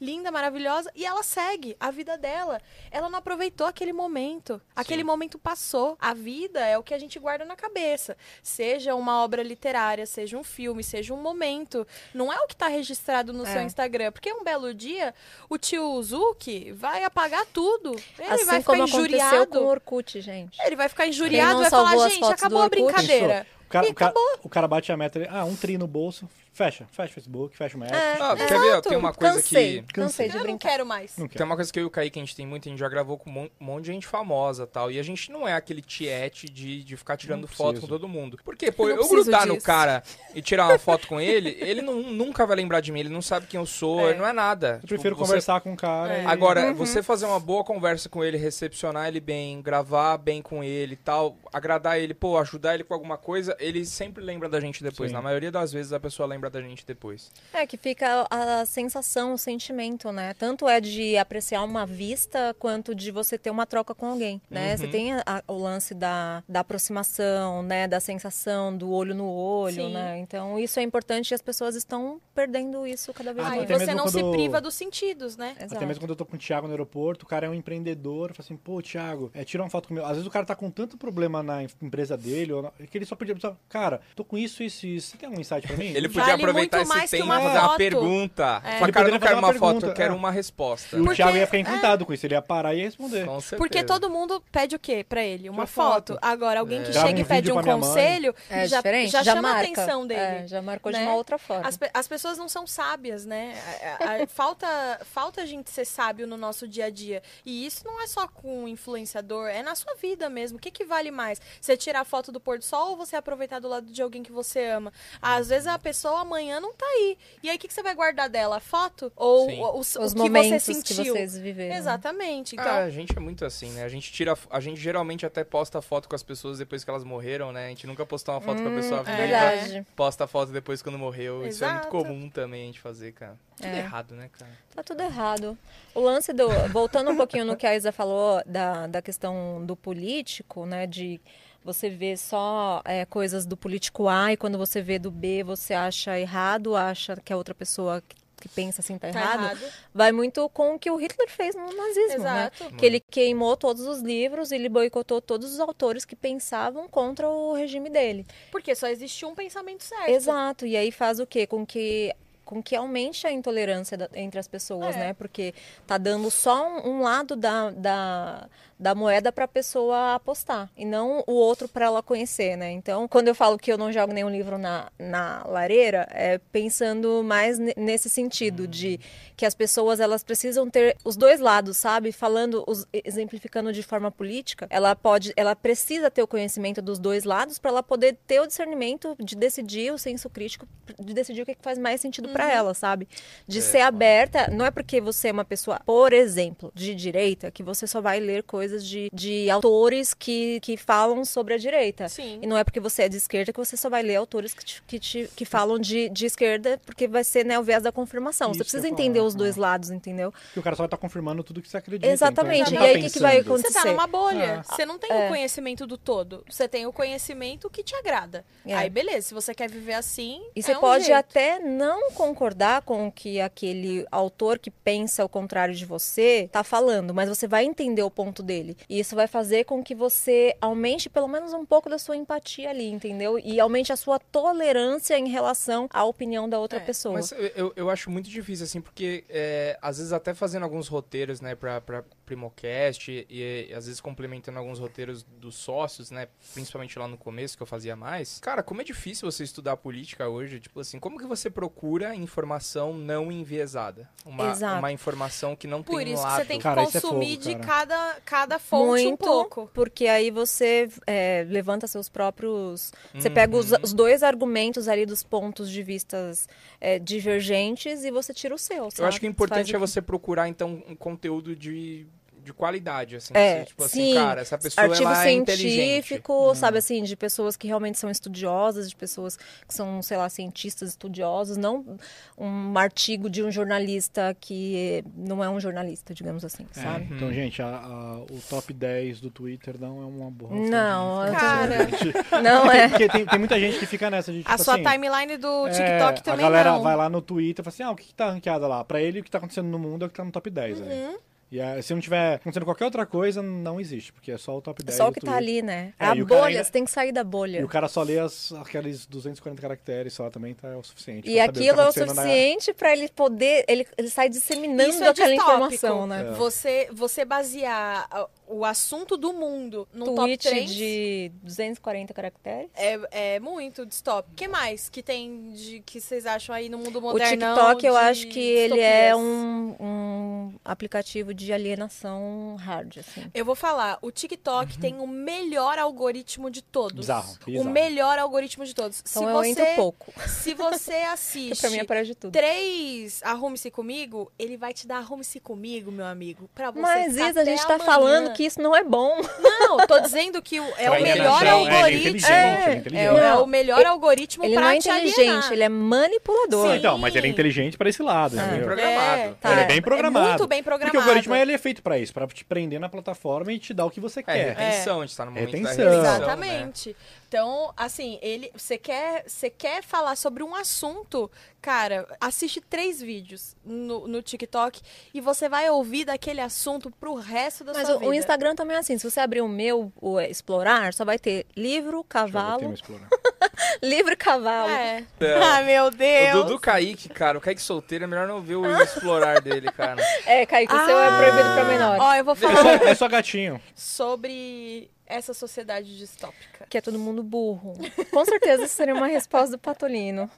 Speaker 2: Linda, maravilhosa. E ela segue a vida dela. Ela não aproveitou aquele momento. Aquele momento passou. A vida é o que a gente guarda na cabeça. Seja uma obra literária, seja um filme, seja um momento. Não é o que tá registrado no
Speaker 1: É.
Speaker 2: seu Instagram. Porque um belo dia, o tio Zuki vai apagar tudo. Ele
Speaker 1: assim
Speaker 2: vai ficar
Speaker 1: como aconteceu
Speaker 2: injuriado.
Speaker 1: com o Orkut, gente.
Speaker 2: Ele vai ficar
Speaker 1: Quem
Speaker 2: injuriado
Speaker 1: não
Speaker 2: e vai
Speaker 1: salvou
Speaker 2: falar,
Speaker 1: as
Speaker 2: gente,
Speaker 1: fotos do
Speaker 2: acabou a
Speaker 1: Orkut?"
Speaker 2: brincadeira.
Speaker 4: Pensou? O cara,
Speaker 2: E
Speaker 4: o, cara, o cara bate a meta, ele, ah, um tri no bolso, fecha, fecha o Facebook, fecha o Mac.
Speaker 1: É.
Speaker 3: Ah, quer ver? ó, Tem uma coisa
Speaker 1: Cansei.
Speaker 3: que.
Speaker 1: Cansei de
Speaker 2: Eu não
Speaker 1: brincar.
Speaker 2: quero mais.
Speaker 4: Não
Speaker 3: Tem
Speaker 4: quero.
Speaker 3: uma coisa que eu e o Kaique, a gente tem muito, a gente já gravou com um mon- um monte de gente famosa tal. E a gente não é aquele tiete de, de ficar tirando
Speaker 4: Não
Speaker 3: foto
Speaker 4: preciso.
Speaker 3: com todo mundo. Porque, pô,
Speaker 1: Eu
Speaker 3: eu,
Speaker 1: não preciso
Speaker 3: grudar no
Speaker 1: disso.
Speaker 3: cara e tirar uma foto com ele, ele não- nunca vai lembrar de mim, ele não sabe quem eu sou,
Speaker 2: É.
Speaker 3: ele não é nada.
Speaker 4: Eu prefiro
Speaker 3: você-
Speaker 4: conversar com o cara.
Speaker 2: É.
Speaker 4: e-
Speaker 3: Agora, você fazer uma boa conversa com ele, recepcionar ele bem, gravar bem com ele e tal, agradar ele, pô, ajudar ele com alguma coisa, ele sempre lembra da gente depois.
Speaker 4: Sim.
Speaker 3: Na maioria das vezes a pessoa lembra da gente depois.
Speaker 1: É, que fica a a sensação, o sentimento, né? Tanto é de apreciar uma vista, quanto de você ter uma troca com alguém, né? Você
Speaker 3: Uhum.
Speaker 1: tem a- a- o lance da, da aproximação, né? Da sensação do olho no olho,
Speaker 2: Sim.
Speaker 1: né? Então, isso é importante e as pessoas estão perdendo isso cada vez
Speaker 4: Ah,
Speaker 2: Aí
Speaker 1: mais.
Speaker 4: até
Speaker 2: você
Speaker 4: mesmo
Speaker 2: não se
Speaker 4: quando-
Speaker 2: priva dos sentidos, né?
Speaker 1: Exato.
Speaker 4: Até mesmo quando eu tô com o Thiago no aeroporto, o cara é um empreendedor, fala assim, pô, Thiago, é, tira uma foto comigo. Às vezes o cara tá com tanto problema na em- empresa dele, ou na- que ele só podia pensar, cara, tô com isso, isso e isso, você tem um insight pra mim?
Speaker 2: Vale
Speaker 3: Ele podia aproveitar
Speaker 2: muito
Speaker 3: esse
Speaker 2: mais que
Speaker 3: tempo e
Speaker 2: uma
Speaker 3: fazer uma
Speaker 2: foto.
Speaker 3: pergunta.
Speaker 2: É.
Speaker 3: Fala,
Speaker 4: Ele
Speaker 3: cara, eu
Speaker 4: poderia
Speaker 3: não
Speaker 4: fazer
Speaker 3: quero
Speaker 4: uma
Speaker 3: uma foto, eu
Speaker 4: pergunta,
Speaker 3: quero
Speaker 4: é.
Speaker 3: uma resposta.
Speaker 4: E o
Speaker 2: Porque-
Speaker 4: Thiago ia ficar
Speaker 2: é.
Speaker 4: encantado com isso, ele ia parar e ia responder.
Speaker 3: Com certeza.
Speaker 2: Porque todo mundo pede o quê pra ele? Uma
Speaker 4: Uma
Speaker 2: foto.
Speaker 4: foto.
Speaker 2: Agora, alguém que
Speaker 3: É.
Speaker 4: Grava
Speaker 2: chega e
Speaker 4: um
Speaker 2: pede
Speaker 4: vídeo
Speaker 2: um
Speaker 4: pra minha mãe.
Speaker 2: conselho
Speaker 1: É
Speaker 2: já,
Speaker 1: diferente,
Speaker 2: já chama a
Speaker 1: marca.
Speaker 2: atenção dele.
Speaker 1: É, já marcou de
Speaker 2: né?
Speaker 1: uma outra forma.
Speaker 2: As, pe- as pessoas não são sábias, né? A- a- a- falta, falta a gente ser sábio no nosso dia a dia. E isso não é só com o influenciador, é na sua vida mesmo. O que, que vale mais? Você tirar foto do pôr do sol ou você aproveitar do lado de alguém que você ama? Às vezes a pessoa amanhã não tá aí. E aí o que, que você vai guardar dela? A foto? Ou
Speaker 3: Sim.
Speaker 2: o, o- o
Speaker 1: Os
Speaker 2: que você
Speaker 1: momentos
Speaker 2: sentiu?
Speaker 1: que né? vocês viveram.
Speaker 2: Exatamente. Então,
Speaker 3: Ah, a gente é muito assim, né? A gente tira, a gente geralmente até posta foto com as pessoas depois que elas morreram, né? A gente nunca postou uma foto com a pessoa viva.
Speaker 1: Verdade.
Speaker 3: Posta foto depois quando morreu. Isso é muito
Speaker 2: Hum, Exato.
Speaker 3: comum também a gente fazer, cara. Tudo
Speaker 1: É.
Speaker 3: errado, né, cara?
Speaker 1: Tá tudo errado. O lance do. Voltando um pouquinho no que a Isa falou da, da questão do político, né? De você ver só é, coisas do político A e quando você vê do B, você acha errado, acha que a outra pessoa que- que pensa assim tá,
Speaker 2: tá
Speaker 1: errado.
Speaker 2: errado.
Speaker 1: Vai muito com o que o Hitler fez no nazismo, né?
Speaker 2: Exato.
Speaker 1: Que ele queimou todos os livros, ele boicotou todos os autores que pensavam contra o regime dele.
Speaker 2: Porque só existe um pensamento certo.
Speaker 1: Exato. E aí faz o quê? Com que com que aumente a intolerância da- entre as pessoas,
Speaker 2: É.
Speaker 1: né? Porque tá dando só um, um lado da, da, da moeda para a pessoa apostar e não o outro para ela conhecer, né? Então, quando eu falo que eu não jogo nenhum livro na, na lareira, é pensando mais ne- nesse sentido de que as pessoas elas precisam ter os dois lados, sabe? Falando, os- exemplificando de forma política, ela pode, ela precisa ter o conhecimento dos dois lados para ela poder ter o discernimento de decidir o senso crítico, de decidir o que que faz mais sentido pra para ela, sabe? De
Speaker 3: É,
Speaker 1: ser
Speaker 3: claro.
Speaker 1: aberta, não é porque você é uma pessoa, por exemplo, de direita, que você só vai ler coisas de, de autores que, que falam sobre a direita.
Speaker 2: Sim.
Speaker 1: E não é porque você é de esquerda que você só vai ler autores que, te- que, te- que falam de, de esquerda, porque vai ser né, o viés da confirmação.
Speaker 4: Isso
Speaker 1: você
Speaker 4: que
Speaker 1: precisa
Speaker 4: eu ia
Speaker 1: entender
Speaker 4: falar, é.
Speaker 1: os dois lados, entendeu?
Speaker 4: Porque o cara só tá confirmando tudo que você acredita. então
Speaker 1: Exatamente,
Speaker 4: ele
Speaker 2: e
Speaker 4: não
Speaker 2: aí
Speaker 4: tá
Speaker 1: o que que vai
Speaker 4: pensando.
Speaker 1: acontecer?
Speaker 2: Você tá numa bolha.
Speaker 4: Ah.
Speaker 2: Você não
Speaker 1: É.
Speaker 2: tem o conhecimento do todo. Você tem o conhecimento que te agrada.
Speaker 1: É.
Speaker 2: Aí, beleza. Se você quer viver assim,
Speaker 1: E
Speaker 2: é
Speaker 1: você
Speaker 2: um
Speaker 1: pode
Speaker 2: jeito.
Speaker 1: até não concordar com o que aquele autor que pensa o contrário de você tá falando, mas você vai entender o ponto dele. E isso vai fazer com que você aumente pelo menos um pouco da sua empatia ali, entendeu? E aumente a sua tolerância em relação à opinião da outra
Speaker 2: É,
Speaker 1: pessoa.
Speaker 3: Mas eu, eu acho muito difícil, assim, porque é, às vezes até fazendo alguns roteiros, né, pra, pra, Primocast e, e, às vezes complementando alguns roteiros dos sócios, né? Principalmente lá no começo que eu fazia mais. Cara, como é difícil você estudar política hoje, tipo assim, como que você procura informação não enviesada? Uma,
Speaker 1: Exato.
Speaker 3: uma informação que não
Speaker 2: Por
Speaker 3: tem
Speaker 2: isso
Speaker 3: um
Speaker 2: que
Speaker 3: lado.
Speaker 2: você tem que
Speaker 4: Cara, isso é
Speaker 2: consumir
Speaker 4: fogo,
Speaker 2: de
Speaker 4: cara.
Speaker 2: cada, cada fonte um
Speaker 1: Muito,
Speaker 2: pouco.
Speaker 1: Porque aí você é, levanta seus próprios. Você pega os,
Speaker 3: Uhum.
Speaker 1: os dois argumentos ali dos pontos de vistas é, divergentes e você tira o seu.
Speaker 3: Eu acho que o importante é
Speaker 1: você
Speaker 3: você procurar, então, um conteúdo de, de qualidade, assim.
Speaker 1: É,
Speaker 3: Você,
Speaker 1: sim.
Speaker 3: tipo assim, cara, essa pessoa
Speaker 1: artigo
Speaker 3: ela é inteligente.
Speaker 1: científico,
Speaker 4: Uhum.
Speaker 1: sabe assim, de pessoas que realmente são estudiosas, de pessoas que são, sei lá, cientistas estudiosos, não um artigo de um jornalista que não é um jornalista, digamos assim, sabe?
Speaker 4: É,
Speaker 3: Uhum.
Speaker 4: Então, gente, a- a- o top 10 do Twitter não é uma boa.
Speaker 1: Não,
Speaker 4: gente.
Speaker 2: Cara.
Speaker 1: Tipo [laughs]
Speaker 4: [laughs]
Speaker 1: Não é.
Speaker 4: Porque tem, tem muita gente que fica nessa. De, tipo,
Speaker 2: A sua
Speaker 4: assim,
Speaker 2: timeline do
Speaker 4: é,
Speaker 2: TikTok também
Speaker 4: A galera
Speaker 2: não.
Speaker 4: vai lá no Twitter e fala assim: ah, o que, que tá ranqueado lá? Pra ele, o que tá acontecendo no mundo é o que tá no top 10. ali.
Speaker 1: Uhum.
Speaker 4: E aí, se não tiver acontecendo qualquer outra coisa, não existe, porque é só o top
Speaker 1: É
Speaker 4: 10.
Speaker 1: só o
Speaker 4: do
Speaker 1: que tá
Speaker 4: Twitter.
Speaker 1: ali, né?
Speaker 4: É,
Speaker 1: a
Speaker 4: e o cara
Speaker 1: bolha,
Speaker 4: ainda-
Speaker 1: você tem que sair da
Speaker 4: E
Speaker 1: bolha.
Speaker 4: o cara só lê as, aqueles 240 caracteres só também, tá é o suficiente.
Speaker 1: E
Speaker 4: pra saber que
Speaker 1: aquilo
Speaker 4: tá
Speaker 1: é o
Speaker 4: acontecendo na-
Speaker 1: suficiente pra ele poder. Ele, ele sai disseminando
Speaker 2: Isso é
Speaker 1: aquela
Speaker 2: distópico.
Speaker 1: informação,
Speaker 4: É.
Speaker 1: né?
Speaker 2: Você, você basear a- o assunto do mundo num top
Speaker 1: Tweet
Speaker 2: 3
Speaker 1: de 240 caracteres.
Speaker 2: é, é muito distópico. O que mais que tem de que vocês acham aí no mundo
Speaker 1: O
Speaker 2: moderno?
Speaker 1: TikTok, eu
Speaker 2: de
Speaker 1: acho que ele é
Speaker 2: distopias?
Speaker 1: um, um aplicativo de alienação hard, assim.
Speaker 2: Eu vou falar, o TikTok tem o melhor algoritmo de todos.
Speaker 4: Uhum. Bizarro, bizarro.
Speaker 2: O melhor algoritmo de todos.
Speaker 1: Então
Speaker 2: se
Speaker 1: eu
Speaker 2: você, então,
Speaker 1: entro
Speaker 2: [laughs]
Speaker 1: pouco, [laughs]
Speaker 2: Se você
Speaker 1: que
Speaker 2: assiste
Speaker 1: pra mim é para de tudo.
Speaker 2: três Arrume-se Comigo, ele vai te dar Arrume-se Comigo, meu amigo. Pra você
Speaker 1: Mas,
Speaker 2: ficar
Speaker 1: Isa, a
Speaker 2: até
Speaker 1: gente tá
Speaker 2: amanhã.
Speaker 1: falando que isso não é
Speaker 2: [laughs]
Speaker 1: bom.
Speaker 2: Não, tô dizendo que o- é
Speaker 4: Pra
Speaker 2: o
Speaker 3: ele
Speaker 2: melhor
Speaker 3: é inteligente,
Speaker 4: ele
Speaker 2: algoritmo.
Speaker 4: inteligente, ele
Speaker 1: É,
Speaker 2: É,
Speaker 4: inteligente.
Speaker 1: Não,
Speaker 2: é o melhor algoritmo
Speaker 1: Ele
Speaker 2: pra
Speaker 1: não é
Speaker 2: te
Speaker 1: inteligente,
Speaker 2: alienar.
Speaker 1: ele é manipulador.
Speaker 4: Não,
Speaker 2: Sim.
Speaker 4: então, mas ele é inteligente pra esse lado,
Speaker 1: É.
Speaker 4: entendeu?
Speaker 3: programado.
Speaker 2: É,
Speaker 1: Tá.
Speaker 4: Ele é bem programado.
Speaker 2: muito bem programado.
Speaker 4: Porque o algoritmo ele é feito pra isso, pra te prender na plataforma e te dar o que você
Speaker 3: É,
Speaker 4: quer.
Speaker 3: retenção, a gente tá no momento
Speaker 4: Retenção.
Speaker 3: da retenção. né?
Speaker 2: Exatamente. Então, assim, ele, você quer, você quer falar sobre um assunto, cara, assiste três vídeos no, no TikTok e você vai ouvir daquele assunto pro resto da
Speaker 1: Mas
Speaker 2: sua
Speaker 1: o,
Speaker 2: vida.
Speaker 1: o Instagram também é assim. Se você abrir o meu, o é, explorar, só vai ter livro,
Speaker 4: Deixa eu ver, tem [laughs]
Speaker 1: cavalo,
Speaker 4: uma explorando.
Speaker 1: [laughs] livro, cavalo.
Speaker 2: É.
Speaker 3: Então,
Speaker 2: [laughs] Ah, meu Deus.
Speaker 3: O Dudu Kaique, cara, o Kaique solteiro é melhor não ver o
Speaker 1: [laughs]
Speaker 3: explorar dele, cara.
Speaker 1: É, Kaique, o seu é proibido pra menor.
Speaker 2: Ah! Ó, eu vou
Speaker 4: Eu sou-
Speaker 2: falar
Speaker 4: Eu sou é gatinho.
Speaker 2: sobre essa sociedade distópica.
Speaker 1: Que é todo mundo burro. Com certeza isso seria uma resposta do Patolino.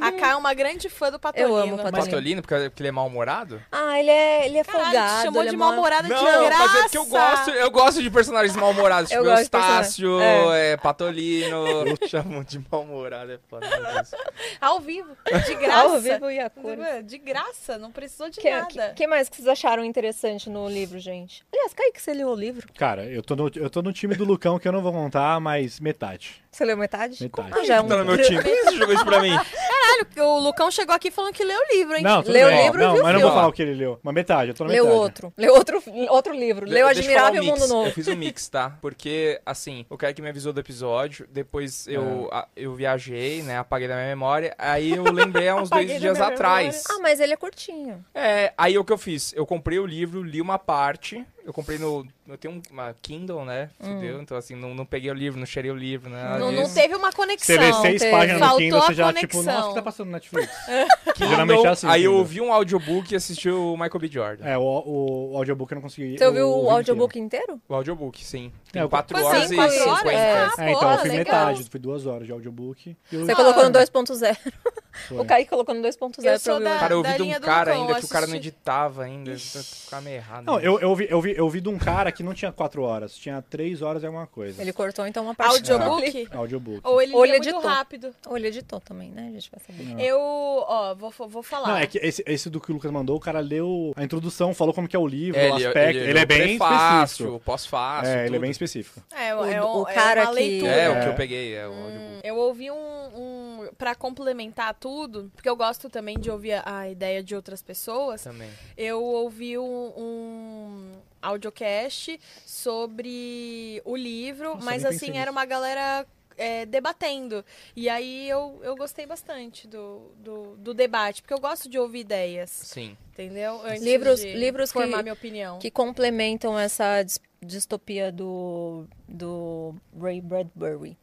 Speaker 2: A Ká é uma grande fã do né? Patolino.
Speaker 1: Eu amo o Patolino.
Speaker 3: Patolino, porque porque ele é mal-humorado?
Speaker 1: Ah, ele é, ele é
Speaker 2: Caralho,
Speaker 1: folgado.
Speaker 2: chamou
Speaker 1: ele
Speaker 2: de
Speaker 1: é mó-
Speaker 2: mal-humorada de
Speaker 3: Não,
Speaker 2: graça.
Speaker 3: mas é porque eu gosto, eu gosto de personagens mal-humorados,
Speaker 1: Eu
Speaker 3: tipo
Speaker 1: gosto de personagem.
Speaker 3: Eustácio, é, Patolino, [laughs] chamam de mal-humorado, é foda. meu Deus.
Speaker 2: Ao vivo, de
Speaker 1: [laughs]
Speaker 2: graça.
Speaker 1: Ao vivo e a cor.
Speaker 2: De graça, não precisou de
Speaker 1: O que, é-
Speaker 2: nada.
Speaker 1: que- que mais que vocês acharam interessante no livro, gente? Aliás, Kaique, você leu o livro?
Speaker 4: Cara, eu tô, no, eu tô no time do Lucão que eu não vou contar, mas metade.
Speaker 1: Você leu metade?
Speaker 4: Metade.
Speaker 1: Ah, já é um...
Speaker 3: Tá no meu time. Por que você jogou isso pra mim?
Speaker 2: O Lucão chegou aqui falando que leu o livro, hein?
Speaker 4: Não, tudo
Speaker 1: Leu
Speaker 4: bem.
Speaker 1: o livro e
Speaker 4: não,
Speaker 1: viu o
Speaker 4: mas não vou
Speaker 3: filme.
Speaker 4: falar o que ele leu. Mas metade, eu tô na
Speaker 1: Leu
Speaker 4: metade.
Speaker 1: outro. Leu outro, outro livro. [laughs] Leu
Speaker 3: Deixa eu falar
Speaker 1: Admirável
Speaker 3: um
Speaker 1: Mundo
Speaker 3: mix.
Speaker 1: Novo.
Speaker 3: Eu fiz um mix, tá? Porque, assim, o cara que me avisou do episódio, depois eu, a- eu viajei, né? Apaguei da minha memória. Aí eu lembrei há uns dois
Speaker 2: Apaguei da
Speaker 3: dias
Speaker 2: minha
Speaker 3: atrás.
Speaker 1: Ah, mas ele é curtinho.
Speaker 3: É, aí o que eu fiz? Eu comprei o livro, li uma parte. Eu comprei no. Eu tenho uma Kindle, né? Fudeu. Então, assim, não, não peguei o livro, não cheirei o livro, né? nada
Speaker 2: Hum. Não, não
Speaker 3: disso.
Speaker 2: teve uma
Speaker 4: Você
Speaker 2: conexão.
Speaker 4: vê seis
Speaker 1: teve.
Speaker 4: páginas no
Speaker 2: Faltou
Speaker 4: Kindle,
Speaker 2: a
Speaker 4: você já,
Speaker 2: conexão.
Speaker 4: tipo, nossa, o que tá passando no
Speaker 1: [laughs]
Speaker 4: Netflix?
Speaker 2: tá-
Speaker 3: Kindle,
Speaker 4: Geralmente é assim,
Speaker 3: Aí eu
Speaker 4: Kindle.
Speaker 3: ouvi um audiobook e assisti o Michael B. Jordan.
Speaker 4: É, o, o, o audiobook eu não consegui.
Speaker 1: Você ouviu
Speaker 4: eu ouvi
Speaker 1: o audiobook inteiro?
Speaker 3: O audiobook, sim.
Speaker 4: É,
Speaker 3: Tem
Speaker 4: eu-
Speaker 3: 4
Speaker 2: Foi
Speaker 3: horas
Speaker 2: cinco,
Speaker 3: e
Speaker 2: tipo assim, quatro horas?
Speaker 3: 50.
Speaker 2: Ah,
Speaker 4: inteiro. É, então, eu
Speaker 2: pô,
Speaker 4: fui
Speaker 2: legal.
Speaker 4: metade, fui duas horas de audiobook. E eu-
Speaker 1: Você colocou no
Speaker 2: Ah.
Speaker 1: 2.0.
Speaker 4: Foi.
Speaker 1: O Kaique colocou no 2.0 pra
Speaker 2: Eu sou
Speaker 1: ouvir.
Speaker 2: da-
Speaker 1: o-
Speaker 3: Cara, eu ouvi de
Speaker 2: linha
Speaker 3: um
Speaker 2: do
Speaker 3: cara
Speaker 2: Lucão,
Speaker 3: ainda que o cara não
Speaker 2: assisti-
Speaker 3: editava ainda. Ficava meio errado.
Speaker 4: Não,
Speaker 3: né?
Speaker 4: eu, eu, vi, eu, vi, eu vi de um cara que não tinha quatro horas, tinha três horas e alguma coisa.
Speaker 1: Ele cortou então uma parte.
Speaker 2: Audiobook?
Speaker 4: Audiobook.
Speaker 2: Ou ele
Speaker 1: Ou
Speaker 2: lê
Speaker 1: ele
Speaker 2: muito
Speaker 1: editou.
Speaker 2: rápido.
Speaker 1: Ou ele editou também, né? A gente vai saber.
Speaker 2: Eu, ó, vou, vou falar.
Speaker 4: Não, é que esse, esse do que o Lucas mandou, o cara leu a introdução, falou como que é o livro,
Speaker 3: É,
Speaker 4: o aspecto. Ele, é
Speaker 3: leu o
Speaker 4: bem
Speaker 3: prefácio,
Speaker 4: específico.
Speaker 3: o pós-fácil.
Speaker 4: É, ele é
Speaker 3: tudo.
Speaker 4: bem específico.
Speaker 2: É,
Speaker 1: O-
Speaker 2: é,
Speaker 1: o
Speaker 2: é
Speaker 1: cara
Speaker 2: uma
Speaker 1: que-
Speaker 2: leitura.
Speaker 3: É, o
Speaker 4: É.
Speaker 3: que eu peguei. É, o audiobook.
Speaker 2: Eu ouvi um, um para complementar tudo, porque eu gosto também de ouvir a, a ideia de outras pessoas.
Speaker 3: Também.
Speaker 2: Eu ouvi um, um audiocast sobre o livro,
Speaker 4: Nossa,
Speaker 2: mas
Speaker 4: nem pensei
Speaker 2: assim,
Speaker 4: nisso.
Speaker 2: era uma galera é, debatendo. E aí eu, eu gostei bastante do, do, do debate, porque eu gosto de ouvir ideias,
Speaker 3: Sim.
Speaker 2: entendeu? Antes
Speaker 1: Livros-
Speaker 2: de
Speaker 1: livros que-
Speaker 2: formar minha opinião.
Speaker 1: que complementam essa dis- distopia do, do Ray Bradbury.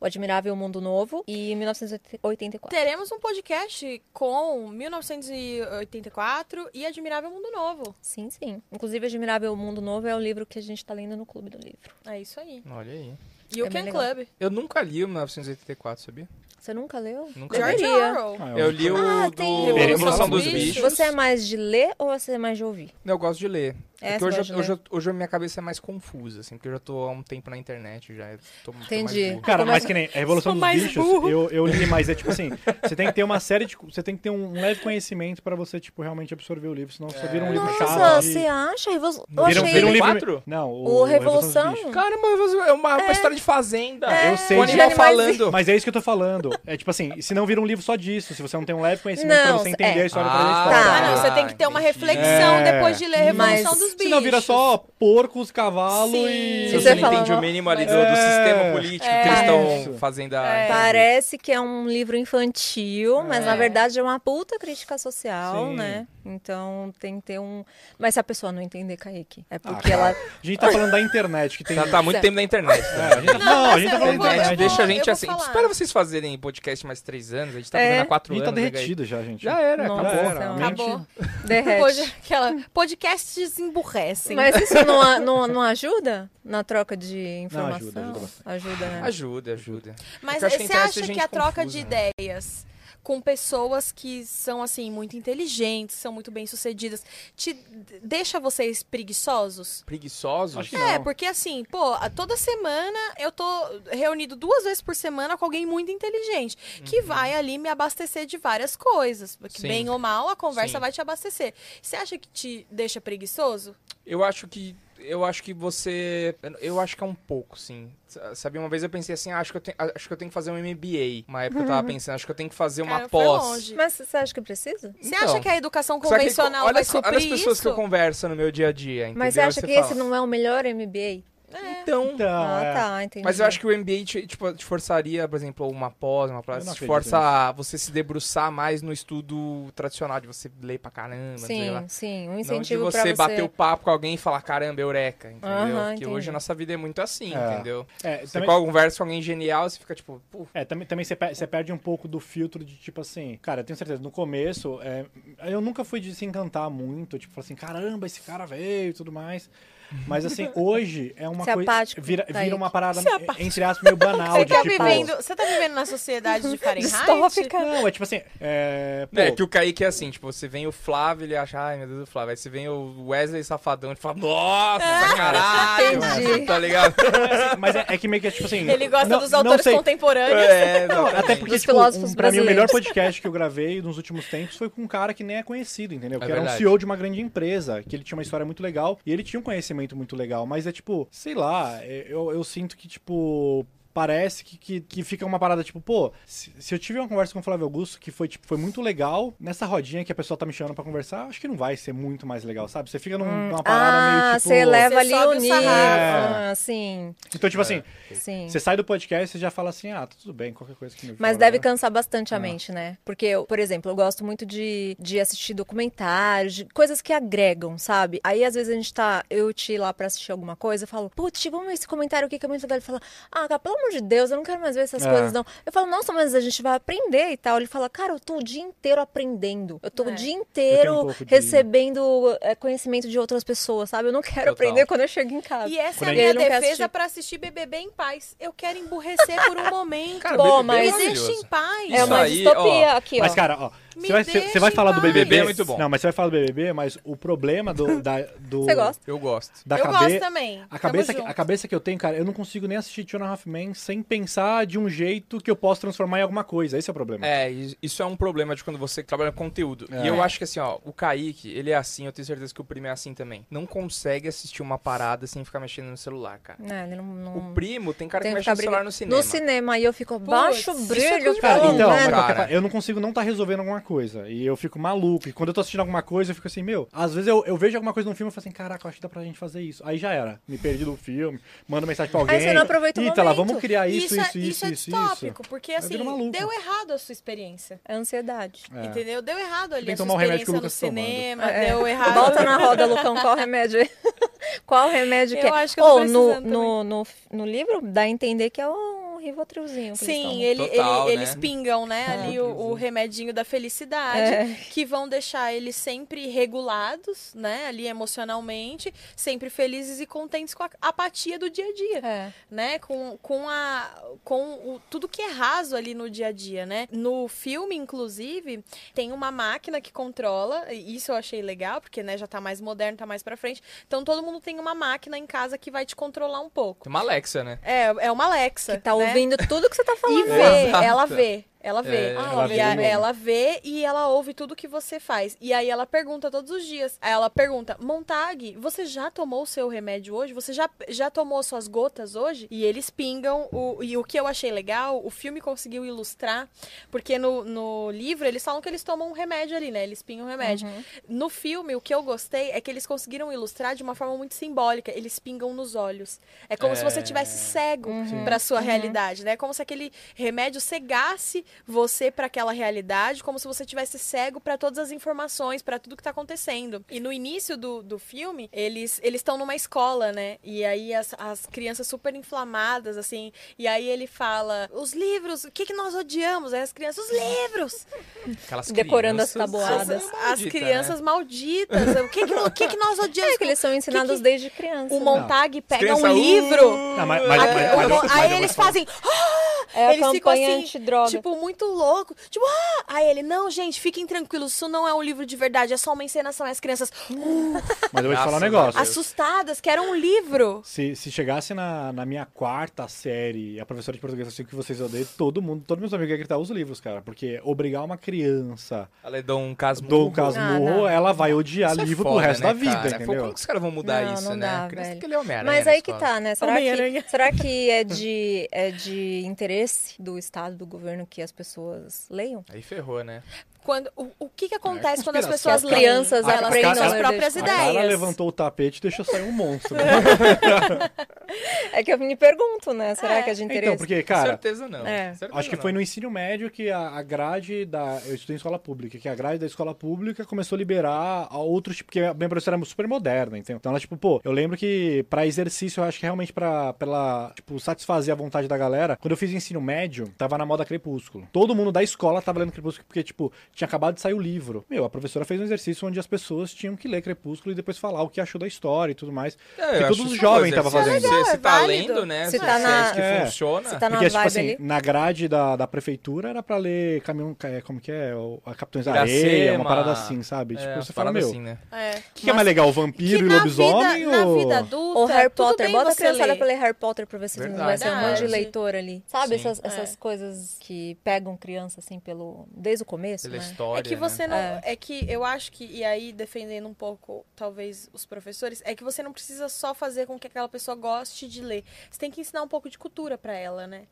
Speaker 1: O Admirável Mundo Novo e 1984.
Speaker 2: Teremos um podcast com 1984 e Admirável Mundo Novo.
Speaker 1: Sim, sim. Inclusive, Admirável Mundo Novo é o livro que a gente tá lendo no Clube do Livro.
Speaker 2: É isso aí.
Speaker 3: Olha aí.
Speaker 2: E o
Speaker 1: É bem
Speaker 2: Ken
Speaker 1: legal.
Speaker 2: Club.
Speaker 3: Eu nunca li o 1984, sabia?
Speaker 1: Você nunca leu?
Speaker 3: Nunca li.
Speaker 2: George
Speaker 1: Deveria.
Speaker 2: Orwell.
Speaker 4: Ah,
Speaker 3: Eu li o
Speaker 1: Ah,
Speaker 3: do
Speaker 1: tem
Speaker 2: Revolução
Speaker 3: Revolução
Speaker 2: dos
Speaker 3: dos
Speaker 2: Bichos.
Speaker 3: Bichos.
Speaker 1: Você é mais de ler ou você é mais de ouvir?
Speaker 3: Não, Eu gosto de ler.
Speaker 1: É,
Speaker 3: Porque
Speaker 1: você
Speaker 3: hoje,
Speaker 1: gosta
Speaker 3: eu-
Speaker 1: de
Speaker 3: hoje, eu- hoje a minha cabeça é mais confusa, assim, porque eu já tô há um tempo na internet já. eu Tô, tô
Speaker 1: Entendi.
Speaker 3: Mais burro.
Speaker 4: Cara,
Speaker 1: Começa-
Speaker 4: mas que nem a Revolução
Speaker 2: Sou
Speaker 4: dos
Speaker 2: mais
Speaker 4: Bichos,
Speaker 2: burro.
Speaker 4: eu, eu li, mas é tipo assim, você tem que ter uma série de. co- Você tem que ter um leve conhecimento pra você, tipo, realmente absorver o livro, senão você vira um livro
Speaker 1: É. Nossa,
Speaker 4: chato. de-
Speaker 1: você acha? Revolu- Eu
Speaker 4: Vira, um-
Speaker 1: achei...
Speaker 4: vira um
Speaker 3: ele-
Speaker 4: livro.
Speaker 3: Quatro?
Speaker 4: Não, o,
Speaker 1: O
Speaker 4: o Revolução.
Speaker 1: Revolução...
Speaker 4: dos Bichos.
Speaker 3: [laughs] Caramba, é uma, uma história de fazenda.
Speaker 4: É, eu sei
Speaker 3: O
Speaker 4: de
Speaker 3: animal
Speaker 1: animaizinho.
Speaker 3: falando.
Speaker 4: Mas é isso que eu tô falando. É tipo assim, se não vira um livro só disso, se você não tem um leve conhecimento pra
Speaker 1: Não,
Speaker 4: você entender
Speaker 1: é.
Speaker 4: a história
Speaker 3: Ah,
Speaker 4: pra
Speaker 3: tá.
Speaker 4: história.
Speaker 2: Ah, não, você
Speaker 3: Ah,
Speaker 2: tem que ter uma
Speaker 3: entendi.
Speaker 2: reflexão
Speaker 4: É.
Speaker 2: depois de ler a Revolução
Speaker 1: Mas-
Speaker 2: dos Bichos.
Speaker 4: Senão vira só porcos, cavalo
Speaker 2: Sim.
Speaker 4: e.
Speaker 3: Se
Speaker 1: Você
Speaker 3: você não
Speaker 1: fala,
Speaker 3: entende o
Speaker 1: não.
Speaker 3: mínimo ali do,
Speaker 4: É.
Speaker 3: do sistema político que eles
Speaker 4: É.
Speaker 3: estão
Speaker 4: Isso.
Speaker 3: fazendo a.
Speaker 2: É.
Speaker 1: Parece que é um livro infantil, mas na
Speaker 2: É.
Speaker 1: verdade é uma puta crítica social,
Speaker 4: Sim.
Speaker 1: né? Então tem que ter um. Mas se a pessoa não entender, Kaique, é porque
Speaker 4: Ah, cara.
Speaker 1: ela.
Speaker 4: A gente tá falando da internet, que tem.
Speaker 3: Já tá há muito tempo na internet.
Speaker 4: É,
Speaker 3: Tá?
Speaker 4: a gente tá- Não, a gente
Speaker 2: mas eu
Speaker 4: tá falando da
Speaker 2: vou- eu
Speaker 4: internet.
Speaker 2: vou-
Speaker 3: Deixa a gente
Speaker 2: vou
Speaker 3: assim.
Speaker 2: falar.
Speaker 3: Espera vocês fazerem podcast mais três anos. A gente tá
Speaker 1: É.
Speaker 3: fazendo há
Speaker 4: A
Speaker 3: quatro
Speaker 4: gente
Speaker 3: anos.
Speaker 4: tá
Speaker 3: né, Gaí?
Speaker 4: derretido já, gente.
Speaker 3: Já era,
Speaker 1: Nossa
Speaker 3: acabou.
Speaker 1: Senhora.
Speaker 4: A mente-
Speaker 2: um Acabou. Um Pod...
Speaker 1: Derrete.
Speaker 2: Aquela... Podcasts emburrecem.
Speaker 1: Mas isso não, a- não, não ajuda na troca de
Speaker 4: Não,
Speaker 1: informação?
Speaker 4: ajuda, ajuda bastante.
Speaker 1: Ajuda, né?
Speaker 3: Ajuda, ajuda.
Speaker 2: Mas
Speaker 3: eu acho que
Speaker 2: você
Speaker 3: a internet
Speaker 2: acha
Speaker 3: tem
Speaker 2: que
Speaker 3: gente
Speaker 2: a troca
Speaker 3: confusa,
Speaker 2: de
Speaker 3: né?
Speaker 2: ideias com pessoas que são, assim, muito inteligentes, são muito bem-sucedidas, te d- deixa vocês preguiçosos?
Speaker 3: Preguiçosos?
Speaker 4: Acho que
Speaker 2: É,
Speaker 4: Não.
Speaker 2: porque assim, pô, a- toda semana eu tô reunido duas vezes por semana com alguém muito inteligente, que vai ali me abastecer de várias coisas. porque
Speaker 3: Uhum. Sim.
Speaker 2: Bem ou mal, a conversa
Speaker 3: Sim.
Speaker 2: vai te abastecer. Você acha que te deixa preguiçoso?
Speaker 3: Eu acho que. Eu acho que você. Eu acho que é um pouco, sim. S- Sabe, uma vez eu pensei assim, ah, acho, que eu tenho, acho que eu tenho que fazer um MBA. Uma época eu tava pensando, acho que eu tenho que fazer uma
Speaker 2: Uhum. Cara, foi
Speaker 3: pós.
Speaker 2: longe.
Speaker 1: Mas você acha que precisa?
Speaker 2: Você
Speaker 3: Então.
Speaker 2: acha que a educação
Speaker 3: Só que
Speaker 2: convencional
Speaker 3: olha,
Speaker 2: vai
Speaker 3: só-
Speaker 2: suprir
Speaker 3: olha as pessoas
Speaker 2: isso?
Speaker 3: que eu converso no meu dia a dia, entendeu?
Speaker 1: Mas você acha
Speaker 3: Você
Speaker 1: que
Speaker 3: fala,
Speaker 1: esse não é o melhor MBA?
Speaker 2: um
Speaker 3: Então,
Speaker 4: Então,
Speaker 1: ah,
Speaker 4: é.
Speaker 1: tá, entendi.
Speaker 3: Mas eu
Speaker 2: né?
Speaker 3: acho que o MBA te, tipo, te forçaria, por exemplo, uma pós, uma
Speaker 4: Eu
Speaker 3: pós,
Speaker 4: não
Speaker 3: te
Speaker 4: acredito
Speaker 3: força a você se debruçar mais no estudo tradicional, de você ler pra caramba, sei lá.
Speaker 1: Sim, sim. Um
Speaker 3: Não de
Speaker 1: incentivo pra
Speaker 3: você
Speaker 1: você. [laughs]
Speaker 3: bater o papo com alguém e falar, caramba, eureka, entendeu?
Speaker 1: Aham,
Speaker 3: Porque hoje
Speaker 1: entendi.
Speaker 3: a nossa vida é muito assim,
Speaker 4: É.
Speaker 3: entendeu?
Speaker 4: É,
Speaker 3: Você
Speaker 4: também-
Speaker 3: conversa com alguém genial, você fica tipo, pô,
Speaker 4: É, também, também você, pe- você perde um pouco do filtro de tipo assim. Cara, eu tenho certeza, no começo, é, eu nunca fui de se encantar muito, tipo assim, caramba, esse cara veio e tudo mais.
Speaker 2: [laughs]
Speaker 4: Mas assim, hoje é uma
Speaker 1: Você é
Speaker 4: coisa.
Speaker 1: apático,
Speaker 4: vira, vira
Speaker 1: Kaique.
Speaker 4: uma parada, entre aspas, meio banal.
Speaker 2: é [laughs] Você
Speaker 4: de,
Speaker 2: tá,
Speaker 4: tipo,
Speaker 2: vivendo, você tá vivendo na sociedade
Speaker 4: [laughs]
Speaker 2: de Fahrenheit?
Speaker 1: Distópica.
Speaker 4: Não, é tipo assim. É, pô,
Speaker 3: É que o Kaique é assim, tipo, você vem o Flávio, ele acha, ai meu Deus do Flávio. Aí você vem o Wesley Safadão, ele fala, nossa, caralho,
Speaker 1: Ah, Entendi. [laughs]
Speaker 3: tá ligado?
Speaker 4: mas é, é que meio que é tipo assim.
Speaker 2: Ele gosta
Speaker 4: não-
Speaker 2: dos
Speaker 4: não
Speaker 2: autores
Speaker 4: sei-
Speaker 2: contemporâneos.
Speaker 3: É,
Speaker 4: Não, até
Speaker 3: exatamente.
Speaker 4: porque,
Speaker 1: Dos
Speaker 4: tipo,
Speaker 1: filósofos
Speaker 4: um, pra mim, o melhor
Speaker 1: brasileiros.
Speaker 4: podcast que eu gravei nos últimos tempos foi com um cara que nem é conhecido, entendeu?
Speaker 3: É
Speaker 4: que era um
Speaker 3: verdade.
Speaker 4: CEO de uma grande empresa, que ele tinha uma história muito legal e ele tinha um conhecimento muito legal, mas é tipo, sei lá, eu, eu sinto que, tipo. Parece que, que, que fica uma parada tipo, pô, se, se eu tiver uma conversa com o Flávio Augusto que foi, tipo, foi muito legal, nessa rodinha que a pessoa tá me chamando pra conversar, acho que não vai ser muito mais legal, sabe? Você fica num- numa parada
Speaker 1: Ah,
Speaker 4: meio tipo.
Speaker 1: você leva
Speaker 2: Você
Speaker 1: ali
Speaker 2: sobe
Speaker 1: o
Speaker 2: o
Speaker 1: nível.
Speaker 4: sarrafo.
Speaker 1: Ah, sim,
Speaker 4: Então,
Speaker 3: É.
Speaker 4: tipo assim,
Speaker 1: sim.
Speaker 4: você sai do podcast e você já fala assim, ah, tá tudo bem, qualquer coisa que me
Speaker 1: Mas
Speaker 4: fala,
Speaker 1: deve
Speaker 4: né?
Speaker 1: cansar bastante a
Speaker 4: É.
Speaker 1: mente, né? Porque, eu, por exemplo, eu gosto muito de, de assistir documentários, de coisas que agregam, sabe? Aí, às vezes, a gente tá, eu te ir lá pra assistir alguma coisa, eu falo, putz, vamos ver esse comentário aqui que é muito legal. Ele fala, ah, cara, pelo amor de Deus, eu não quero mais ver essas
Speaker 4: É.
Speaker 1: coisas, não. Eu falo, nossa, mas a gente vai aprender e tal. Ele fala, cara, eu tô o dia inteiro aprendendo. Eu tô
Speaker 2: É.
Speaker 1: o dia
Speaker 4: Eu tenho um
Speaker 1: inteiro
Speaker 4: pouco de-
Speaker 1: recebendo é, conhecimento de outras pessoas, sabe? Eu não quero
Speaker 3: Total.
Speaker 1: aprender quando eu chego em casa.
Speaker 2: E essa
Speaker 4: Quando
Speaker 2: é a
Speaker 1: ele-
Speaker 2: minha
Speaker 1: Ele não quer
Speaker 2: defesa
Speaker 1: assistir.
Speaker 2: pra assistir BBB em paz. Eu quero emburrecer por um momento.
Speaker 3: Cara,
Speaker 1: Bom,
Speaker 3: BBB
Speaker 1: mas-
Speaker 2: me deixa em
Speaker 3: maravilhoso.
Speaker 2: paz.
Speaker 1: É uma
Speaker 3: aí,
Speaker 1: distopia aqui,
Speaker 4: Mas,
Speaker 1: ó.
Speaker 4: cara, ó,
Speaker 2: Me
Speaker 4: você vai, você- você vai
Speaker 2: deixa
Speaker 4: falar do
Speaker 2: em paz.
Speaker 4: BBB.
Speaker 3: BBB é muito bom.
Speaker 4: Não, mas você vai falar do BBB, mas o problema do. Da, do
Speaker 1: Você gosta?
Speaker 3: Eu gosto.
Speaker 4: Da
Speaker 2: eu
Speaker 4: cabe-
Speaker 2: gosto também.
Speaker 4: A
Speaker 2: Tamo
Speaker 4: cabeça, que, a
Speaker 2: junto.
Speaker 4: cabeça que eu tenho, cara, eu não consigo nem assistir Two and a Half Men sem pensar de um jeito que eu possa transformar em alguma coisa. Esse é o problema.
Speaker 3: É, i- isso é um problema de quando você trabalha com conteúdo.
Speaker 4: É.
Speaker 3: E eu acho que assim, ó, o Kaique, ele é assim, eu tenho certeza que o Primo é assim também. Não consegue assistir uma parada sem ficar mexendo no celular, cara.
Speaker 1: Não, ele não- não-
Speaker 3: O Primo tem cara
Speaker 1: Tem
Speaker 3: que
Speaker 1: que
Speaker 3: mexe
Speaker 1: ficar
Speaker 3: no celular
Speaker 1: brigando.
Speaker 3: no cinema.
Speaker 1: No cinema, e eu fico baixo
Speaker 2: Putz, é
Speaker 1: brilho,
Speaker 4: Cara,
Speaker 1: pelo menos.
Speaker 4: então, mas
Speaker 3: Cara.
Speaker 4: qualquer forma, eu não consigo não estar resolvendo alguma coisa. E eu fico maluco. E quando eu tô assistindo alguma coisa, eu fico assim, meu, às vezes eu, eu vejo alguma coisa num filme e falo assim, caraca, eu acho que dá pra gente fazer isso. Aí já era. Me perdi no filme, mando mensagem pra alguém.
Speaker 1: Aí você não aproveita o
Speaker 4: Ih, tá lá,
Speaker 1: momento.
Speaker 4: vamos criar isso,
Speaker 2: é-
Speaker 4: isso, isso,
Speaker 2: é
Speaker 4: isso, isso.
Speaker 2: distópico, porque
Speaker 4: Vai
Speaker 2: assim,
Speaker 4: virar maluco.
Speaker 2: deu errado a sua experiência.
Speaker 1: É ansiedade.
Speaker 4: É.
Speaker 2: Entendeu? Deu errado ali
Speaker 4: Tem
Speaker 2: a
Speaker 4: que
Speaker 2: sua
Speaker 4: tomar o remédio que
Speaker 2: experiência
Speaker 4: o
Speaker 2: no
Speaker 4: Lucas tá tomando.
Speaker 2: cinema,
Speaker 1: É.
Speaker 2: deu errado.
Speaker 1: Volta na roda, Lucão, qual
Speaker 2: [laughs]
Speaker 1: remédio é? Qual remédio
Speaker 2: Eu
Speaker 1: que é?
Speaker 2: acho que eu tô
Speaker 1: Ou no,
Speaker 2: precisando
Speaker 1: no, no, no livro dá a entender que é um Rivotrilzinho. que eles
Speaker 2: Sim,
Speaker 1: tomam.
Speaker 2: ele,
Speaker 3: Total,
Speaker 2: ele-
Speaker 3: né?
Speaker 2: eles pingam, né,
Speaker 4: Ah,
Speaker 2: ali o, o
Speaker 4: inclusive.
Speaker 2: remedinho da felicidade,
Speaker 1: É.
Speaker 2: que vão deixar eles sempre regulados, né, ali emocionalmente, sempre felizes e contentes com a apatia do dia a dia,
Speaker 1: É.
Speaker 2: né, com, com, a, com o, tudo que é raso ali no dia a dia, né. No filme, inclusive, tem uma máquina que controla, e isso eu achei legal, porque, né, já tá mais moderno, tá mais pra frente, então todo mundo tem uma máquina em casa que vai te controlar um pouco.
Speaker 3: Tem uma Alexa, né?
Speaker 2: É, é uma Alexa.
Speaker 1: Que tá
Speaker 2: né?
Speaker 1: ouvindo tudo que você tá
Speaker 2: e
Speaker 1: falando.
Speaker 2: vê,
Speaker 3: Exato.
Speaker 2: ela vê. Ela vê.
Speaker 3: É,
Speaker 1: Ah,
Speaker 4: ela
Speaker 2: e a-
Speaker 4: vê.
Speaker 2: ela vê e ela ouve tudo que você faz. E aí ela pergunta todos os dias. Aí Ela pergunta: Montag, você já tomou o seu remédio hoje? Você já, já tomou suas gotas hoje? E eles pingam. O, e o que eu achei legal, o filme conseguiu ilustrar, porque no, no livro eles falam que eles tomam um remédio ali, né? Eles pingam um remédio.
Speaker 4: Uhum.
Speaker 2: No filme, o que eu gostei é que eles conseguiram ilustrar de uma forma muito simbólica. Eles pingam nos olhos. É como se você
Speaker 3: É.
Speaker 2: tivesse cego
Speaker 4: Uhum. Sim.
Speaker 2: para sua realidade, né? Como se aquele remédio cegasse você para aquela realidade, como se você tivesse cego para todas as informações, para tudo que tá acontecendo. E no início do, do filme, eles eles estão numa escola, né? E aí as, as crianças super inflamadas, assim. E aí ele fala: os livros, o que, que nós odiamos? Aí as crianças, os livros!
Speaker 3: Aquelas
Speaker 1: Decorando as
Speaker 3: crianças-
Speaker 1: tabuadas.
Speaker 2: [laughs] As,
Speaker 3: Maldita,
Speaker 2: as crianças malditas. né? O que, que, o que que [laughs] nós odiamos?
Speaker 1: É que eles são ensinados
Speaker 2: que que-
Speaker 1: desde criança.
Speaker 2: O
Speaker 1: né?
Speaker 2: Montag pega
Speaker 3: Criança,
Speaker 2: um livro.
Speaker 3: uh,
Speaker 4: Não, mas- mas-
Speaker 2: Aí,
Speaker 4: mas-
Speaker 2: o Mon-
Speaker 4: mas-
Speaker 2: aí
Speaker 4: mas eu
Speaker 2: eles
Speaker 4: vou falar.
Speaker 2: fazem,
Speaker 1: É a
Speaker 2: eles ficam
Speaker 1: campanha
Speaker 2: assim,
Speaker 1: antidroga.
Speaker 2: tipo, muito louco. Tipo, ah! Aí ele, não, gente, fiquem tranquilos, isso não é um livro de verdade, é só uma encenação. Aí as crianças
Speaker 4: Mas eu vou te falar um
Speaker 3: Graças a
Speaker 4: negócio.
Speaker 3: Deus.
Speaker 2: assustadas, que era um livro.
Speaker 4: Se, se chegasse na, na minha quarta série, a professora de português assim que vocês odeiam, todo mundo, todos meus amigos iam gritar os livros, cara. Porque obrigar uma criança
Speaker 3: Ela deu um casmo.
Speaker 4: do
Speaker 1: Ah, não.
Speaker 4: Casmurro, ela vai odiar
Speaker 3: Isso é
Speaker 4: livro
Speaker 3: foda,
Speaker 4: pro resto
Speaker 3: né,
Speaker 4: da vida,
Speaker 3: cara? Pô,
Speaker 4: entendeu?
Speaker 3: Como que os caras vão mudar
Speaker 1: Não,
Speaker 3: isso,
Speaker 1: não
Speaker 3: né?
Speaker 1: dá,
Speaker 3: A criança
Speaker 1: velho.
Speaker 3: que lê Homem-Aranha
Speaker 1: Mas
Speaker 3: é na
Speaker 1: aí que
Speaker 3: escola.
Speaker 1: tá, né? Será que,
Speaker 2: Homem-Aranha.
Speaker 1: será que
Speaker 3: [laughs]
Speaker 1: é, de, é de interesse do Estado, do governo, que as pessoas leiam?
Speaker 3: Aí ferrou, né?
Speaker 2: Quando, o, o que, que acontece quando as
Speaker 4: conspiração.
Speaker 2: pessoas
Speaker 1: Que as
Speaker 2: leem?
Speaker 1: crianças,
Speaker 2: elas
Speaker 1: elas
Speaker 2: têm
Speaker 4: aprendam
Speaker 2: suas
Speaker 1: a ler
Speaker 2: próprias
Speaker 1: desde-
Speaker 4: A cara
Speaker 2: ideias.
Speaker 4: levantou o tapete e deixou sair
Speaker 1: [laughs]
Speaker 4: um monstro.
Speaker 1: É que eu me pergunto, né? Será
Speaker 2: É.
Speaker 1: que é de interesse?
Speaker 4: então, porque, cara,
Speaker 3: Certeza não.
Speaker 1: é.
Speaker 3: Certeza
Speaker 4: acho que
Speaker 3: não.
Speaker 4: foi no ensino médio que a, a grade da. Eu estudei em escola pública, que a grade da escola pública começou a liberar a outros. Porque a minha professora era super moderna, entendeu? Então ela, tipo, pô, eu lembro que pra exercício, eu acho que realmente pra, pra ela, tipo, satisfazer a vontade da galera, quando eu fiz ensino médio, tava na moda crepúsculo. Todo mundo da escola tava lendo crepúsculo, porque, tipo, tinha acabado de sair o livro. Meu, a professora fez um exercício onde as pessoas tinham que ler crepúsculo e depois falar o que achou da história e tudo mais.
Speaker 3: É, eu
Speaker 4: Porque
Speaker 3: acho
Speaker 4: todos os
Speaker 3: isso um bom
Speaker 4: jovens tava
Speaker 3: exercício.
Speaker 4: fazendo.
Speaker 3: Se-
Speaker 2: É,
Speaker 3: Se tá
Speaker 2: válido.
Speaker 3: lendo, né?
Speaker 1: Se
Speaker 3: Se
Speaker 1: tá
Speaker 3: é
Speaker 1: na-
Speaker 3: isso que
Speaker 4: É.
Speaker 3: funciona.
Speaker 1: Se tá na
Speaker 4: Porque, tipo
Speaker 1: vibe
Speaker 4: assim,
Speaker 1: ali.
Speaker 4: na grade da, da prefeitura era pra ler caminhão, é, como que é? O- A Capitães da
Speaker 3: Iracema.
Speaker 4: Areia, uma parada assim, sabe?
Speaker 3: É,
Speaker 4: tipo,
Speaker 3: umas
Speaker 4: você fala,
Speaker 3: paradas
Speaker 4: meu, o
Speaker 3: assim, né?
Speaker 2: É.
Speaker 4: que, que é mais legal, vampiro e
Speaker 2: na
Speaker 4: lobisomem
Speaker 2: vida, na
Speaker 4: ou...
Speaker 2: vida adulta,
Speaker 1: Ou Harry
Speaker 2: tudo
Speaker 1: Potter,
Speaker 2: bem
Speaker 1: bota a
Speaker 2: você
Speaker 1: criançada
Speaker 2: ler.
Speaker 1: pra ler Harry Potter pra ver se não vai ser um monte de
Speaker 3: Verdade.
Speaker 1: leitor ali. Sabe?
Speaker 3: Sim.
Speaker 1: Essas, essas
Speaker 2: É.
Speaker 1: coisas que pegam criança, assim, pelo. Desde o começo,
Speaker 3: Pela
Speaker 1: né?
Speaker 3: história,
Speaker 2: É que você
Speaker 3: né?
Speaker 2: não.
Speaker 1: É.
Speaker 2: É. que eu acho que, e aí defendendo um pouco, talvez, os professores, é que você não precisa só fazer com que aquela pessoa goste de ler. Você tem que ensinar um pouco de cultura pra ela, né?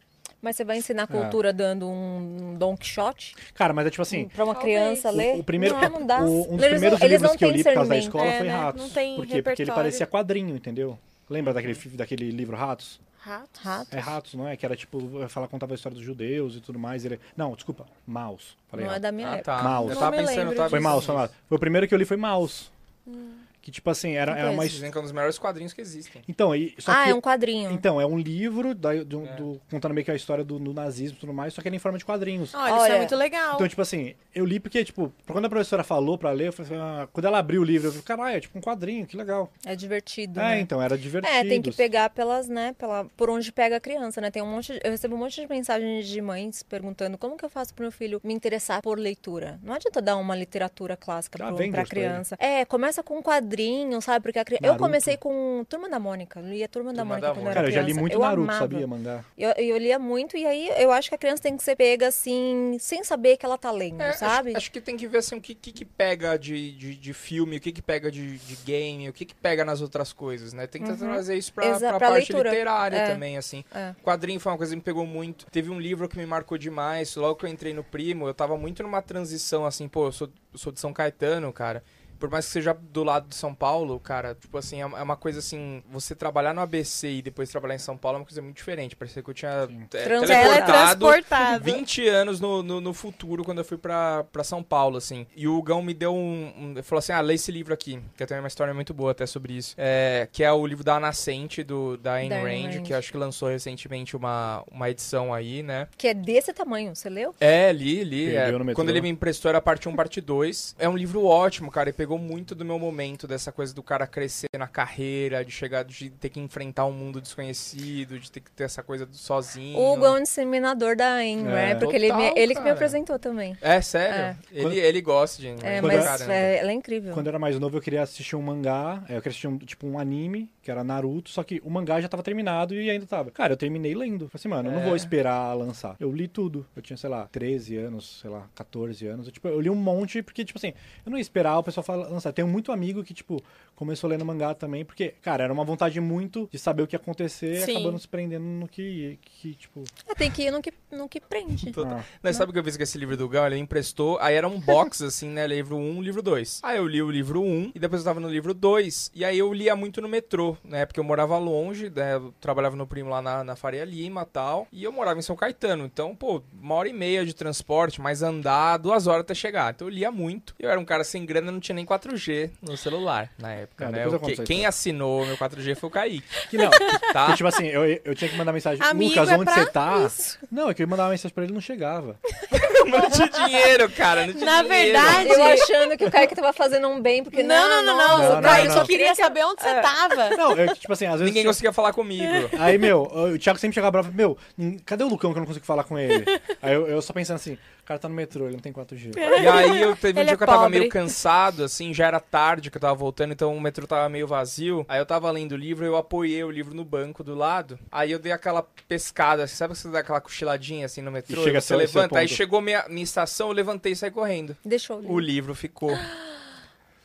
Speaker 1: Mas você vai ensinar
Speaker 4: É.
Speaker 1: cultura dando um Don Quixote
Speaker 4: Cara, mas é tipo assim,
Speaker 1: pra uma
Speaker 2: Talvez.
Speaker 1: criança
Speaker 4: O-
Speaker 1: ler?
Speaker 4: O, primeiro,
Speaker 1: não, não dá.
Speaker 4: o- um dos
Speaker 1: Eles
Speaker 4: primeiros
Speaker 1: não, eles
Speaker 4: livros
Speaker 1: não
Speaker 4: que eu
Speaker 1: têm
Speaker 4: li por causa da
Speaker 1: discernimento.
Speaker 4: escola
Speaker 2: É,
Speaker 4: foi
Speaker 2: né?
Speaker 4: Ratos.
Speaker 2: Não tem
Speaker 4: Por quê? Porque ele
Speaker 2: repertório.
Speaker 4: parecia quadrinho, entendeu? Lembra daquele, fi- daquele livro Ratos?
Speaker 2: Rato.
Speaker 1: Rato.
Speaker 4: É Ratos, não é? Que era tipo, falar, contava a história dos judeus e tudo mais. Ele... Não, desculpa, Maus. Falei,
Speaker 1: Não é
Speaker 4: errado.
Speaker 1: da minha
Speaker 3: Ah,
Speaker 1: época.
Speaker 3: tá.
Speaker 4: Mouse.
Speaker 3: Eu
Speaker 2: Não
Speaker 3: tava
Speaker 2: me
Speaker 3: pensando, eu
Speaker 2: lembro
Speaker 3: tava
Speaker 4: Foi
Speaker 2: disso.
Speaker 4: Maus, foi Maus. Foi o primeiro que eu li foi Maus.
Speaker 1: Hum.
Speaker 4: Que tipo assim, era,
Speaker 1: Não
Speaker 4: era uma...
Speaker 1: conheço.
Speaker 4: his-
Speaker 3: Dizem que é um dos melhores quadrinhos que existem.
Speaker 4: Então, e, só
Speaker 1: ah,
Speaker 4: que
Speaker 1: é um quadrinho.
Speaker 4: Então, é um livro da- do,
Speaker 3: É.
Speaker 4: do- contando meio que a história do, do nazismo e tudo mais, só que ele é em forma de quadrinhos.
Speaker 2: Olha, isso
Speaker 1: Olha.
Speaker 2: é muito legal.
Speaker 4: Então, tipo assim, eu li porque, tipo, quando a professora falou pra ler, eu falei assim, ah, quando ela abriu o livro, eu falei, caralho, é tipo um quadrinho, que legal.
Speaker 1: É divertido.
Speaker 4: É,
Speaker 1: né?
Speaker 4: então, era divertido.
Speaker 1: É, tem que pegar pelas, né, pela, por onde pega a criança, né? Tem um monte, de- eu recebo um monte de mensagens de mães perguntando como que eu faço pro meu filho me interessar por leitura. Não adianta dar uma literatura clássica
Speaker 4: Já
Speaker 1: pro,
Speaker 4: Ah, vem
Speaker 1: pra
Speaker 4: gosto dele.
Speaker 1: criança. É, começa com um quadrinho, sabe? Porque a cri... eu
Speaker 4: Naruto.
Speaker 1: comecei com Turma da Mônica, eu lia Turma da
Speaker 3: Turma
Speaker 1: Mônica
Speaker 3: da
Speaker 1: quando eu era
Speaker 3: Mônica.
Speaker 4: Cara, eu já li
Speaker 1: criança.
Speaker 4: muito
Speaker 1: eu
Speaker 4: Naruto,
Speaker 1: amava.
Speaker 4: sabia, mangá.
Speaker 1: Eu, eu lia muito e aí eu acho que a criança tem que ser pega assim, sem saber que ela tá lendo,
Speaker 3: É, acho-
Speaker 1: sabe?
Speaker 3: Acho, que tem que ver assim, o que, que, que pega de, de, de filme, o que, que pega de, de game, o que, que pega nas outras coisas, né? Tem que tentar trazer isso pra,
Speaker 1: Uhum. Exa-
Speaker 3: pra
Speaker 1: pra
Speaker 3: parte
Speaker 1: leitura.
Speaker 3: literária
Speaker 1: É.
Speaker 3: também, assim.
Speaker 1: É.
Speaker 3: Quadrinho foi uma coisa que me pegou muito. Teve um livro que me marcou demais. Logo que eu entrei no Primo, eu tava muito numa transição, assim, pô, eu sou, eu sou de São Caetano, cara. por mais que seja do lado de São Paulo, cara, tipo assim, é é uma coisa assim, você trabalhar no ABC e depois trabalhar em São Paulo é uma coisa muito diferente. Parecia que eu tinha é,
Speaker 2: Trans-
Speaker 3: teleportado
Speaker 2: Teletransportado.
Speaker 3: 20 anos no, no, no futuro, quando eu fui pra, pra São Paulo, assim. E o Gão me deu um, um- ele Falou assim: ah, lê esse livro aqui. Que tem uma história muito boa até sobre isso. É, que é o livro da Nascente, do, da Ayn
Speaker 1: Da Ayn
Speaker 3: Rand,
Speaker 1: Rand.
Speaker 3: que eu acho que lançou recentemente uma, uma edição aí, né?
Speaker 1: Que é desse tamanho, você leu?
Speaker 3: É, li, li.
Speaker 4: Ele
Speaker 3: é.
Speaker 4: leu no metrô. né?
Speaker 3: Quando ele me emprestou era parte 1, parte 2. É um livro ótimo, cara, e pegou muito do meu momento, dessa coisa do cara crescer na carreira, de chegar, de ter que enfrentar um mundo desconhecido, de ter que ter essa coisa do sozinho.
Speaker 1: O Hugo é um disseminador da Ayn, né?
Speaker 4: É.
Speaker 1: Porque ele, me-
Speaker 3: Total,
Speaker 1: ele que me
Speaker 3: cara.
Speaker 1: apresentou também.
Speaker 3: É, sério?
Speaker 4: Quando-
Speaker 3: Ele, ele gosta de anime.
Speaker 1: É,
Speaker 4: Quando
Speaker 1: mas
Speaker 3: Caramba.
Speaker 1: é, ela é incrível.
Speaker 4: Quando eu era mais novo, eu queria assistir um mangá. é, Eu queria assistir um, tipo um anime, que era Naruto, só que o mangá já tava terminado e ainda tava. Cara, eu terminei lendo. Falei assim, mano, eu não
Speaker 3: É.
Speaker 4: vou esperar lançar. Eu li tudo. Eu tinha, sei lá, 13 anos, sei lá, 14 anos. Eu, tipo, eu li um monte, porque, tipo assim, eu não ia esperar o pessoal falar, lançar. Eu Tenho muito amigo que, tipo, começou lendo mangá também, porque, cara, era uma vontade muito de saber o que ia acontecer e
Speaker 2: Sim.
Speaker 4: acabando se prendendo no que, que tipo.
Speaker 1: É, tem que ir no que, no que prende.
Speaker 3: Total.
Speaker 4: ah,
Speaker 3: Não, sabe o que eu fiz com esse livro do Gão? Ele me emprestou, aí era um box, [laughs] assim, né? Livro 1, livro 2. Aí eu li o livro 1 e depois eu tava no livro 2. E aí eu lia muito no metrô, né? Porque eu morava longe, né? Eu trabalhava no primo lá na, na Faria Lima e tal. E eu morava em São Caetano. Então, pô, uma hora e meia de transporte, mais andar, duas horas até chegar. Então eu lia muito. Eu era um cara sem grana, não tinha nem 4G no celular na época,
Speaker 4: Ah,
Speaker 3: né?
Speaker 4: depois eu
Speaker 3: Eu-
Speaker 4: conto
Speaker 3: que-
Speaker 4: isso.
Speaker 3: quem assinou meu 4G foi o Kaique,
Speaker 4: que não. [laughs]
Speaker 3: tá?
Speaker 4: Tipo assim, eu, eu tinha que mandar mensagem.
Speaker 2: Amigo,
Speaker 4: Lucas,
Speaker 2: é
Speaker 4: onde
Speaker 2: pra
Speaker 4: você tá?
Speaker 2: isso.
Speaker 4: Não, é que eu mandava mensagem pra ele e não chegava.
Speaker 3: [laughs] não tinha dinheiro, cara. Não tinha
Speaker 2: Na
Speaker 3: dinheiro.
Speaker 2: verdade,
Speaker 1: Eu achando que o Kaique tava fazendo um bem, porque
Speaker 2: Não, não, não, É. não.
Speaker 4: não,
Speaker 2: o
Speaker 4: não,
Speaker 2: Caio
Speaker 4: não.
Speaker 2: só queria saber onde você tava.
Speaker 4: Não, eu, tipo assim, às vezes.
Speaker 3: Ninguém conseguia falar
Speaker 2: [laughs]
Speaker 3: comigo.
Speaker 4: Aí, meu, o Thiago sempre chegava bravo, meu, nin- cadê o Lucão que eu não consigo falar com ele? Aí eu, eu só pensando assim, o cara tá no metrô, ele não tem 4G.
Speaker 3: E aí eu teve um
Speaker 2: Ele
Speaker 3: dia
Speaker 2: é
Speaker 3: que eu tava
Speaker 2: pobre.
Speaker 3: meio cansado, assim, já era tarde que eu tava voltando, então o metrô tava meio vazio. Aí eu tava lendo o livro, eu apoiei o livro no banco do lado. Aí eu dei aquela pescada, assim, sabe que você dá aquela cochiladinha assim no metrô?
Speaker 4: E chega
Speaker 3: você
Speaker 4: só esse
Speaker 3: levanta, aí
Speaker 4: ponto.
Speaker 3: chegou minha, minha estação, eu levantei e saí correndo.
Speaker 1: Deixou
Speaker 2: Hum.
Speaker 3: O
Speaker 2: [gasps]
Speaker 3: livro ficou.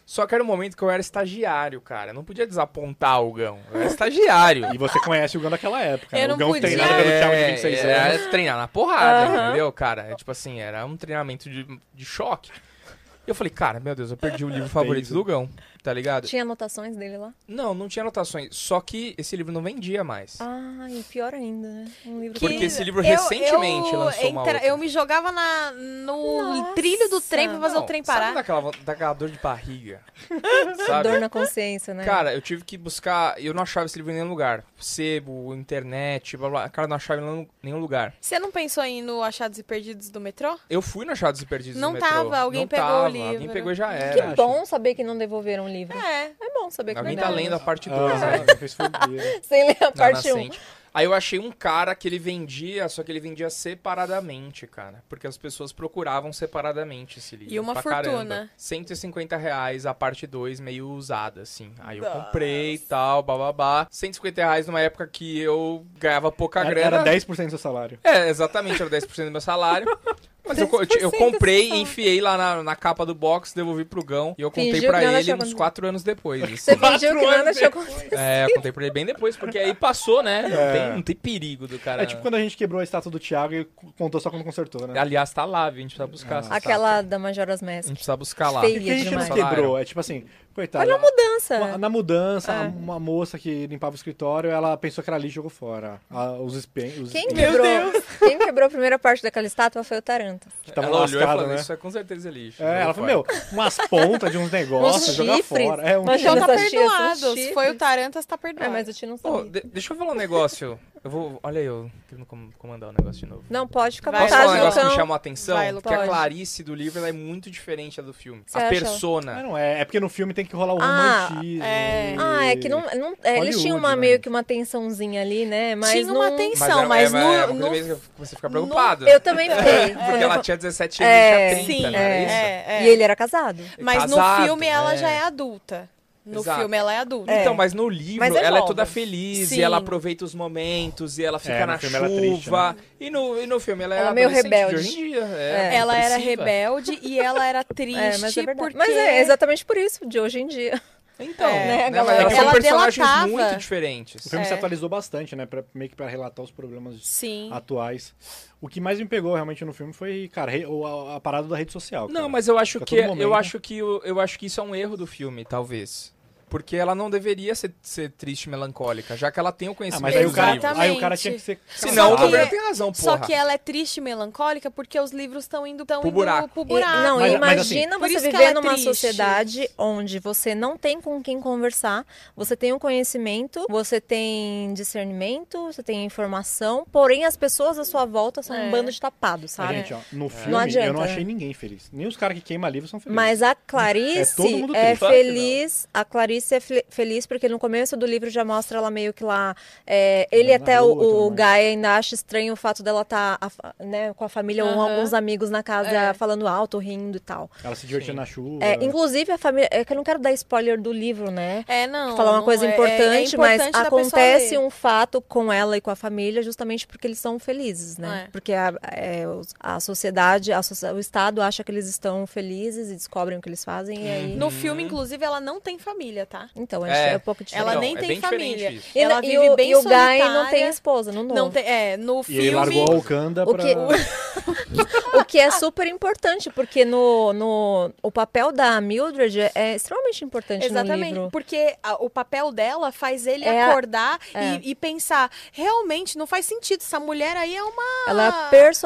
Speaker 3: Só que era o momento que eu era estagiário, cara. Eu não podia desapontar o Gão. Eu era estagiário.
Speaker 2: [laughs]
Speaker 4: E você conhece o Gão daquela época. né?
Speaker 2: Eu não
Speaker 4: o Gão
Speaker 2: podia.
Speaker 4: treinado pelo Thiago de 26
Speaker 3: é,
Speaker 4: anos.
Speaker 3: Era treinar na porrada,
Speaker 1: Aham.
Speaker 3: entendeu, cara? É tipo assim, era um treinamento de, de choque. E eu falei, cara, meu Deus, eu perdi o
Speaker 4: [laughs]
Speaker 3: livro favorito
Speaker 4: isso.
Speaker 3: do Gão, tá ligado?
Speaker 1: Tinha anotações dele lá?
Speaker 3: Não, não tinha anotações. Só que esse livro não vendia mais.
Speaker 1: Ah, e pior ainda, né? Um livro
Speaker 3: Porque
Speaker 1: que...
Speaker 3: esse livro recentemente lançou uma outra.
Speaker 2: Eu me jogava na, no
Speaker 1: Nossa.
Speaker 2: trilho do trem pra fazer
Speaker 3: Não,
Speaker 2: o trem
Speaker 3: Sabe
Speaker 2: parar.
Speaker 3: daquela, vo- daquela dor
Speaker 2: [laughs]
Speaker 3: de barriga?
Speaker 1: dor
Speaker 3: sabe?
Speaker 1: na consciência, né?
Speaker 3: Cara, eu tive que buscar. Eu não achava esse livro em nenhum lugar. Sebo, internet, blá blá. Cara, eu não achava em nenhum lugar.
Speaker 2: Você não pensou em ir no Achados e Perdidos do metrô?
Speaker 3: Eu fui no Achados e Perdidos
Speaker 2: Não
Speaker 3: no metrô.
Speaker 2: tava, alguém
Speaker 3: Não
Speaker 2: pegou o
Speaker 3: tava, Alguém
Speaker 2: livro. né?
Speaker 3: pegou e já era.
Speaker 1: que
Speaker 4: acho.
Speaker 1: bom saber que não devolveram o livro.
Speaker 2: É.
Speaker 1: É bom saber que
Speaker 3: Alguém
Speaker 1: não
Speaker 3: tá
Speaker 1: deram.
Speaker 3: lendo a parte 2,
Speaker 4: Ah,
Speaker 3: né?
Speaker 4: eu fiz fogueira.
Speaker 1: Sem ler a
Speaker 3: Na
Speaker 1: parte 1.
Speaker 3: Nascente. Aí eu achei um cara que ele vendia, só que ele vendia separadamente, cara. Porque as pessoas procuravam separadamente esse livro.
Speaker 2: E uma
Speaker 3: pra Caramba.
Speaker 2: fortuna.
Speaker 3: 150 reais a parte 2, meio usada, assim. Aí eu comprei e tal, bababá. 150 reais numa época que eu ganhava pouca
Speaker 4: Era-
Speaker 3: grana.
Speaker 4: Era 10% do seu salário.
Speaker 3: É, exatamente, era 10% do meu salário.
Speaker 1: [laughs]
Speaker 3: Mas eu, co- eu
Speaker 1: 10%
Speaker 3: comprei
Speaker 1: só.
Speaker 3: e enfiei lá na, na capa do box, devolvi pro Gão. E eu contei
Speaker 1: Fingiu
Speaker 3: pra
Speaker 1: que nada
Speaker 3: ele
Speaker 1: tinha
Speaker 3: uns
Speaker 1: acontecido.
Speaker 3: 4 anos depois. assim.
Speaker 1: Você fingiu que
Speaker 4: Quatro
Speaker 1: nada
Speaker 4: anos
Speaker 1: tinha acontecido.
Speaker 3: É, eu contei pra ele bem depois, porque aí passou, né? Não, tem, não tem perigo do cara.
Speaker 4: É tipo quando a gente quebrou a estátua do Thiago e c- contou só quando consertou, né?
Speaker 3: Aliás, tá lá, viu? A gente precisa buscar essa
Speaker 1: Aquela da Majora's
Speaker 3: estátua. A
Speaker 1: Mask.
Speaker 3: gente precisa buscar Hum, lá.
Speaker 1: Feia
Speaker 4: E que a gente não
Speaker 1: demais.
Speaker 4: quebrou, é tipo assim, coitado.
Speaker 1: Olha a mudança.
Speaker 4: Uma- na mudança,
Speaker 1: É.
Speaker 4: uma moça que limpava o escritório, ela pensou que era lixo e jogou fora. Ah, os espelhos. Os
Speaker 1: Quem
Speaker 4: espinhos
Speaker 1: quebrou? Quem quebrou a primeira parte daquela estátua foi o Taranta.
Speaker 4: que
Speaker 3: Ela
Speaker 4: estavam
Speaker 3: olhou e
Speaker 4: lascados,
Speaker 3: falou,
Speaker 4: né?
Speaker 3: isso é com certeza lixo.
Speaker 4: É, ela
Speaker 3: foi
Speaker 4: falou, meu, umas pontas de uns negócios,
Speaker 1: Uns
Speaker 4: jogar
Speaker 1: chifres.
Speaker 4: fora. É, um
Speaker 1: Mas
Speaker 4: chifre.
Speaker 2: Então tá
Speaker 1: essas tias são
Speaker 2: perdoado. Se
Speaker 1: chiques.
Speaker 2: foi o Tarantas, tá perdoado.
Speaker 1: É, mas o Ti não
Speaker 3: Pô,
Speaker 1: sabia.
Speaker 3: de- deixa eu falar um negócio. Eu vou... Olha aí, eu querendo com- comandar o negócio de novo.
Speaker 1: Não, pode ficar à
Speaker 2: Vai,
Speaker 3: Posso
Speaker 2: Tá,
Speaker 3: falar um
Speaker 1: vontade,
Speaker 3: negócio que me
Speaker 1: então.
Speaker 3: chamou a atenção?
Speaker 2: Vai, Lu,
Speaker 3: Porque a
Speaker 2: pode.
Speaker 3: Clarice do livro ela é muito diferente da do filme.
Speaker 1: Você
Speaker 3: a
Speaker 1: acha?
Speaker 4: Mas
Speaker 3: persona.
Speaker 4: não é, é porque no filme tem que rolar o
Speaker 1: Ah,
Speaker 4: romantismo.
Speaker 2: é.
Speaker 4: e-
Speaker 1: Ah, é que não, não- é, eles
Speaker 4: Hollywood,
Speaker 1: tinham uma,
Speaker 4: né?
Speaker 1: meio que uma tensãozinha ali, né? Mas
Speaker 2: Tinha
Speaker 1: não...
Speaker 2: uma tensão,
Speaker 3: é-
Speaker 2: mas
Speaker 3: é,
Speaker 2: no-
Speaker 3: é uma coisa
Speaker 2: no-
Speaker 3: meio que você fica preocupado.
Speaker 1: Eu também
Speaker 2: É.
Speaker 1: fiquei.
Speaker 3: Porque ela tinha 17 anos
Speaker 1: É,
Speaker 3: e tinha 30,
Speaker 2: Sim,
Speaker 3: não era
Speaker 1: é.
Speaker 3: né? isso?
Speaker 2: é, é.
Speaker 1: E ele era casado.
Speaker 2: Mas
Speaker 3: Casado,
Speaker 2: no filme ela
Speaker 3: é.
Speaker 2: já é adulta. No
Speaker 3: Exato.
Speaker 2: filme ela é adulta.
Speaker 1: É.
Speaker 3: Então, mas no livro
Speaker 1: Mas é
Speaker 3: ela é
Speaker 1: nova.
Speaker 3: toda feliz e
Speaker 2: Sim.
Speaker 3: ela aproveita os momentos e ela fica
Speaker 4: É, no
Speaker 3: na
Speaker 4: filme ela
Speaker 3: chuva.
Speaker 4: é triste,
Speaker 3: e, no, e no filme ela é
Speaker 1: Ela é meio
Speaker 3: adolescente
Speaker 1: rebelde.
Speaker 3: de hoje em dia.
Speaker 1: É.
Speaker 3: É,
Speaker 2: Ela era
Speaker 3: depressiva.
Speaker 2: rebelde e ela era triste
Speaker 1: É, mas é verdade.
Speaker 2: porque...
Speaker 1: Mas é exatamente por isso, de hoje em dia.
Speaker 3: Então,
Speaker 1: É,
Speaker 3: né, mas
Speaker 1: galera.
Speaker 3: elas são
Speaker 1: Ela
Speaker 3: personagens
Speaker 1: delatava.
Speaker 3: muito diferentes.
Speaker 4: O filme se
Speaker 2: É.
Speaker 4: atualizou bastante, né? Pra, meio que pra relatar os problemas
Speaker 2: Sim.
Speaker 4: atuais. O que mais me pegou realmente no filme foi, cara, re- o- a, a parada da rede social.
Speaker 3: Não,
Speaker 4: cara.
Speaker 3: mas eu acho
Speaker 4: é né? Fica
Speaker 3: que
Speaker 4: todo momento.
Speaker 3: eu acho que o- eu acho que isso é um erro do filme, talvez. Porque ela não deveria ser, ser triste e melancólica, já que ela tem o
Speaker 4: Ah,
Speaker 3: conhecimento
Speaker 4: mas aí o, cara,
Speaker 2: Exatamente.
Speaker 4: aí o cara tinha que ser.
Speaker 3: Senão o
Speaker 4: casado.
Speaker 2: Só que-
Speaker 3: governo tem razão, porra.
Speaker 2: Só que ela é triste e melancólica porque os livros estão indo tão
Speaker 3: Pro
Speaker 2: indo
Speaker 3: buraco.
Speaker 2: pro
Speaker 1: E-
Speaker 2: buraco.
Speaker 1: não,
Speaker 4: Mas-
Speaker 1: e
Speaker 4: mas
Speaker 1: imagina
Speaker 2: assim- Por isso
Speaker 1: você
Speaker 2: que
Speaker 1: viver
Speaker 2: ela é
Speaker 1: numa
Speaker 2: triste.
Speaker 1: sociedade onde você não tem com quem conversar, você tem o conhecimento, você tem discernimento, você tem informação, porém as pessoas à sua volta são um
Speaker 2: É.
Speaker 1: bando de tapados,
Speaker 4: Ah,
Speaker 1: sabe?
Speaker 4: gente, ó, no filme eu
Speaker 1: adianta,
Speaker 4: não
Speaker 1: né?
Speaker 4: achei ninguém feliz. Nem os caras que queimam livro são felizes.
Speaker 1: Mas a
Speaker 4: É todo
Speaker 1: Clarice
Speaker 4: mundo
Speaker 1: é,
Speaker 4: triste.
Speaker 3: Claro que
Speaker 1: feliz, a Clarice é fle- feliz porque no começo do livro já mostra ela meio que lá, é, ele
Speaker 4: Andando na
Speaker 1: até o,
Speaker 4: rua, tudo
Speaker 1: o
Speaker 4: mais.
Speaker 1: Guy ainda acha estranho o fato dela estar né, com a família ou
Speaker 2: Aham.
Speaker 1: alguns amigos na casa
Speaker 2: É.
Speaker 1: falando alto, rindo e tal.
Speaker 4: Ela se divertia
Speaker 3: Sim.
Speaker 4: na chuva.
Speaker 1: É, inclusive a família, é que eu não quero dar spoiler do livro, né?
Speaker 2: É, não.
Speaker 1: falar uma
Speaker 2: não,
Speaker 1: coisa
Speaker 2: é- é- é
Speaker 1: importante, mas
Speaker 2: importante da pessoa
Speaker 1: acontece
Speaker 2: ler.
Speaker 1: um fato com ela e com a família justamente porque eles são felizes, né?
Speaker 2: É.
Speaker 1: Porque a, é, os- a sociedade, a socie- o Estado acha que eles estão felizes e descobrem o que eles fazem e aí...
Speaker 2: No filme, inclusive, ela não tem família, tá?
Speaker 1: Então, acho
Speaker 3: É.
Speaker 1: que é um pouco diferente.
Speaker 2: Ela
Speaker 3: Então,
Speaker 2: nem
Speaker 3: é
Speaker 2: tem
Speaker 3: bem diferente
Speaker 2: família.
Speaker 3: isso.
Speaker 1: E,
Speaker 2: ela
Speaker 1: na- e
Speaker 2: vive
Speaker 1: o,
Speaker 2: bem
Speaker 1: e o Guy não
Speaker 2: solitária.
Speaker 1: tem esposa, não,
Speaker 2: Não tem, é, no
Speaker 4: E ele
Speaker 2: filme.
Speaker 4: largou a Wakanda
Speaker 1: O
Speaker 4: pra.
Speaker 1: que- O [laughs] que é super importante, porque no, no, o papel da Mildred é- é extremamente importante no
Speaker 2: Exatamente,
Speaker 1: livro.
Speaker 2: porque a- o papel dela faz ele
Speaker 1: É a-
Speaker 2: acordar
Speaker 1: é.
Speaker 2: E, e pensar, realmente não faz sentido, essa mulher aí é uma...
Speaker 1: Ela é a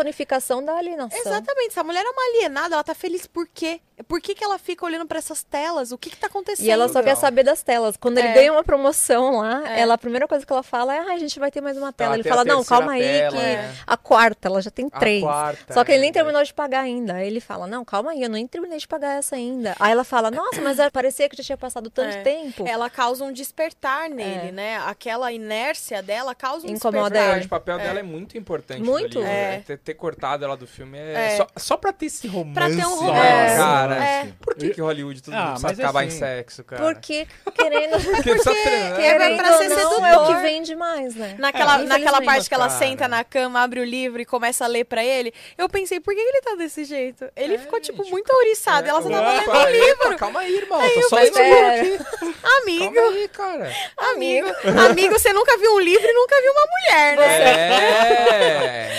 Speaker 1: personificação da alienação.
Speaker 2: Exatamente, essa mulher é uma alienada, ela tá feliz por quê? Por que, que ela fica olhando pra essas telas? O que que tá acontecendo?
Speaker 1: E ela só quer
Speaker 3: Legal.
Speaker 1: saber das telas. Quando ele
Speaker 2: É.
Speaker 1: ganha uma promoção lá,
Speaker 2: É.
Speaker 1: ela a primeira coisa que ela fala é: ah, a gente vai ter mais uma tela.
Speaker 3: Ela
Speaker 1: ele
Speaker 3: tem a
Speaker 1: fala: não,
Speaker 3: terceira
Speaker 1: calma
Speaker 3: tela,
Speaker 1: aí, que
Speaker 3: é.
Speaker 1: a quarta, ela já tem
Speaker 3: A
Speaker 1: três.
Speaker 3: quarta,
Speaker 1: Só que ele nem
Speaker 3: é.
Speaker 1: terminou de pagar ainda. Aí ele fala: não, calma aí, eu nem terminei de pagar essa ainda. Aí ela fala: nossa, mas é, parecia que já tinha passado tanto
Speaker 2: É.
Speaker 1: tempo. É.
Speaker 2: Ela causa um despertar nele, né? Aquela inércia dela causa um
Speaker 1: Incomoda
Speaker 2: despertar.
Speaker 1: ele.
Speaker 3: O papel dela é muito importante. no
Speaker 1: Muito.
Speaker 3: livro,
Speaker 2: É.
Speaker 3: né? Ter, ter cortado ela do filme é.
Speaker 2: É.
Speaker 3: Só, só pra ter esse romance.
Speaker 2: Pra ter um
Speaker 4: Nossa,
Speaker 2: romance. É.
Speaker 3: Cara,
Speaker 2: É.
Speaker 3: por que, que Hollywood tudo
Speaker 4: Ah,
Speaker 3: mundo precisa
Speaker 4: mas é
Speaker 3: acabar
Speaker 4: assim.
Speaker 3: em sexo, cara?
Speaker 1: Porque,
Speaker 3: [laughs]
Speaker 1: querendo, [laughs]
Speaker 3: Porque precisa treinar.
Speaker 2: que é
Speaker 1: querendo
Speaker 2: pra ser
Speaker 1: ou não, é o que
Speaker 2: sedutor.
Speaker 1: vende mais, né?
Speaker 2: Naquela,
Speaker 1: É,
Speaker 2: naquela
Speaker 1: infelizmente.
Speaker 2: parte que ela
Speaker 3: Cara.
Speaker 2: senta na cama, abre o livro e começa a ler pra ele, eu pensei, por que que ele tá desse jeito? Ele
Speaker 3: É,
Speaker 2: ficou, tipo,
Speaker 3: gente, É,
Speaker 2: muito ouriçada. ela só
Speaker 3: eu-
Speaker 2: tava lendo
Speaker 3: Opa,
Speaker 2: o livro. É
Speaker 3: epa, Calma aí, irmão. Tô só
Speaker 1: Mas
Speaker 3: lendo o livro
Speaker 1: pera,
Speaker 3: aqui.
Speaker 2: Amigo,
Speaker 3: Calma aí, cara.
Speaker 2: amigo, amigo, você nunca viu um livro e nunca viu uma mulher, né? [laughs]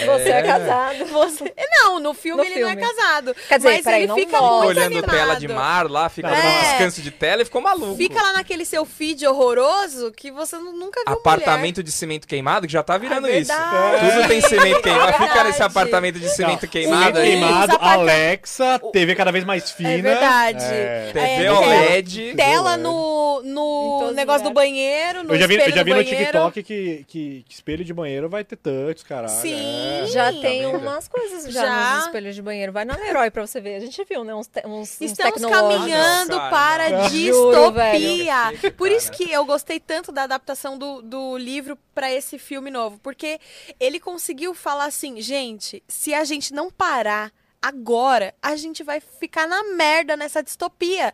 Speaker 3: É.
Speaker 1: você é casado.
Speaker 2: Você... Não, no filme
Speaker 1: No
Speaker 2: ele
Speaker 1: filme.
Speaker 2: não é casado.
Speaker 1: Quer dizer,
Speaker 2: mas
Speaker 1: peraí,
Speaker 2: ele
Speaker 1: não
Speaker 2: fica
Speaker 1: mostra.
Speaker 2: muito
Speaker 3: Ficou olhando
Speaker 2: animado.
Speaker 3: tela de mar um lá, fica
Speaker 4: É.
Speaker 3: dando um descanso de tela e ficou maluco.
Speaker 2: Fica lá naquele seu feed horroroso que você nu- nunca viu
Speaker 3: apartamento de cimento queimado que já tá virando
Speaker 2: É
Speaker 3: isso.
Speaker 2: verdade. É
Speaker 3: Tudo tem cimento queimado. Fica nesse
Speaker 2: verdade.
Speaker 3: apartamento de cimento queimado aí.
Speaker 2: queimado.
Speaker 4: Queimado,
Speaker 2: Os aparta-
Speaker 4: Alexa, TV cada vez mais fina.
Speaker 2: mulher. É verdade.
Speaker 4: É.
Speaker 3: TV
Speaker 2: tela-
Speaker 3: OLED.
Speaker 2: Tela no, no
Speaker 1: todos
Speaker 2: negócio
Speaker 1: os
Speaker 2: do banheiro, no
Speaker 4: Eu já vi,
Speaker 2: espelho
Speaker 4: eu já
Speaker 2: do
Speaker 4: vi no
Speaker 2: banheiro.
Speaker 4: TikTok que, que, que espelho de banheiro vai ter tantos, caralho.
Speaker 2: Sim.
Speaker 4: É.
Speaker 1: Já
Speaker 2: Tá
Speaker 1: tem
Speaker 3: vendo?
Speaker 1: umas coisas já,
Speaker 2: Já.
Speaker 1: nos espelhos de banheiro. Vai na Leroy pra você ver. A gente viu, né? Uns, te, uns, uns
Speaker 2: Estamos
Speaker 1: tecnológicos.
Speaker 2: caminhando
Speaker 3: Ah, não, cara,
Speaker 2: para
Speaker 3: não.
Speaker 2: a
Speaker 1: Juro, velho.
Speaker 2: distopia.
Speaker 3: Eu fiquei,
Speaker 2: Por
Speaker 3: cara.
Speaker 2: isso que eu gostei tanto da adaptação do, do livro para esse filme novo, porque ele conseguiu falar assim, gente, se a gente não parar agora, a gente vai ficar na merda nessa distopia.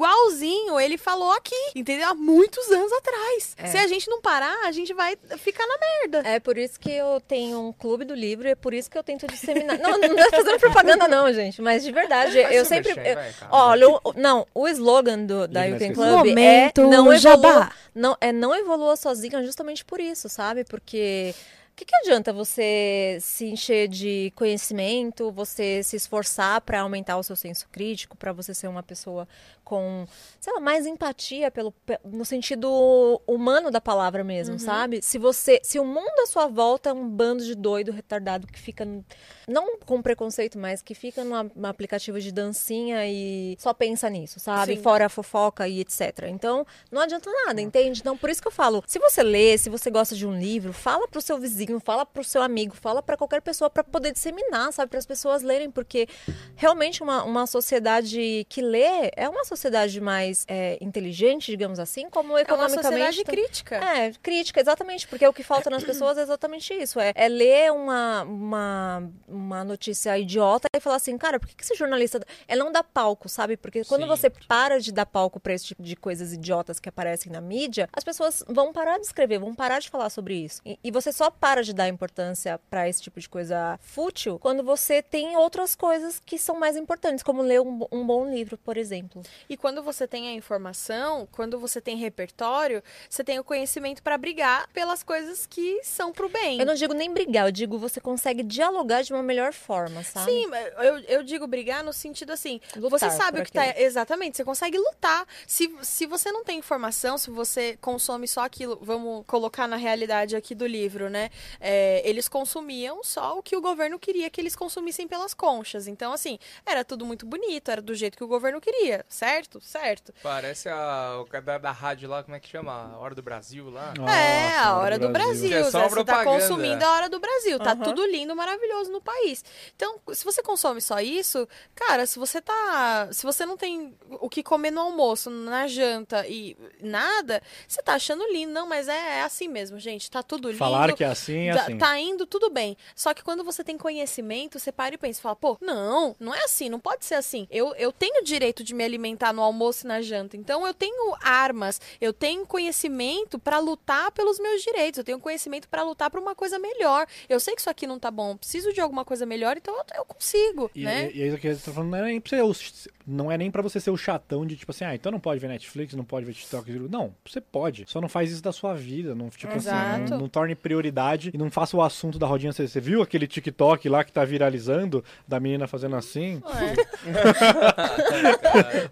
Speaker 2: Igualzinho ele falou aqui, entendeu? Há muitos anos atrás.
Speaker 1: É.
Speaker 2: Se a gente não parar, a gente vai ficar na merda.
Speaker 1: É por isso que eu tenho um clube do livro e é por isso que eu tento disseminar. não, não tô fazendo propaganda, não, gente. Mas de verdade,
Speaker 3: Faz
Speaker 1: eu
Speaker 3: seu
Speaker 1: sempre.
Speaker 3: merchan,
Speaker 1: eu-
Speaker 3: vai, cara.
Speaker 1: Olha, o- o- não, o slogan do, da
Speaker 4: Livro
Speaker 1: You Can
Speaker 4: inesquecível.
Speaker 1: Club é
Speaker 2: Momento
Speaker 1: não, evolua,
Speaker 2: jabá.
Speaker 1: não, é não evolua sozinha justamente por isso, sabe? Porque o que, que adianta você se encher de conhecimento, você se esforçar para aumentar o seu senso crítico, para você ser uma pessoa com, sei lá, mais empatia pelo, pe- no sentido humano da palavra mesmo, sabe? Se você, se o mundo à sua volta é um bando de doido retardado que fica no- não com preconceito, mas que fica no a- no aplicativo de dancinha e só pensa nisso, sabe?
Speaker 2: Sim.
Speaker 1: Fora a fofoca e etc. Então, não adianta nada, entende? Então, por isso que eu falo, se você lê, se você gosta de um livro, fala pro seu vizinho, fala pro seu amigo, fala pra qualquer pessoa pra poder disseminar, sabe? Para as pessoas lerem, porque realmente uma, uma sociedade que lê é uma sociedade mais é, inteligente, digamos assim, como
Speaker 2: É uma
Speaker 1: economicamente...
Speaker 2: sociedade
Speaker 1: tam-
Speaker 2: crítica.
Speaker 1: é, crítica, exatamente, porque o que falta nas pessoas é exatamente isso. É, é ler uma, uma, uma notícia idiota e falar assim, cara, por que que esse jornalista. É não dar palco, sabe? Porque quando
Speaker 3: Sim.
Speaker 1: você para de dar palco pra esse tipo de coisas idiotas que aparecem na mídia, as pessoas vão parar de escrever, vão parar de falar sobre isso. E, e você só para para de dar importância para esse tipo de coisa fútil quando você tem outras coisas que são mais importantes, como ler um, bo- um bom livro, por exemplo.
Speaker 2: E quando você tem a informação, quando você tem repertório, você tem o conhecimento pra brigar pelas coisas que são pro bem.
Speaker 1: Eu não digo nem brigar, eu digo você consegue dialogar de uma melhor forma, sabe?
Speaker 2: Sim, mas eu, eu digo brigar no sentido assim,
Speaker 1: Lutar
Speaker 2: você sabe
Speaker 1: por
Speaker 2: o que tá. Exatamente, você consegue lutar. Se, se você não tem informação, se você consome só aquilo, vamos colocar na realidade aqui do livro, né? É, eles consumiam só o que o governo queria que eles consumissem pelas conchas. Então, assim, era tudo muito bonito, era do jeito que o governo queria, certo? Certo.
Speaker 3: Parece a, o cara da, da rádio lá, como é que chama? A Hora do Brasil
Speaker 2: é,
Speaker 3: lá.
Speaker 4: Nossa,
Speaker 2: a hora do Brasil.
Speaker 3: É só
Speaker 2: Zé, você tá
Speaker 3: propaganda.
Speaker 2: consumindo a hora do Brasil. Tá
Speaker 1: Aham.
Speaker 2: tudo lindo, maravilhoso no país. Então, se você consome só isso, cara, se você tá. Se você não tem o que comer no almoço, na janta e nada, você tá achando lindo. Não, mas é, é assim mesmo, gente. Tá tudo lindo.
Speaker 4: Falaram que é assim, é
Speaker 2: Tá-
Speaker 4: assim.
Speaker 2: Tá indo tudo bem. Só que quando você tem conhecimento, você para e pensa, fala, pô, não, não é assim, não pode ser assim. Eu, eu tenho direito de me alimentar no almoço e na janta. Então eu tenho armas, eu tenho conhecimento pra lutar pelos meus direitos, eu tenho conhecimento pra lutar por uma coisa melhor. Eu sei que isso aqui não tá bom, eu preciso de alguma coisa melhor, então eu, eu consigo,
Speaker 4: E,
Speaker 2: né?
Speaker 4: e, e aí o que você tá falando não é nem pra você, não é nem pra você ser o chatão de tipo assim, ah, então não pode ver Netflix, não pode ver TikTok. Não, você pode. Só não faz isso da sua vida. Não, tipo assim,
Speaker 2: Exato.
Speaker 4: não, não torne prioridade e não faça o assunto da rodinha. Você, você viu aquele TikTok lá que tá viralizando, da menina fazendo assim?
Speaker 2: [laughs] Ué,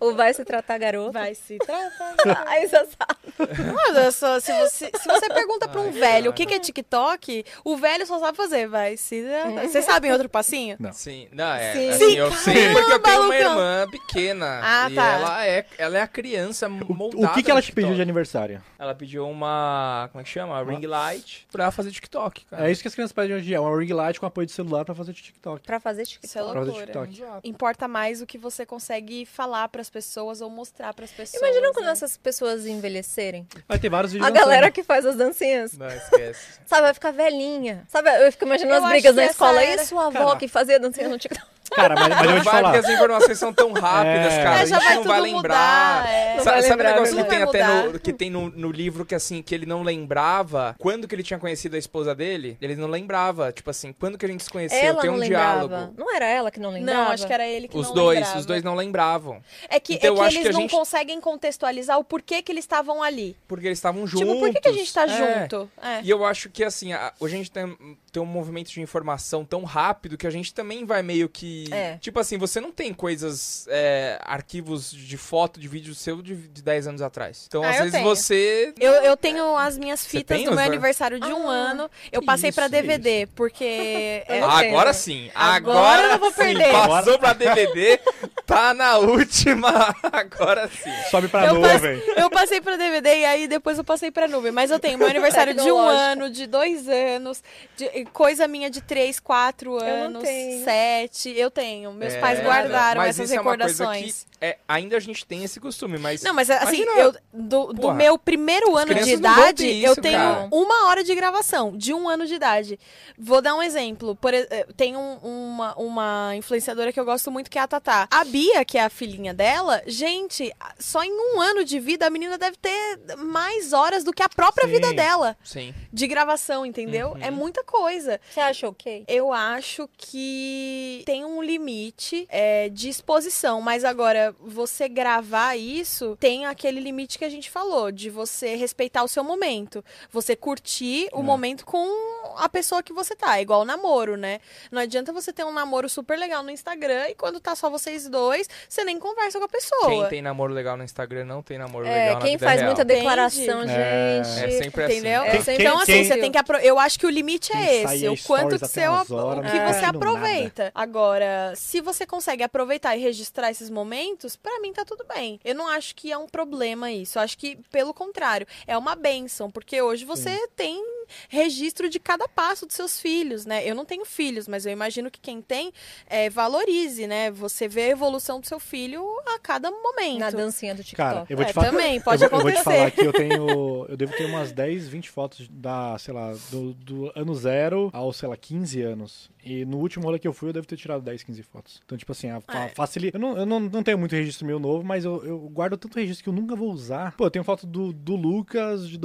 Speaker 1: Ou vai se tratar garoto.
Speaker 2: vai se tratar.
Speaker 1: [laughs] Aí você sabe.
Speaker 2: Olha é só, se você, se você pergunta pra um
Speaker 3: Ai,
Speaker 2: velho
Speaker 3: caralho.
Speaker 2: o que, que é TikTok, o velho só sabe fazer, vai [laughs] se tratar. Vocês sabem outro passinho?
Speaker 3: Sim, não, é.
Speaker 1: Sim.
Speaker 3: assim,
Speaker 2: Sim,
Speaker 3: eu sei porque eu tenho
Speaker 2: caramba,
Speaker 3: uma
Speaker 2: Lucão.
Speaker 3: irmã pequena.
Speaker 2: Ah,
Speaker 3: e
Speaker 2: tá.
Speaker 3: ela é, ela é a criança
Speaker 4: O,
Speaker 3: moldada.
Speaker 4: o que, que ela te
Speaker 3: no
Speaker 4: pediu de
Speaker 3: TikTok.
Speaker 4: aniversário?
Speaker 3: Ela pediu uma. Como é que chama? Ring light pra fazer TikTok, cara.
Speaker 4: É isso que as crianças pedem hoje em dia, é uma ring light com apoio de celular pra fazer TikTok.
Speaker 1: Pra fazer TikTok.
Speaker 2: Isso é
Speaker 4: Pra
Speaker 2: loucura.
Speaker 4: fazer TikTok.
Speaker 2: importa mais o que você consegue falar pras pessoas ou mostrar pras pessoas.
Speaker 1: Imagina quando
Speaker 2: né?
Speaker 1: essas pessoas envelhecerem.
Speaker 4: Vai ter vários vídeos
Speaker 1: A galera que faz as dancinhas.
Speaker 3: Não, esquece.
Speaker 1: Sabe, vai ficar velhinha. Sabe, eu fico imaginando
Speaker 2: Eu
Speaker 1: as
Speaker 2: acho
Speaker 1: brigas na
Speaker 2: que essa
Speaker 1: escola.
Speaker 2: era-
Speaker 1: E sua avó
Speaker 4: Cara.
Speaker 1: que fazia dancinha no TikTok?
Speaker 4: Cara, mas, mas eu vou
Speaker 3: Não [laughs]
Speaker 4: te
Speaker 3: vai,
Speaker 4: falar.
Speaker 3: porque as informações são tão rápidas,
Speaker 4: É.
Speaker 3: cara.
Speaker 2: É,
Speaker 3: A
Speaker 2: já
Speaker 3: gente
Speaker 2: vai
Speaker 3: não vai
Speaker 2: tudo
Speaker 3: lembrar.
Speaker 2: mudar, é.
Speaker 3: Sa-
Speaker 1: Não vai
Speaker 3: Sabe,
Speaker 1: lembrar,
Speaker 3: o negócio
Speaker 2: né?
Speaker 3: que tem
Speaker 2: Não vai
Speaker 3: até no,
Speaker 2: mudar.
Speaker 3: que tem no, no livro que assim, que ele não lembrava quando que ele tinha conhecido a esposa dele? Ele não lembrava. Tipo assim, quando que a gente se conheceu?
Speaker 1: Ela
Speaker 3: tem
Speaker 1: não
Speaker 3: um
Speaker 1: lembrava.
Speaker 3: diálogo.
Speaker 1: Não era ela que não lembrava?
Speaker 2: Não, acho que era ele que
Speaker 3: Os
Speaker 2: Tipo, não
Speaker 3: dois,
Speaker 2: lembrava.
Speaker 3: os dois não lembravam.
Speaker 2: É que,
Speaker 3: Então, eu
Speaker 2: é que
Speaker 3: acho
Speaker 2: eles
Speaker 3: que a
Speaker 2: não
Speaker 3: gente-
Speaker 2: conseguem contextualizar o porquê que eles estavam ali.
Speaker 3: Porque eles estavam juntos.
Speaker 2: Tipo, por que, que a gente tá
Speaker 3: É.
Speaker 2: junto? É.
Speaker 3: E eu acho que, assim, a- hoje a gente tem, tem um movimento de informação tão rápido que a gente também vai meio que.
Speaker 1: É.
Speaker 3: Tipo assim, você não tem coisas, é, arquivos de foto, de vídeo seu de, de 10 anos atrás. Então,
Speaker 2: Ah,
Speaker 3: às
Speaker 2: eu
Speaker 3: vezes
Speaker 2: tenho.
Speaker 3: você.
Speaker 2: Eu, eu tenho as minhas fitas
Speaker 3: tem
Speaker 2: do
Speaker 3: os
Speaker 2: meu
Speaker 3: dois?
Speaker 2: aniversário de um
Speaker 1: Ah,
Speaker 2: ano. Eu passei pra
Speaker 3: isso,
Speaker 2: DVD, [laughs] porque. é-
Speaker 1: Eu não
Speaker 3: Ah,
Speaker 1: tenho,
Speaker 3: agora
Speaker 1: né?
Speaker 3: sim.
Speaker 2: Agora
Speaker 3: Agora,
Speaker 2: eu não vou
Speaker 3: sim.
Speaker 2: perder.
Speaker 3: Passou pra DVD, tá na última. [laughs] Agora sim.
Speaker 4: Sobe pra
Speaker 2: Eu passo-
Speaker 4: nuvem.
Speaker 2: Eu passei pra DVD e aí depois eu passei pra nuvem. Mas eu tenho meu aniversário de um
Speaker 1: Tecnológica.
Speaker 2: ano, de dois anos, de- coisa minha de três, quatro
Speaker 1: não
Speaker 2: anos,
Speaker 1: tenho.
Speaker 2: sete. Eu tenho. Meus
Speaker 3: É,
Speaker 2: pais guardaram
Speaker 3: mas
Speaker 2: essas
Speaker 3: isso é uma coisa
Speaker 2: recordações.
Speaker 3: que, é, ainda a gente tem esse costume, mas.
Speaker 2: Não, mas assim,
Speaker 3: Imagina-
Speaker 2: eu, do, do
Speaker 3: Porra,
Speaker 2: meu primeiro ano de
Speaker 3: crianças não vão
Speaker 2: idade,
Speaker 3: ter
Speaker 2: eu
Speaker 3: isso,
Speaker 2: tenho
Speaker 3: cara.
Speaker 2: uma hora de gravação, de um ano de idade. Vou dar um exemplo. Por, e- eh, tem um- uma, uma influenciadora que eu gosto muito, que é a Tatá. A Bia, que é a filhinha dela, gente, só em um ano de vida a menina deve ter mais horas do que a própria
Speaker 4: Sim.
Speaker 2: vida dela
Speaker 3: Sim.
Speaker 2: de gravação, entendeu?
Speaker 3: Uhum.
Speaker 2: É muita coisa.
Speaker 1: Você acha ok?
Speaker 2: Eu acho que tem um limite é, de exposição, mas agora você gravar isso tem aquele limite que a gente falou, de você respeitar o seu momento. Você curtir o
Speaker 4: É.
Speaker 2: momento com a pessoa que você tá, é igual namoro, né? Não adianta você ter um namoro super legal no Instagram e quando tá só vocês dois, você nem conversa com a
Speaker 3: Quem
Speaker 2: pessoa.
Speaker 3: tem namoro legal no Instagram não tem namoro
Speaker 1: É,
Speaker 3: legal na
Speaker 1: quem
Speaker 3: vida
Speaker 1: faz
Speaker 3: real.
Speaker 1: muita
Speaker 2: Entende?
Speaker 1: declaração,
Speaker 4: É.
Speaker 3: É
Speaker 1: gente.
Speaker 3: sempre
Speaker 2: Entendeu?
Speaker 1: assim.
Speaker 4: Quem-
Speaker 1: É, sempre
Speaker 2: Então, assim,
Speaker 4: quem-
Speaker 2: você tem que apro... Eu acho que o limite
Speaker 4: Quem
Speaker 2: é esse.
Speaker 4: saía
Speaker 2: O quanto
Speaker 4: stories
Speaker 2: que você,
Speaker 4: até umas
Speaker 2: o
Speaker 4: horas, né?
Speaker 2: que
Speaker 1: não
Speaker 2: você
Speaker 4: curtindo nada.
Speaker 2: aproveita. Agora, se você consegue aproveitar e registrar esses momentos, pra mim tá tudo bem. Eu não acho que é um problema isso. Eu acho que, pelo contrário, é uma benção. Porque hoje você tem registro de cada passo dos seus filhos, né? Eu não tenho filhos, mas eu imagino que quem tem é, valorize, né? Você vê a evolução do seu filho a cada momento.
Speaker 1: Na dancinha do TikTok.
Speaker 4: Cara, eu vou
Speaker 2: É,
Speaker 4: te falar.
Speaker 2: também, pode
Speaker 4: eu, vou- eu vou te
Speaker 2: acontecer.
Speaker 4: falar que eu tenho. Eu devo ter umas 10, 20 fotos da, sei lá, do, do ano zero ao, sei lá, 15 anos. E no último rolê que eu fui, eu devo ter tirado 10, 15 fotos. Então, tipo assim, a,
Speaker 2: É.
Speaker 4: facilita. Eu, não, eu não, não tenho muito registro meu novo, mas eu, eu guardo tanto registro que eu nunca vou usar. Pô, eu tenho foto do, do Lucas de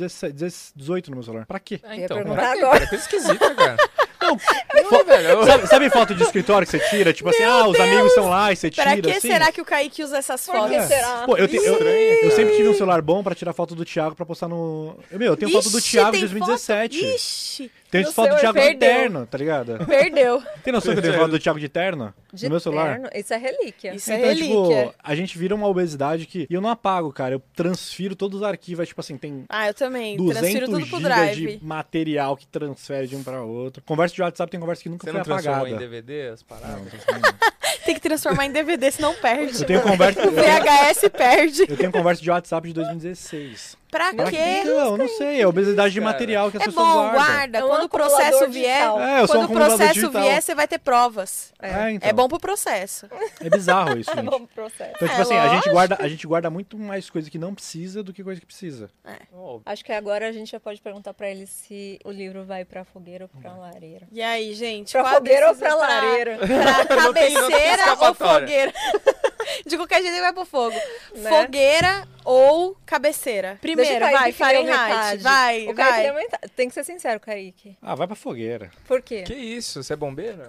Speaker 4: 2018 no meu celular. Pra quê?
Speaker 3: Ah,
Speaker 1: ia
Speaker 3: então,
Speaker 1: perguntar
Speaker 3: pra quê,
Speaker 1: [laughs] agora.
Speaker 3: cara? Coisa esquisita, cara.
Speaker 4: Não,
Speaker 3: Pô, velho, eu-
Speaker 4: sabe, sabe foto de escritório que você tira? Tipo assim, ah, os amigos estão lá e você tira.
Speaker 2: Pra que
Speaker 4: assim?
Speaker 2: será que o Kaique usa essas
Speaker 1: Por
Speaker 2: fotos?
Speaker 1: que será?
Speaker 4: Pô, eu, te- eu-
Speaker 3: Estranho,
Speaker 4: eu
Speaker 3: cara.
Speaker 4: sempre tive um celular bom pra tirar foto do Thiago pra postar no. Meu, eu tenho foto do
Speaker 2: Ixi,
Speaker 4: Thiago de
Speaker 2: tem
Speaker 4: 2017.
Speaker 2: Foto... Ixi,
Speaker 4: Tem
Speaker 1: No
Speaker 4: foto do
Speaker 1: seu,
Speaker 4: Thiago de
Speaker 1: perdeu.
Speaker 4: terno, tá ligado?
Speaker 2: perdeu.
Speaker 4: Tem noção que eu tenho foto do Thiago de terno?
Speaker 1: De
Speaker 4: no meu celular?
Speaker 1: terno, [laughs] Isso é relíquia.
Speaker 2: Isso é
Speaker 4: Então,
Speaker 2: relíquia.
Speaker 4: tipo, a gente vira uma obesidade que. E eu não apago, cara. Eu transfiro todos os arquivos. é Tipo assim, tem
Speaker 2: Ah, eu também. Transfiro
Speaker 4: 200
Speaker 2: tudo pro
Speaker 4: GB
Speaker 1: [laughs]
Speaker 2: drive.
Speaker 4: de material que transfere de um pra outro. Conversa de WhatsApp tem conversa que nunca
Speaker 3: Você
Speaker 4: foi
Speaker 3: não transformou em
Speaker 4: apagada.
Speaker 3: DVD as paradas?
Speaker 2: Tem que transformar em DVD, senão perde. [laughs]
Speaker 4: Eu tenho conversa.
Speaker 2: O VHS perde.
Speaker 4: Eu tenho conversa de WhatsApp de 2016.
Speaker 2: Pra
Speaker 4: Pra quê?
Speaker 2: quê?
Speaker 4: Não, eu não sei. É a obesidade de
Speaker 3: cara.
Speaker 4: material que as
Speaker 2: É
Speaker 4: pessoas
Speaker 2: bom,
Speaker 4: guardam.
Speaker 2: guarda.
Speaker 1: É um
Speaker 2: Quando o processo
Speaker 1: acumulador
Speaker 2: vier,
Speaker 1: digital.
Speaker 4: É, eu sou um
Speaker 2: quando o
Speaker 4: acumulador
Speaker 2: processo
Speaker 4: digital.
Speaker 2: vier, você vai ter provas.
Speaker 1: [laughs]
Speaker 4: É, então.
Speaker 2: É bom pro processo.
Speaker 4: É
Speaker 2: [laughs]
Speaker 4: bizarro isso, gente.
Speaker 1: Bom um processo.
Speaker 4: Então,
Speaker 2: É,
Speaker 4: tipo assim, a gente,
Speaker 2: lógico.
Speaker 4: guarda, a gente guarda muito mais coisa que não precisa do que coisa que precisa.
Speaker 3: Oh,
Speaker 1: Acho que agora a gente já pode perguntar pra ele se o livro vai pra fogueira ou pra lareira.
Speaker 2: E aí, gente?
Speaker 1: Pra
Speaker 2: qual
Speaker 1: fogueira ou
Speaker 2: desses
Speaker 1: pra
Speaker 2: é
Speaker 1: lareira?
Speaker 2: Pra
Speaker 4: [laughs]
Speaker 3: Não tem- não tem
Speaker 2: cabeceira ou
Speaker 3: escapatória.
Speaker 2: fogueira? [laughs] De qualquer jeito ele vai pro fogo.
Speaker 1: Né?
Speaker 2: Fogueira ou cabeceira? Primeiro,
Speaker 1: Deixa o
Speaker 2: vai,
Speaker 1: Kaique ler o
Speaker 2: Fahrenheit.
Speaker 1: metade.
Speaker 2: Vai,
Speaker 1: O Kaique
Speaker 2: vai.
Speaker 1: leu metade. Tem que ser sincero, Kaique.
Speaker 4: Ah, vai pra fogueira.
Speaker 1: Por quê?
Speaker 3: que isso? Você é bombeiro?